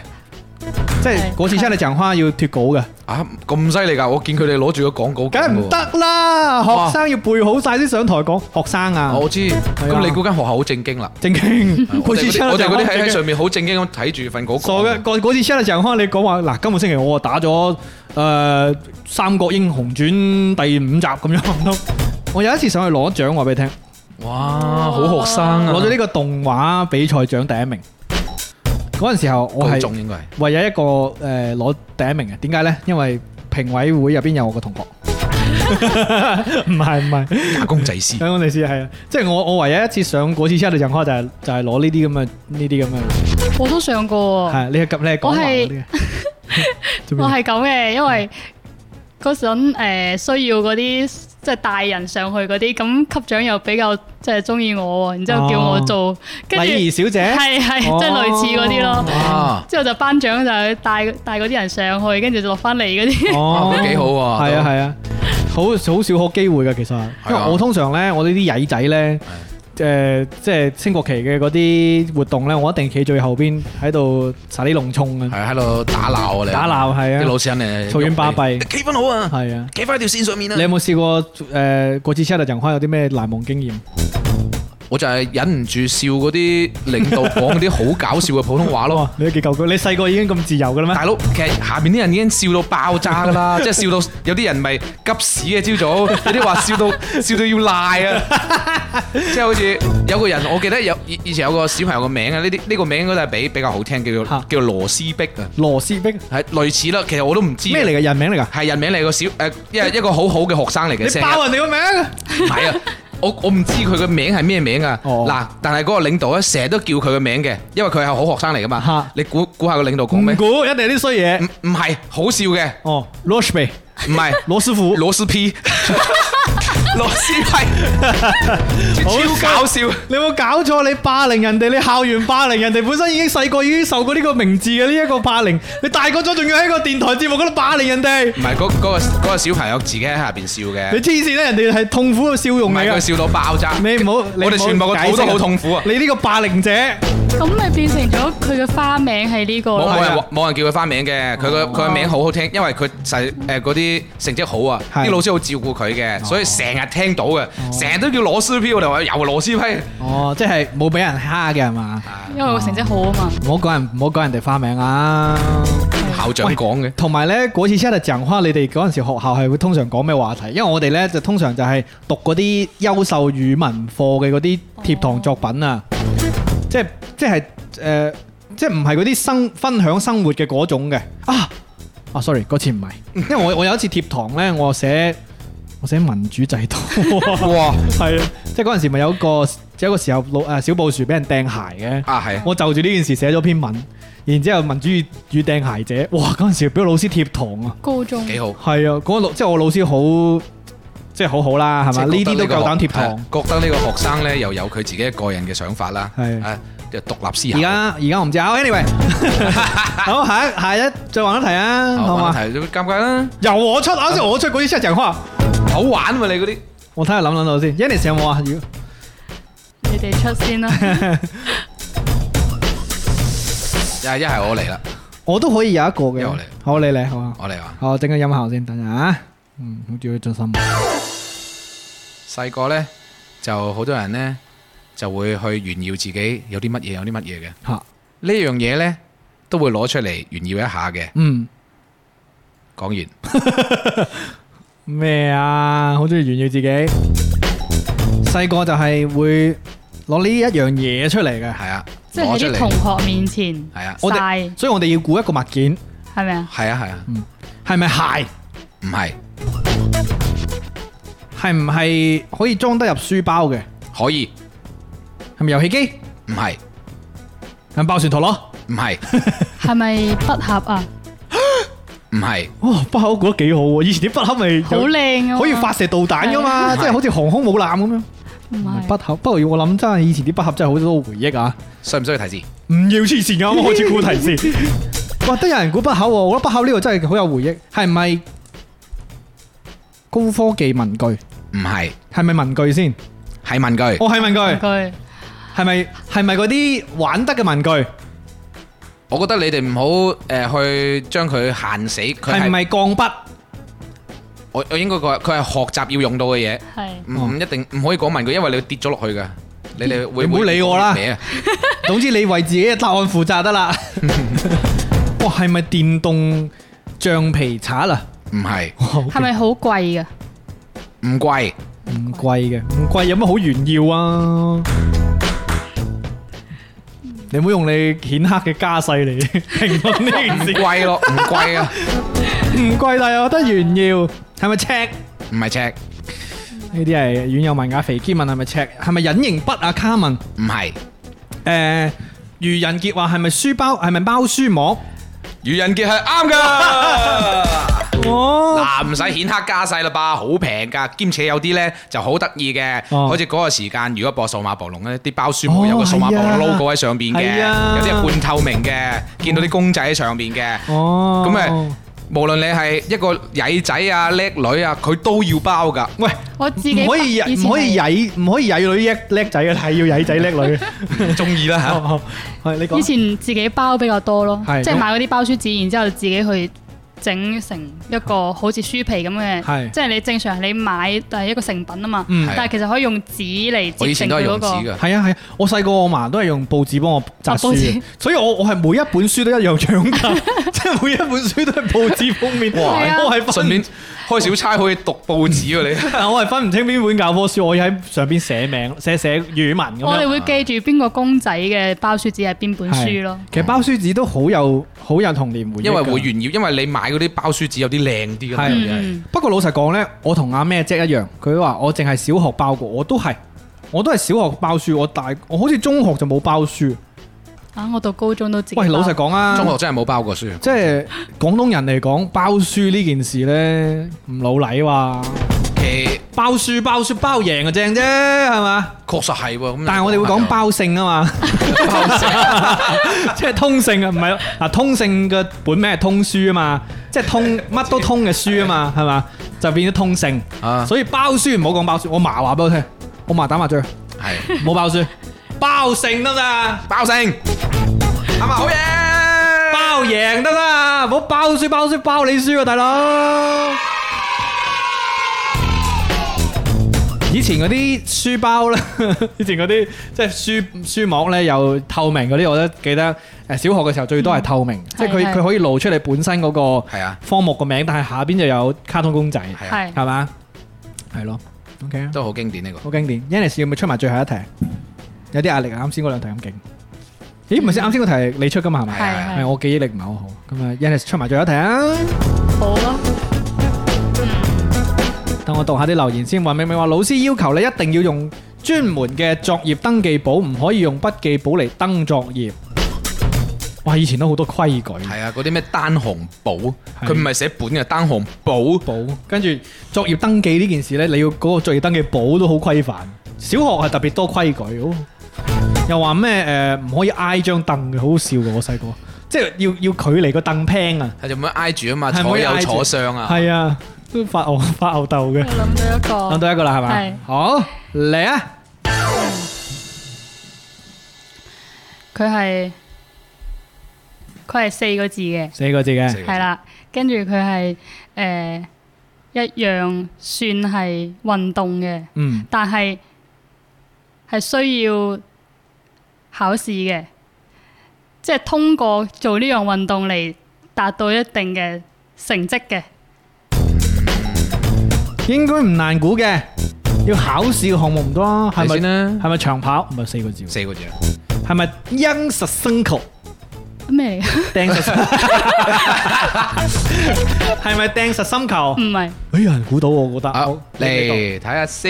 Speaker 2: 即係
Speaker 5: 係
Speaker 2: 國旗下的講話要脱稿嘅。
Speaker 4: 啊，咁犀利㗎！我見佢哋攞住個廣告，
Speaker 2: 梗係唔。得啦，
Speaker 4: 哇
Speaker 2: 學生要背好晒啲上台講。學生啊，
Speaker 4: 我知，
Speaker 2: 啊嗯
Speaker 4: 咁你嗰間學校好正經啦。
Speaker 2: 正經，
Speaker 4: 我
Speaker 2: 背
Speaker 4: 哋
Speaker 2: 書
Speaker 4: 嗰
Speaker 2: 出
Speaker 4: 啲我哋
Speaker 2: 嚟就
Speaker 4: 嗰啲
Speaker 2: 講
Speaker 4: 喺喺
Speaker 2: 正
Speaker 4: 上
Speaker 2: 經
Speaker 4: 面好正經咁睇住份稿。
Speaker 2: 傻嘅，嗰嗰次 share 就開你講話嗱，今個星期我打咗誒《三國英雄傳》第五集咁樣都。 我有一次上去攞獎，話俾你聽，
Speaker 4: 哇，好學生啊！
Speaker 2: 攞咗呢個動畫比賽獎第一名。嗰陣時候我
Speaker 4: 高
Speaker 2: 係
Speaker 4: 中應該係。
Speaker 2: 唯有一個誒攞、第一名嘅，點解呢？因為評委會入邊有我個同學。 唔係唔係，
Speaker 4: 打工仔 師，
Speaker 2: 香港地市係啊，即係我我唯一一次上嗰次車度人開就係就係攞呢啲咁嘅呢啲咁嘅，
Speaker 5: 我都上過喎。
Speaker 2: 係你係咁你係講
Speaker 5: 我
Speaker 2: 話
Speaker 5: 係
Speaker 2: 嗰啲嘅做咩
Speaker 5: 我係咁嘅，因為嗰陣誒需要嗰啲即係大人上去嗰啲，咁級長又比較即係中意我喎，然之後叫我做，跟住
Speaker 2: 哦禮儀小姐
Speaker 5: 係係
Speaker 2: 哦
Speaker 5: 即係類似嗰啲咯。
Speaker 4: 哇，
Speaker 5: 之後就頒獎就帶帶嗰啲人上去，跟住就落翻嚟嗰啲。
Speaker 2: 哦
Speaker 4: 啊都幾好喎
Speaker 2: 係啊
Speaker 4: 都
Speaker 2: 係啊，好好少可機會嘅其實，因為我通常咧，我呢啲曳仔咧。誒、即係升國旗嘅嗰啲活動咧，我一定企最後邊喺度撒啲弄衝啊，
Speaker 4: 係喺度打鬧啊你，
Speaker 2: 打鬧係
Speaker 4: 啲老
Speaker 2: 啊，
Speaker 4: 師人嚟，
Speaker 2: 嘈冤巴閉
Speaker 4: 你企分好啊，
Speaker 2: 係啊。
Speaker 4: 企翻條線上面啊
Speaker 2: 你有！冇試過誒過次車度人開有啲咩難忘經驗？
Speaker 4: 我就係忍唔住笑嗰啲領導講嗰啲好搞笑嘅普通話咯
Speaker 2: 哇。！你都幾夠高，你細個已經咁自由嘅啦咩？
Speaker 4: 大佬，其實下面啲人已經笑到爆炸 㗎啦，即係笑到有啲人咪急屎嘅朝早，有啲話 笑到笑到要賴啊！即係好似有個人，我記得有以以前有個小朋友個名啊，呢啲呢個名應該都係比比較好聽，叫做
Speaker 2: 嚇
Speaker 4: 叫做羅斯碧啊，
Speaker 2: 羅斯碧
Speaker 4: 係類似啦。其實我都唔知
Speaker 2: 咩嚟嘅人名嚟㗎？
Speaker 4: 係人名嚟個小誒，一係一個好好嘅學生嚟嘅，
Speaker 2: 你
Speaker 4: 成日
Speaker 2: 爆人哋個啊名？
Speaker 4: 唔係啊！我我唔知佢嘅名係咩名啊！
Speaker 2: 哦
Speaker 4: 嗱，但係嗰個領導咧，成日都叫佢嘅名嘅，因為佢係好學生嚟噶嘛
Speaker 2: 嚇。
Speaker 4: 你估估下個領導講咩
Speaker 2: 唔？估，一定係啲衰嘢。
Speaker 4: 唔唔係，好笑嘅，
Speaker 2: 哦，羅斯貝，
Speaker 4: 唔係
Speaker 2: 羅師傅，
Speaker 4: 螺絲 批，螺絲批， 超搞笑。
Speaker 2: 你有冇搞錯？你霸凌人哋，你校園霸凌人哋，本身已經細個已經受過呢個名字嘅呢一個霸凌，你大個咗仲要喺個電台節目嗰度霸凌人哋，
Speaker 4: 唔係嗰嗰個嗰個小朋友自己喺下邊笑
Speaker 2: 你
Speaker 4: 嘅，
Speaker 2: 黐線啦！人哋係痛苦嘅笑
Speaker 4: 唔
Speaker 2: 容嚟
Speaker 4: 係佢
Speaker 2: 㗎。
Speaker 4: 笑到爆炸。
Speaker 2: 你唔好，你唔好
Speaker 4: 我哋全部個
Speaker 2: 解釋
Speaker 4: 肚都好痛苦啊！
Speaker 2: 你呢個霸凌者，
Speaker 5: 咁咪變成咗佢嘅花名係呢個
Speaker 4: 冇
Speaker 5: 咯
Speaker 4: 冇。
Speaker 2: 係
Speaker 4: 人
Speaker 2: 啊哦
Speaker 4: 冇人叫佢花名嘅，佢個佢個名好好聽，因為佢細誒嗰啲成績好啊，
Speaker 2: 係哦
Speaker 4: 啲老師好照顧佢嘅，所以成日聽到嘅，成日都叫螺絲批，我哋話又螺絲批，
Speaker 2: 哦，即係冇俾人蝦嘅係嘛？
Speaker 5: 因為我成績好啊嘛，
Speaker 2: 唔好講人，唔好講人哋花名啊！
Speaker 4: 校長講嘅。
Speaker 2: 同埋咧，嗰次出嚟講開，你哋嗰陣時學校係會通常講咩話題？因為我哋咧就通常就係讀嗰啲優秀語文課嘅嗰啲貼堂作品啊，即係即係誒、呃即係唔係嗰啲生分享生活嘅嗰種嘅啊啊！sorry，嗰次唔係，因為我我有一次貼堂咧，我寫我寫民主制度，
Speaker 4: 哇！
Speaker 2: 係啊，即係嗰陣時咪有個有一個時候老誒小布殊俾人掟鞋嘅。
Speaker 4: 啊係，
Speaker 2: 我就住呢件事寫咗篇文，然之後民主與與掟鞋者，哇！嗰陣時俾老師貼堂啊，
Speaker 5: 高中
Speaker 4: 幾好。
Speaker 2: 係啊，嗰、個老即係我老師好，即係好好啦，係嘛？呢啲都夠膽貼堂。
Speaker 4: 覺啊得呢個學生咧又有佢自己一個人嘅想法啦，
Speaker 2: 係
Speaker 4: 啊，就獨立思考。
Speaker 2: 而家而家我唔知啊，anyway，好下一下一再玩一題啊，好嘛？
Speaker 4: 係尷尬啦，
Speaker 2: 由我出啊，即係我出嗰啲出人話，
Speaker 4: 好玩喎你嗰啲。
Speaker 2: 我睇下諗唔諗到先。Yannis 有冇啊？要
Speaker 5: 你哋出先啦。
Speaker 4: 一一係我嚟啦，
Speaker 2: 我都可以有一個嘅
Speaker 4: 有你。
Speaker 2: 好，你嚟好啊。
Speaker 4: 我嚟啊！
Speaker 2: 好，我整個音效先，等陣啊。嗯，好似要進心。
Speaker 4: 細個咧就好多人咧就會去炫耀自己有啲乜嘢有啲乜嘢嘅。
Speaker 2: 嚇，
Speaker 4: 呢樣嘢咧都會攞出嚟炫耀一下嘅。
Speaker 2: 嗯，
Speaker 4: 講完
Speaker 2: 咩啊？好中意炫耀自己。細個就係會攞呢一樣嘢出嚟嘅，
Speaker 4: 係啊，
Speaker 5: 即係
Speaker 4: 攞出
Speaker 5: 喺啲同
Speaker 4: 嚟
Speaker 5: 學面前
Speaker 4: 係啊
Speaker 2: 我
Speaker 5: 晒
Speaker 2: 哋，所以我哋要估一個物件
Speaker 5: 係咪啊？
Speaker 4: 係啊係啊，
Speaker 2: 係咪鞋，
Speaker 4: 唔係
Speaker 2: 係唔係可以裝得入書包嘅，
Speaker 4: 可以，
Speaker 2: 係咪遊戲機，
Speaker 4: 唔係
Speaker 2: 係咪爆旋陀螺？
Speaker 4: 唔係
Speaker 5: 係咪筆盒啊？
Speaker 4: 唔係
Speaker 2: 哦，筆盒我覺得幾好喎，以前啲筆盒咪
Speaker 5: 好靚啊嘛！
Speaker 2: 可以發射導彈噶
Speaker 4: 係
Speaker 2: 嘛，
Speaker 4: 啊
Speaker 2: 即係好似航空母艦咁樣。
Speaker 5: 唔係
Speaker 2: 筆盒，不過我諗真係以前啲筆盒真係好多回憶啊！
Speaker 4: 需唔需要提示？
Speaker 2: 唔要黐線㗎，我開始估提示。 哇，得有人估筆口喎，我覺得筆口呢個真係好有回憶，係咪高科技文具？
Speaker 4: 唔係
Speaker 2: 係咪文具先？
Speaker 4: 係問句，
Speaker 2: 哦，係文具，
Speaker 5: 佢
Speaker 2: 係咪係咪嗰啲玩得嘅文具？
Speaker 4: 我覺得你哋唔好誒去將佢限死，佢
Speaker 2: 係
Speaker 4: 係
Speaker 2: 咪鋼 筆？
Speaker 4: 我我應該講佢係學習要用到嘅嘢，
Speaker 5: 係
Speaker 4: 唔唔一定唔可以講問句，因為你會跌咗落去㗎。你哋會
Speaker 2: 哦你唔好理我啦
Speaker 4: 會歪啊
Speaker 2: 總之你為自己嘅答案負責得啦。哇，係咪電動橡皮擦啊？
Speaker 4: 唔係
Speaker 2: 哇好
Speaker 5: 係咪好貴噶？
Speaker 4: 唔貴，
Speaker 2: 唔貴嘅，唔貴有乜好炫耀啊？你唔好用你顯赫嘅家世嚟 評論呢
Speaker 4: 唔
Speaker 2: 件事，
Speaker 4: 貴 咯，唔貴啊，
Speaker 2: 唔貴但係有得炫耀，係咪尺？
Speaker 4: 唔係尺，
Speaker 2: 呢啲係遠有文雅肥堅問係咪尺？係咪隱形筆啊？卡文
Speaker 4: 唔係。
Speaker 2: 誒，愚人傑話係咪書包？係咪貓書膜？
Speaker 4: 愚人傑係啱噶。
Speaker 2: 哦
Speaker 4: 嗱，唔使顯黑加細啦吧，好平噶，兼且有啲咧就好得意嘅，
Speaker 2: 哦
Speaker 4: 好似嗰個時間，如果播數碼暴龍咧，啲包書冇有個數碼暴
Speaker 2: 哦係啊
Speaker 4: 龍 logo 喺上邊嘅，
Speaker 2: 係啊
Speaker 4: 有啲係半透明嘅，見到啲公仔喺上邊嘅，
Speaker 2: 哦，
Speaker 4: 咁誒，無論你係一個曳仔啊、叻女啊，佢都要包噶。
Speaker 2: 喂，
Speaker 5: 我自己
Speaker 2: 唔可以曳，唔可以
Speaker 5: 以前係
Speaker 2: 曳，唔可以曳女叻叻仔嘅，係要曳仔叻女。
Speaker 4: 中意啦嚇，
Speaker 2: 哦，係你
Speaker 5: 以
Speaker 2: 講。
Speaker 5: 前自己包比較多咯，
Speaker 2: 係
Speaker 5: 即係
Speaker 2: 咁
Speaker 5: 買嗰啲包書紙，然之後自己去整成一個好似書皮咁
Speaker 2: 係
Speaker 5: 嘅，即係你正常你買但係一個成品啊嘛，
Speaker 2: 嗯
Speaker 5: 但係其實可以用紙嚟
Speaker 4: 我以
Speaker 5: 折
Speaker 4: 前都
Speaker 5: 成
Speaker 4: 係
Speaker 5: 佢
Speaker 4: 用
Speaker 5: 嗰
Speaker 4: 紙
Speaker 5: 個。
Speaker 4: 噶，
Speaker 2: 係啊係啊，我細個我嫲都係用報紙幫我紮
Speaker 5: 啊
Speaker 2: 書
Speaker 5: 報
Speaker 2: 嘅
Speaker 5: 紙，
Speaker 2: 所以我我係每一本書都一樣樣㗎， 即係每一本書都係報紙封面。
Speaker 4: 哇
Speaker 5: 係啊
Speaker 2: 我係
Speaker 4: 順
Speaker 2: 分
Speaker 4: 便開小差可以讀報紙喎 你。
Speaker 2: 但我係分唔清邊本教科書，我要喺上邊寫名寫寫語文
Speaker 5: 我
Speaker 2: 咁
Speaker 5: 哋
Speaker 2: 樣。
Speaker 5: 會記住邊個公仔嘅包書紙係邊本書咯。
Speaker 2: 其實包書紙都好有好有童年回憶㗎，
Speaker 4: 因為會炫耀，因為你買嗰啲包書紙有啲靚啲㗎嘛
Speaker 2: 啊係
Speaker 4: 有啲係
Speaker 5: 嗯，
Speaker 2: 不過老實講呢，我同阿咩姐一樣，佢話我淨係小學包過，我都係，我都係小學包書，我大我好似中學就冇包書。
Speaker 5: 啊，我到高中都自己包。
Speaker 2: 喂，老實講啊，
Speaker 4: 中學真係冇包過書。
Speaker 2: 即係廣東人嚟講，包書呢件事呢，唔老禮話，
Speaker 4: 其
Speaker 2: 包書包書包贏就正啫，係嘛？
Speaker 4: 確實係喎，咁
Speaker 2: 但係我哋會講包性啊嘛， 即係通性啊，唔係嗱通性嘅本名係通書啊嘛，即係通乜都通嘅書啊嘛，係嘛？就變咗通性，
Speaker 4: 啊，
Speaker 2: 所以包書唔好講包書。我嫲話俾我聽，我嫲打麻雀唔
Speaker 4: 係
Speaker 2: 好包書，包性得啊咋，
Speaker 4: 包性，係咪好嘢？
Speaker 2: 包贏得啦，唔好包書包書包你輸啊，大佬！以前嗰啲書包 咧，以前嗰啲即係書書膜咧，有透明嗰啲，我都記得。誒小學嘅時候最多係透明，即係佢
Speaker 5: 係
Speaker 2: 佢可以露出你本身嗰個
Speaker 4: 係啊，
Speaker 2: 科目個名，但係下邊就有卡通公仔，
Speaker 4: 係啊，
Speaker 5: 係
Speaker 2: 係嘛？係咯，OK 啊，
Speaker 4: 都好經典呢個。
Speaker 2: 好經典。Yannis 要唔要出埋最後一題？有啲壓力啊！啱先嗰兩題咁勁。咦，唔係先，啱先嗰題係你出噶嘛？係咪？
Speaker 5: 係
Speaker 4: 係
Speaker 2: 係
Speaker 5: 係
Speaker 2: 我記憶力唔係好好，咁啊，Yannis 出埋最後一題啊！
Speaker 5: 好啊，
Speaker 2: 等我讀下啲留言先。話明明話老師要求你一定要用專門嘅作業登記簿，唔可以用筆記簿嚟登作業。哇！以前都好多規矩，
Speaker 4: 係啊，嗰啲咩單行簿，
Speaker 2: 係
Speaker 4: 佢唔係寫本嘅單行簿，
Speaker 2: 簿跟住作業登記呢件事呢，你要嗰個作業登記簿都好規範。小學啊係特別多規矩，哦又話咩誒唔可以挨張凳嘅，好好笑嘅。我細個即係要要距離個凳 pan 啊，
Speaker 4: 係就咁樣挨住啊嘛，
Speaker 2: 係唔
Speaker 4: 坐
Speaker 2: 可以挨
Speaker 4: 有
Speaker 2: 住
Speaker 4: 坐相啊。
Speaker 2: 係啊，都發牛 發牛竇嘅
Speaker 5: 我。諗到一個，
Speaker 2: 諗到一個啦，係咪
Speaker 5: 哦係？
Speaker 2: 好嚟啊！
Speaker 5: 佢係佢係四個字嘅，
Speaker 2: 四個字嘅，
Speaker 4: 四個字
Speaker 5: 係，啦，跟住佢係誒一樣算係運動嘅，
Speaker 2: 嗯，
Speaker 5: 但係係需要考試嘅，即係通過做呢樣運動嚟達到一定嘅成績嘅。
Speaker 2: 應該唔難估嘅。要考試嘅項目唔多啊，
Speaker 4: 係
Speaker 2: 係
Speaker 4: 咪
Speaker 2: 咪
Speaker 4: 先
Speaker 2: 呢？
Speaker 4: 啦？
Speaker 2: 係咪長跑？唔係四個字喎，
Speaker 4: 四個字啊，
Speaker 2: 係咪 young 實生 球
Speaker 5: 咩嚟㗎？
Speaker 2: 掟實？係咪掟實心球
Speaker 5: 唔？係，
Speaker 2: 哎呀，有人估到我覺得。
Speaker 4: 好
Speaker 2: 我
Speaker 4: 嗯啊嚟睇下先，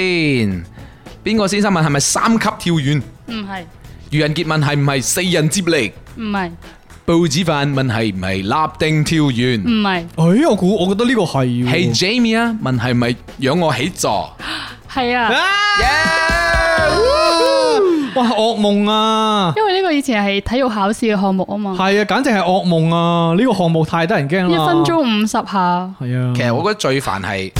Speaker 4: 邊個先生問係咪三級跳遠？
Speaker 5: 唔係，
Speaker 4: 愚人傑問係唔係四人接力？
Speaker 5: 唔係，
Speaker 4: 報紙飯問係唔係立定跳遠？
Speaker 5: 唔係，
Speaker 2: 哎，我估，我覺得呢個係
Speaker 4: 係
Speaker 2: 喎。
Speaker 4: Jamie 啊，問係咪養我起座？
Speaker 5: 係啊。
Speaker 2: 啊！哇，噩夢啊！
Speaker 5: 因為呢個以前係體育考試嘅項目啊嘛，
Speaker 2: 係啊，簡直係噩夢啊！呢個項目太得人驚
Speaker 5: 一
Speaker 2: 啦。
Speaker 5: 分鐘五十下，
Speaker 2: 係啊。
Speaker 4: 其實我覺得最煩係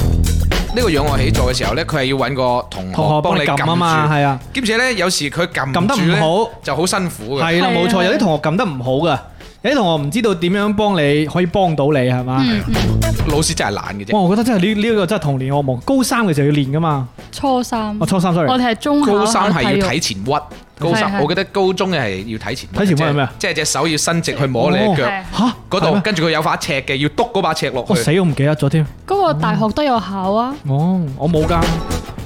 Speaker 4: 呢個仰卧起坐嘅時候呢，佢係要揾個同學
Speaker 2: 同學幫
Speaker 4: 幫
Speaker 2: 你
Speaker 4: 你
Speaker 2: 撳啊
Speaker 4: 撳
Speaker 2: 嘛，
Speaker 4: 住，
Speaker 2: 係啊，
Speaker 4: 兼且呢，有時佢撳
Speaker 2: 撳得
Speaker 4: 住
Speaker 2: 唔
Speaker 4: 呢
Speaker 2: 好
Speaker 4: 就好辛苦嘅。
Speaker 2: 係啦，
Speaker 5: 係啊
Speaker 2: 冇錯。
Speaker 5: 係啊
Speaker 2: 有啲同學撳得唔好噶，有啲同學唔知道點樣幫你，可以幫到你係嘛？
Speaker 5: 嗯嗯，
Speaker 4: 老師真係懶嘅
Speaker 2: 哇！
Speaker 4: 啫，
Speaker 2: 我覺得真係呢呢個真係童年噩夢。高三嘅時候要練噶嘛，
Speaker 5: 初三，
Speaker 2: 啊我初三 sorry，
Speaker 5: 我哋係中考
Speaker 4: 高三係要
Speaker 5: 嗯考體
Speaker 4: 睇
Speaker 5: 育
Speaker 4: 前屈，高
Speaker 5: 係
Speaker 4: 三
Speaker 5: 係
Speaker 4: 我記得高中嘅係要睇前屈。
Speaker 2: 睇前屈係咩啊
Speaker 4: 即係隻手要伸直去摸你嘅腳
Speaker 5: 哦
Speaker 2: 嚇
Speaker 4: 嗰
Speaker 2: 係
Speaker 4: 度，
Speaker 2: 咩
Speaker 4: 跟住佢有把尺嘅，要篤嗰把尺落
Speaker 2: 我
Speaker 4: 去。
Speaker 2: 死我唔記得咗添。
Speaker 5: 嗰個大學都有考啊，
Speaker 2: 嗯哦，我冇㗎，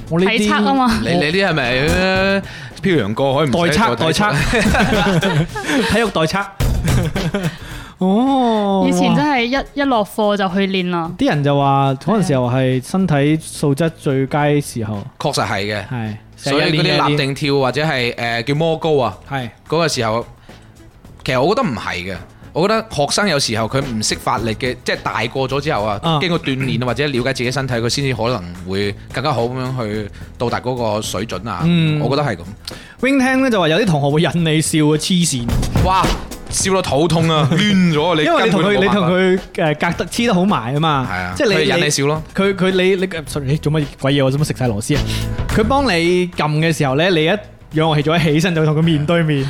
Speaker 2: 我呢
Speaker 5: 體
Speaker 2: 啲
Speaker 5: 測啊嘛，
Speaker 4: 你你呢係咪呃漂洋過海唔
Speaker 2: 代
Speaker 4: 使
Speaker 2: 測
Speaker 4: 做
Speaker 2: 代測， 體育代測。哦，
Speaker 5: 以前真係一一落課就去練啦。
Speaker 2: 啲人就話嗰陣時
Speaker 5: 啊
Speaker 2: 候係身體素質最佳時候，
Speaker 4: 確實係嘅。
Speaker 2: 係
Speaker 4: 所以嗰啲立定跳或者係誒叫摩高啊，
Speaker 2: 係
Speaker 4: 嗰個時候，其實我覺得唔係嘅。我覺得學生有時候佢唔識法力嘅，即係大個咗之後啊
Speaker 2: 啊，
Speaker 4: 經過鍛鍊或者了解自己身體，佢先至可能會更加好咁樣去到達嗰個水準啊。
Speaker 2: 嗯
Speaker 4: 我覺得係咁。
Speaker 2: wing 聽咧就話有啲同學會引你笑啊，黐線，
Speaker 4: 哇！笑到肚痛 啊，攣咗啊你
Speaker 2: 因為你
Speaker 4: 根
Speaker 2: 同
Speaker 4: 本
Speaker 2: 佢
Speaker 4: 冇
Speaker 2: 你
Speaker 4: 辦
Speaker 2: 同
Speaker 4: 法
Speaker 2: 佢誒隔得黐得好埋啊嘛，
Speaker 4: 係啊，
Speaker 2: 即
Speaker 4: 即
Speaker 2: 係
Speaker 4: 係
Speaker 2: 你
Speaker 4: 引你 笑咯。
Speaker 2: 佢佢你你呃，sorry，你做乜鬼嘢？我做乜食晒螺絲啊？佢幫你撳嘅時候咧，你一仰卧起咗起身就同佢面對面，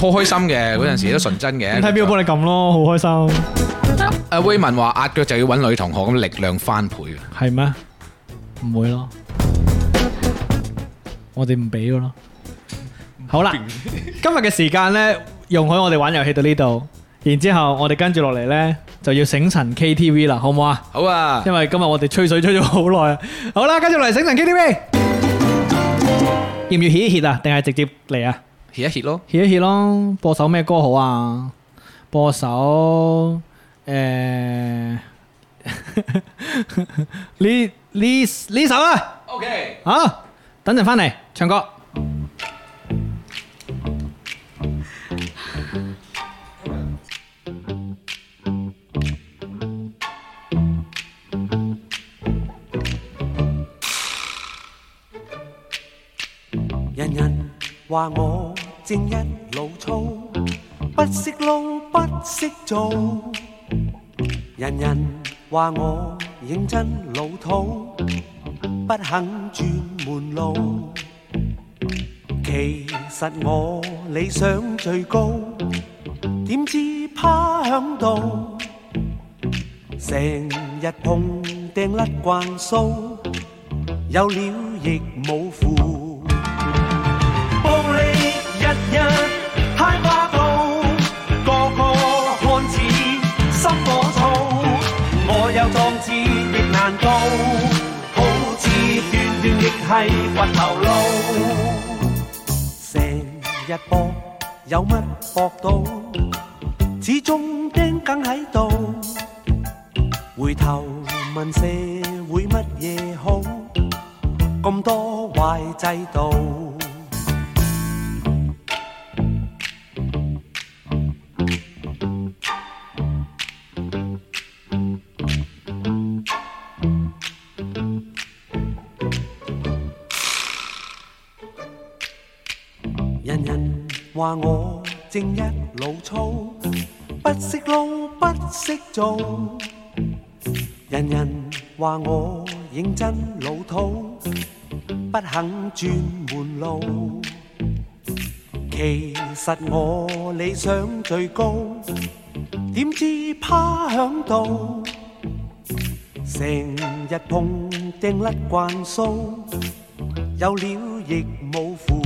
Speaker 4: 好開心嘅嗰陣時都純真嘅。
Speaker 2: 睇邊個幫你撳咯，好開心，
Speaker 4: 阿威文話壓腳就要揾女同學，咁力量翻倍嘅。
Speaker 2: 係咩？唔會咯，我哋唔俾噶咯。好啦，今日嘅時間咧，容許我哋玩遊戲到呢度，然之後我哋跟住落嚟咧就要醒神 KTV 啦，好唔好啊？
Speaker 4: 好啊，
Speaker 2: 因為今日我哋吹水吹咗好耐啊。好啦，跟住嚟醒神 KTV，要唔要歇一歇啊？定係直接嚟啊？
Speaker 4: 歇一歇咯。
Speaker 2: 歇一歇咯，播首咩歌好啊？播首誒 呢呢呢首啊！
Speaker 4: OK，
Speaker 2: 好，等陣翻嚟唱歌。
Speaker 6: 人人話我正一老粗，不識撈，不識做。人人話我認真老土，不肯轉門路。其實我理想最高，點知趴響度，成日碰掟甩慣須，有料亦冇符。暴力日日揩花到，個個看似心火燥，我有壯志亦難高，好似段段亦係掘頭路。成日搏有乜搏到，始終釘梗喺度。回頭問社會乜嘢好，咁多壞制度。人人話我正一老粗，不識撈，不識做。人人話我認真老土，不肯轉門路。其實我理想最高，點知趴響度，成日碰掟甩慣須，有料亦冇符。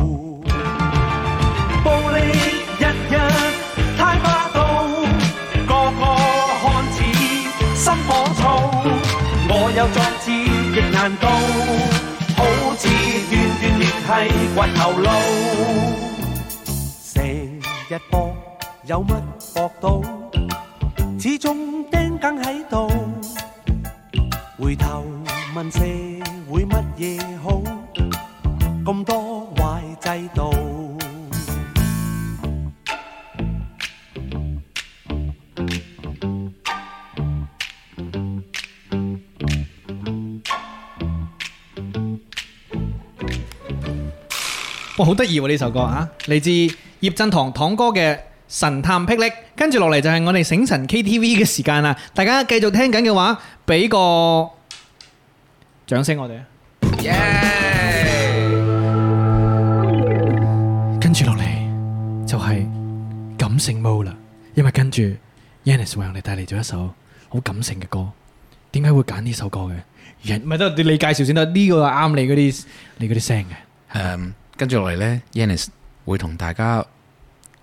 Speaker 6: 暴力日日太霸道，個個看似心火燥，我有壯志亦難到，好似段段亦係掘頭路，成日搏有乜搏到，始終釘梗喺度，回頭問社會乜嘢好，咁多壞制度。
Speaker 2: 哇，好得意喎呢首歌啊！嚟自葉振棠棠哥嘅《神探霹靂》，跟住落嚟就係我哋醒神 KTV 嘅時間啦！大家繼續聽緊嘅話，俾個掌聲我哋啊！
Speaker 4: 耶！
Speaker 2: 跟住落嚟就係感性 mode 啦，因為跟住 Yannis 為我哋帶嚟咗一首好感性嘅歌。點解會揀呢首歌嘅？人唔係得你介紹先得，呢、個係啱你嗰啲你嗰啲聲嘅。
Speaker 4: 誒，跟住落嚟呢 y a n n i s 會同大家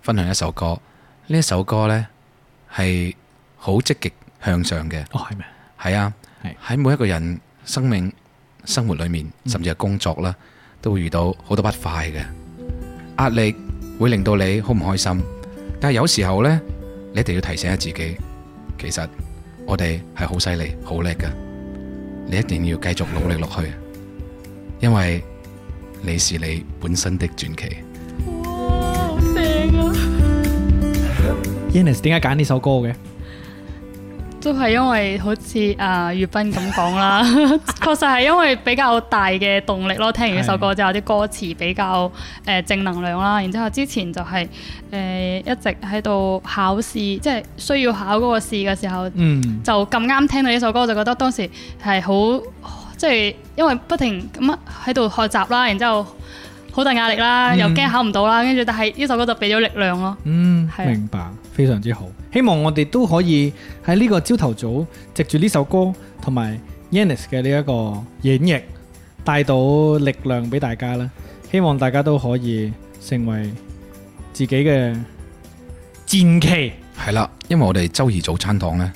Speaker 4: 分享一首歌。呢一首歌呢，係好積極向上嘅，
Speaker 2: 哦，係咩？
Speaker 4: 係啊
Speaker 2: 係，
Speaker 4: 喺每一個人生命生活裏面，甚至係工作啦，都會遇到好多不快嘅壓力，會令到你好唔開心。但係有時候呢，你一定要提醒下自己，其實我哋係好犀利、好叻嘅，你一定要繼續努力落去，因為你是你本身的傳奇。
Speaker 5: 好正啊！
Speaker 2: Yannis 點解揀呢首歌嘅？
Speaker 5: 都係因為好似啊月斌咁講啦，確實係因為比較大嘅動力咯。聽完呢首歌之後，啲歌詞比較誒、呃正能量啦。然之後之前就係、誒、一直喺度考試，即係需要考嗰個試嘅時候，
Speaker 2: 嗯，
Speaker 5: 就咁啱聽到呢首歌，就覺得當時係好即係因為不停咁樣喺度學習啦，然之後好大壓力啦，又驚考唔到啦，跟住但係呢首歌就俾咗力量咯。
Speaker 2: 嗯，
Speaker 5: 係啊
Speaker 2: 明白，非常之好。希望我哋都可以喺呢個朝頭早，藉住呢首歌同埋 Yannis 嘅呢一個演繹，帶到力量俾大家啦。希望大家都可以成為自己嘅戰旗。
Speaker 4: 係啦，因為我哋周二早餐堂呢，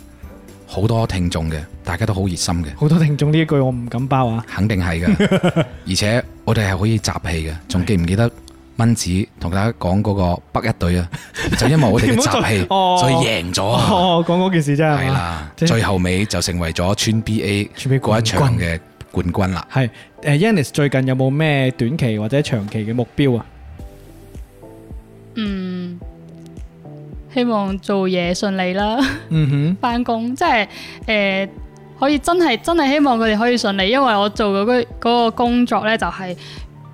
Speaker 4: 好多聽眾嘅，大家都好熱心嘅，
Speaker 2: 好多聽眾呢一句我唔敢包啊！
Speaker 4: 肯定 係嘅。而且我哋係可以集氣嘅，仲記唔記得蚊子同大家講嗰個北一 隊啊？就因為我哋嘅集氣，
Speaker 2: 你唔好再
Speaker 4: 所以贏咗啊。
Speaker 2: 哦，講嗰件事真係
Speaker 4: 係
Speaker 2: 嘛？
Speaker 4: 啦，
Speaker 2: 即係
Speaker 4: 最後尾就成為咗村 BA
Speaker 2: 村 BA
Speaker 4: 嗰一場
Speaker 2: 冠軍
Speaker 4: 嘅冠軍啦。
Speaker 2: 係誒，Yannis 最近有冇咩短期或者長期嘅目標啊？
Speaker 5: 嗯，希望做嘢順利啦，
Speaker 2: 嗯哼。
Speaker 5: 翻工即係诶、呃可以真係真係希望佢哋可以順利，因為我做嗰、個嗰個工作咧就係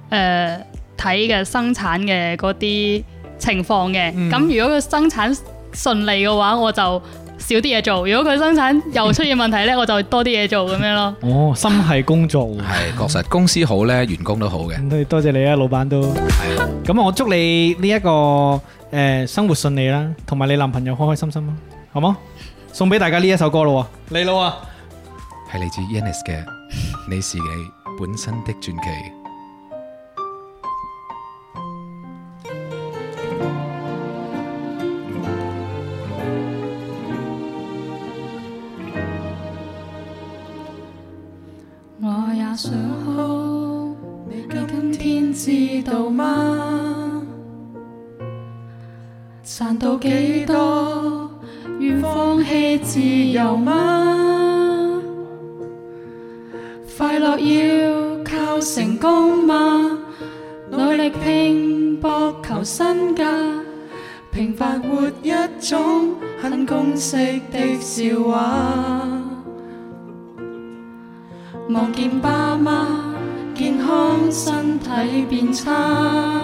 Speaker 5: 诶睇嘅生產嘅嗰啲情況嘅，咁、如果佢生產順利嘅話，我就少啲嘢做；如果佢生產又出現問題咧，我就多啲嘢做咁樣咯。
Speaker 2: 哦，心係工作喎。
Speaker 4: 係確實公司好呢，員工都好嘅。
Speaker 2: 咁都多謝你啊，老闆都。咁我祝你呢、一個誒、呃生活順利啦，同埋你男朋友開開心心啦，好冇？送俾大家呢一首歌咯喎，嚟咯
Speaker 4: 係嚟自 Yannis 嘅《你是你本身的傳奇》。
Speaker 5: 我也想哭，你今天知道嗎？賺到幾多，願放棄自由嗎？快樂要靠成功嗎？努力拼搏求身價，平凡活一種很公式的笑話。望見爸媽健康身體變差，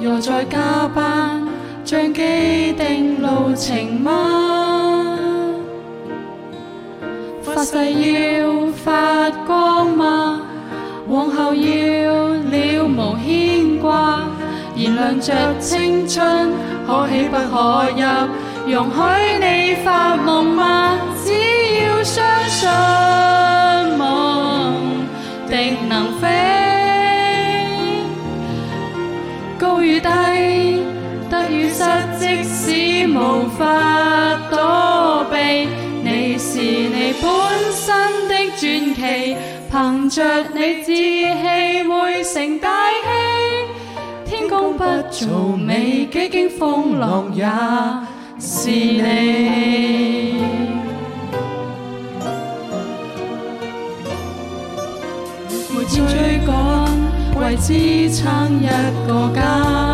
Speaker 5: 又再加班，像既定路程嗎？發誓要發光嗎？往後要了無牽掛，燃亮着青春，可喜不可泣。容許你發夢嗎？只要相信夢定能飛，高與低，得與失，即使無法躲避，你是你本身的傳奇，憑着你志氣會成大器。天公不造美，幾經風浪也是你。沒追趕，為支撐一個家。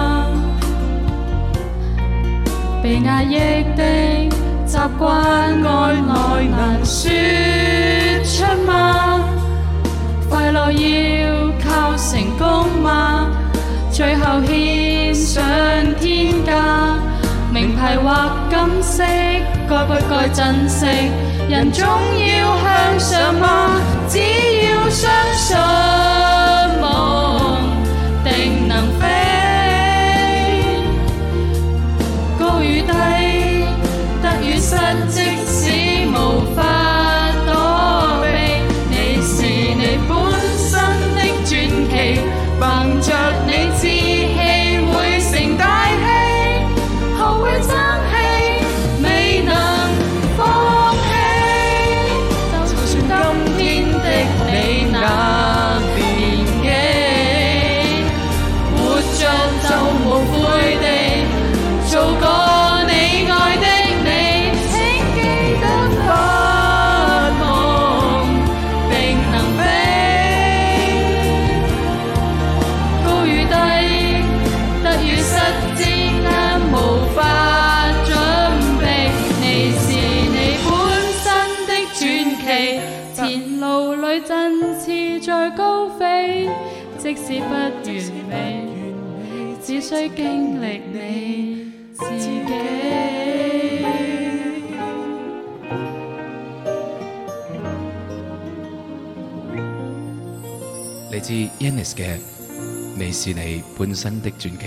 Speaker 5: 被壓抑的習慣，愛內能説出嗎？快樂要靠成功嗎？最後獻上天價，名牌或金色，該不該珍惜？人總要向上嗎？只要相信夢定能飛。高與低，得與失，即使無法躲避，你是你本身的傳奇，憑着你志氣會成大器，學會爭氣，未能放棄，就算今天的。
Speaker 7: 裏振翅再高飛，即使不完美，只需經歷你自己。
Speaker 4: 嚟自 Yannis 嘅《你是你本身的傳奇》。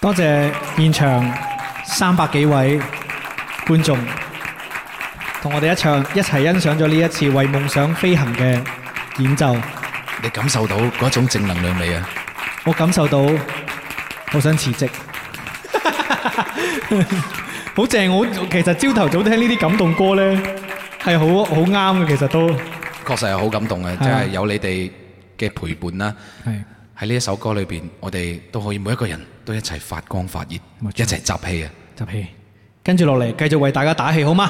Speaker 2: 多謝現場三百幾位觀眾，同我哋一唱一齊欣賞咗呢一次為夢想飛行嘅演奏。
Speaker 4: 你感受到嗰種正能量未啊？
Speaker 2: 我感受到好想辭職， 好正！我其實朝頭早聽呢啲感動歌呢，係好好啱嘅，其實都
Speaker 4: 確實係好感動嘅，即
Speaker 2: 係啊
Speaker 4: 係有你哋嘅陪伴啦。
Speaker 2: 係
Speaker 4: 喺呢一首歌裏邊，我哋都可以每一個人都一齊發光發熱，
Speaker 2: 冇錯
Speaker 4: 一齊集氣啊！
Speaker 2: 集氣。跟住落嚟，繼續為大家打氣，好嗎？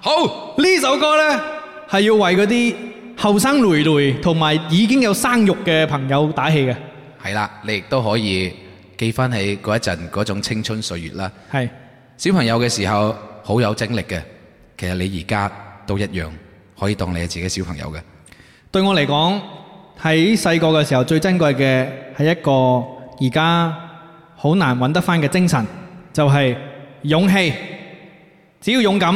Speaker 4: 好，
Speaker 2: 呢首歌呢，係要為嗰啲後生累累同埋已經有生育嘅朋友打氣嘅，
Speaker 4: 係啦，你亦都可以記翻起嗰一陣嗰種青春歲月啦。
Speaker 2: 係
Speaker 4: 小朋友嘅時候好有精力嘅，其實你而家都一樣，可以當你係自己小朋友嘅。
Speaker 2: 對我嚟講喺細個嘅時候最珍貴嘅係一個而家好難揾得翻嘅精神，就係、勇氣。只要勇敢，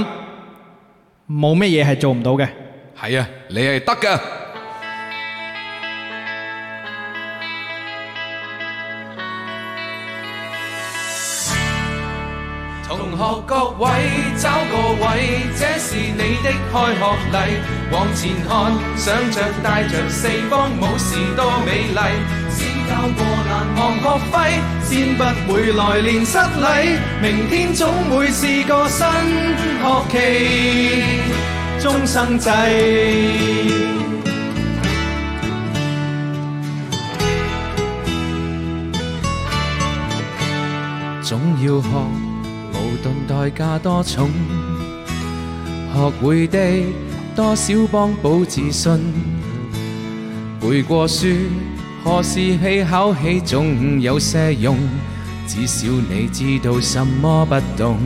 Speaker 2: 冇乜嘢係做唔到嘅。
Speaker 4: 係啊，你係得㗎。同學各位找個位，這是你的開學禮。往前看，想像帶着四方武士多美麗。先交過難忘學費，先不會來年失禮。明天總會是個新學期，終生制。總要學。無論代價多重，學會的多少幫補自信。背過書，何時起考起總有些用，至少你知道什麼不懂。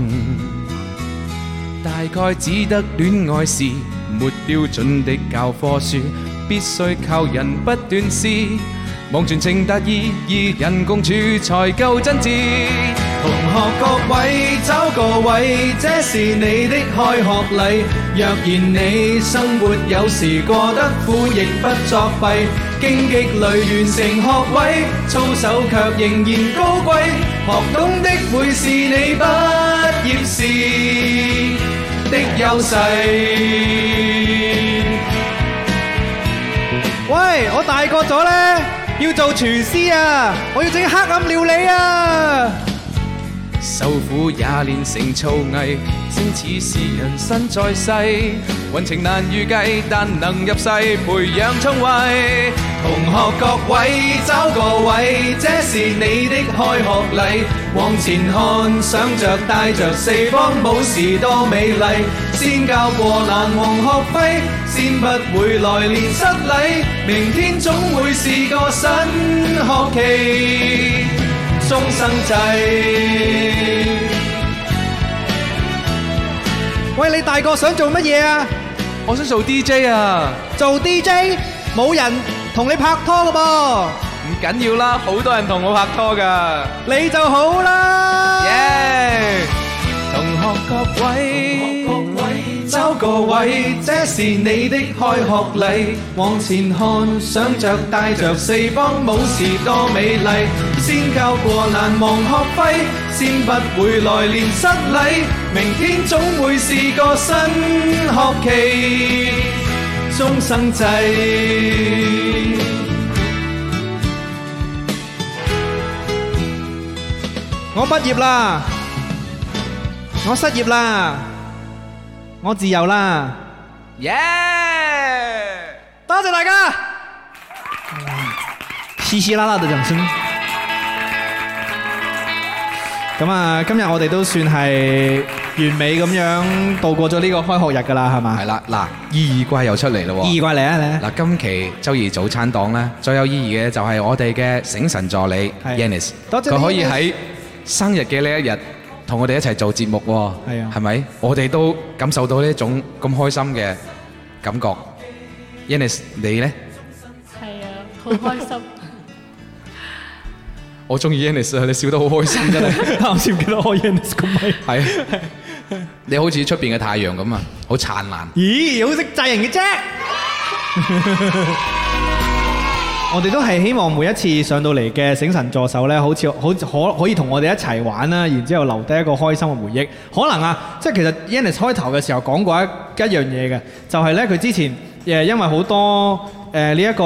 Speaker 4: 大概只得戀愛是沒標準的教科書，必須靠人不斷試，望全情達意，二人共處才夠真摯。
Speaker 2: 同學各位找個位，這是你的開學禮。若然你生活有時過得苦，亦不作弊。荊棘裏完成學位，操守卻仍然高貴。學懂的會是你畢業時的優勢。喂，我大個咗呢，要做廚師啊！我要整黑暗料理啊！
Speaker 4: 受苦也練成造詣，正似是人生在世，運程難預計，但能入世培養聰慧。同學各位找個位，這是你的開學禮。往前看，想着帶着四方武士多美麗，先交過難忘學費，先不會來年失禮。明天總會是個新學期。終生制。
Speaker 2: 喂，你大個想做乜嘢啊？
Speaker 4: 我想做 DJ 啊，
Speaker 2: 做 DJ 冇人同你拍拖噶
Speaker 4: 唔緊要啦，好多人同我拍拖噶。
Speaker 2: 噃，你就好啦。
Speaker 4: 耶！同學各位，找個位，這是你的開學禮。往前看，想着帶着四方武士多美麗，先交過難忘學費，先不會來年失禮。明天總會是個新學期，終生制。
Speaker 2: 我畢業啦，我失業啦，我自由啦。
Speaker 4: 耶！
Speaker 2: 多謝大家，稀稀拉拉嘅掌聲。咁啊，今日我哋都算係完美咁樣度過咗呢個開學日噶啦，係嘛
Speaker 4: 係？啦，嗱，意義季又出嚟咯喎。
Speaker 2: 二怪嚟啊， 嚟啊！
Speaker 4: 嗱，今期周二早餐檔咧，最有意義嘅就係我哋嘅醒神助理
Speaker 2: 係
Speaker 4: Yannis，
Speaker 2: 多謝
Speaker 4: 佢可
Speaker 2: Yannis
Speaker 4: 以喺生日嘅呢一日，同同我哋一齊做節目喎，
Speaker 2: 係啊
Speaker 4: 係咪？我哋都感受到呢一種咁開心嘅感覺。Yannis，你呢？
Speaker 5: 係啊，好開心。
Speaker 4: 我中意 Yannis 啊！你笑得好開心真係，
Speaker 2: 啱先唔記得開 Yannis 咁咪。
Speaker 4: 係你好似出邊嘅太陽咁啊，好燦爛。
Speaker 2: 咦，好識制人嘅啫！ 我哋都係希望每一次上到嚟嘅醒神助手呢，好似好可可以同我哋一齊玩啦，然之後留低一個開心嘅回憶。可能啊，即係其實 Yannis 開頭嘅時候講過一一樣嘢嘅，就係呢，佢之前誒因為好多誒呢一個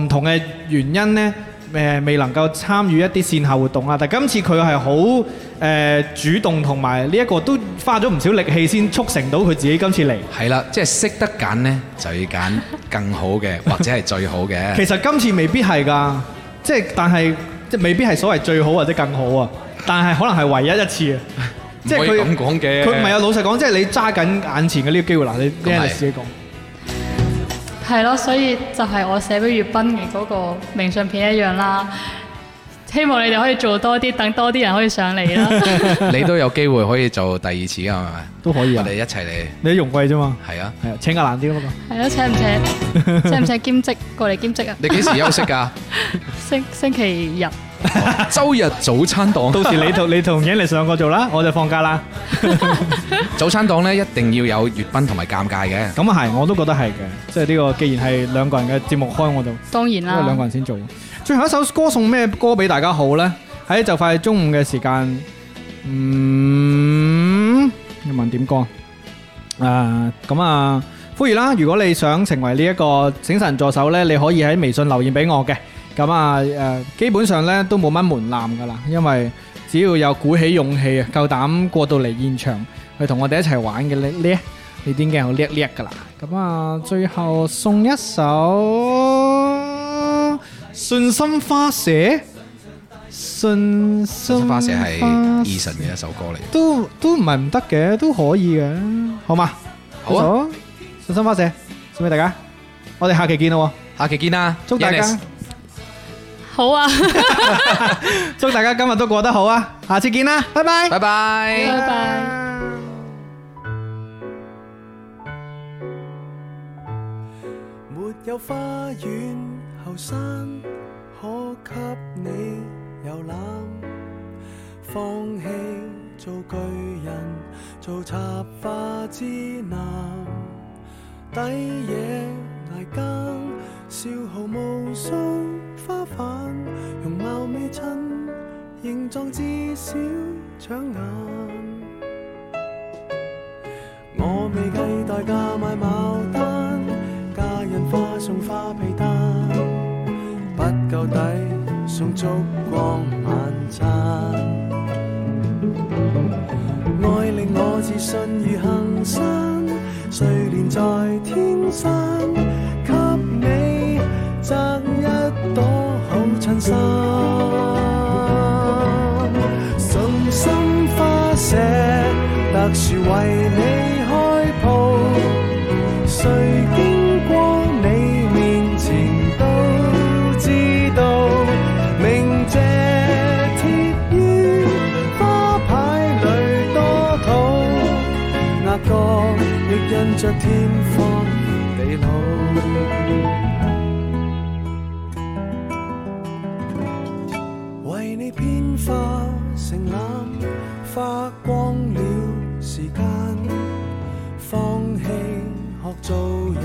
Speaker 2: 唔同嘅原因呢。誒未能夠參與一啲線下活動啊，但今次佢係好誒主動，同埋呢一個都花咗唔少力氣先促成到佢自己今次嚟。
Speaker 4: 係啦，即係識得揀呢，就要揀更好嘅，或者係最好 嘅。
Speaker 2: 其實今次未必係㗎，即係但係即係未必係所謂最好或者更好啊，但係可能係唯一 一次啊。即係
Speaker 4: 唔可以咁
Speaker 2: 佢
Speaker 4: 講嘅
Speaker 2: 佢唔係啊，老實講，即係你揸緊眼前嘅呢個機會嗱，你
Speaker 4: 咁係
Speaker 2: Dennis 自己講。
Speaker 5: 係咯，所以就係我寫俾月斌嘅嗰個明信片一樣啦。希望你哋可以做多啲，等多啲人可以上嚟啦。
Speaker 4: 你都有機會可以做第二次啊，係咪？
Speaker 2: 都可以啊
Speaker 4: 我哋一齊嚟，
Speaker 2: 你喺容貴啫嘛，
Speaker 4: 係啊！
Speaker 2: 係啊，請假難啲啊嘛。
Speaker 5: 係咯，請唔請？請唔請兼職過嚟兼職啊？
Speaker 4: 你幾時休息 㗎？
Speaker 5: 星星期日。
Speaker 4: 周日早餐檔，
Speaker 2: 到時你同你同 Dennis 兩個做啦，我就放假啦。
Speaker 4: 早餐檔呢，一定要有粵賓同埋尷尬嘅。
Speaker 2: 咁啊係，我都覺得係嘅，即係呢個既然係兩個人嘅節目開，我就。
Speaker 5: 當然
Speaker 2: 因為兩
Speaker 5: 啦，
Speaker 2: 個人先做。最後一首歌送咩歌俾大家好呢？喺就快中午嘅時間，嗯，要問點歌？啊，咁啊，呼籲啦！如果你想成為呢一個醒神助手呢，你可以喺微信留言俾我嘅。咁啊，誒、基本上呢都冇乜門檻噶啦，因為只要有鼓起勇氣啊，夠膽過到嚟現場去同我哋一齊玩嘅呢呢，你已經係好叻叻噶啦。咁啊，最後送一首《信心花舍》，信心
Speaker 4: 花舍係
Speaker 2: 花
Speaker 4: Eason 嘅一首歌嚟。
Speaker 2: 都都唔係唔得嘅，都可以嘅，好嘛？
Speaker 4: 好啊，
Speaker 2: 啊，信心花舍，送俾大家，我哋下期見咯
Speaker 4: 下期見啦，
Speaker 2: 喎，祝大
Speaker 4: Yannis
Speaker 2: 家
Speaker 5: 好啊，
Speaker 2: 祝大家今日都過得好啊，下次見啦，拜拜。
Speaker 4: 拜拜。
Speaker 5: 拜拜。
Speaker 6: 没有花園，後山可給你遊覽。放棄做巨人，做插花之男，抵野捱更，消耗無數花瓣，容貌美襯，形狀至少搶眼。我未計代價買牡丹，家人花送花被單，不夠抵送燭光晚餐。愛令我自信如行山，睡蓮在天山，給你摘一朵好襯衫。信心花舍，特殊為你開鋪，誰經過你面前都知道，鳴謝貼於花牌裏多土，額角亦印着天荒地老。為你編化成覽，花光了時間，放棄學做人，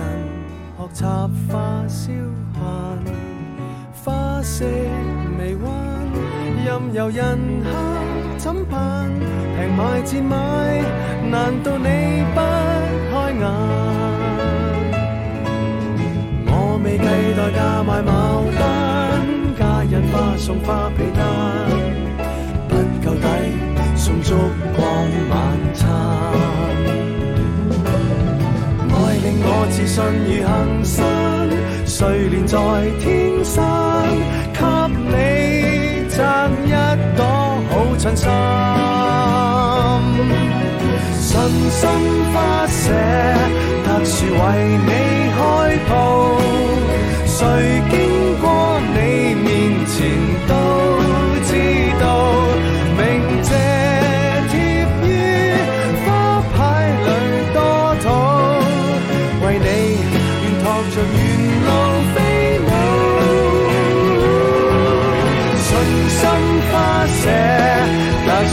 Speaker 6: 學插花消閒，花色未彎，任由人客怎辦？平賣賤賣，難道你不開眼？我未計代價買牡丹，家人花送花被單，不夠抵送燭光晚餐。愛令我自信如行山，睡蓮在天山，給你摘一朵好襯衫。信心花舍，特殊為你開鋪。誰經過你面前都知道，鳴謝天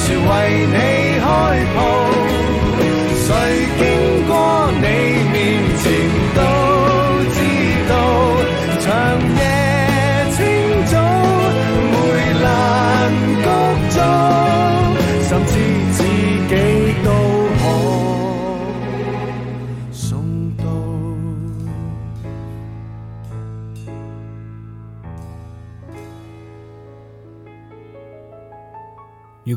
Speaker 6: 全為你開鋪。誰經過你面前都知道，長夜清早梅蘭菊中，甚至自己都可送到。
Speaker 3: 如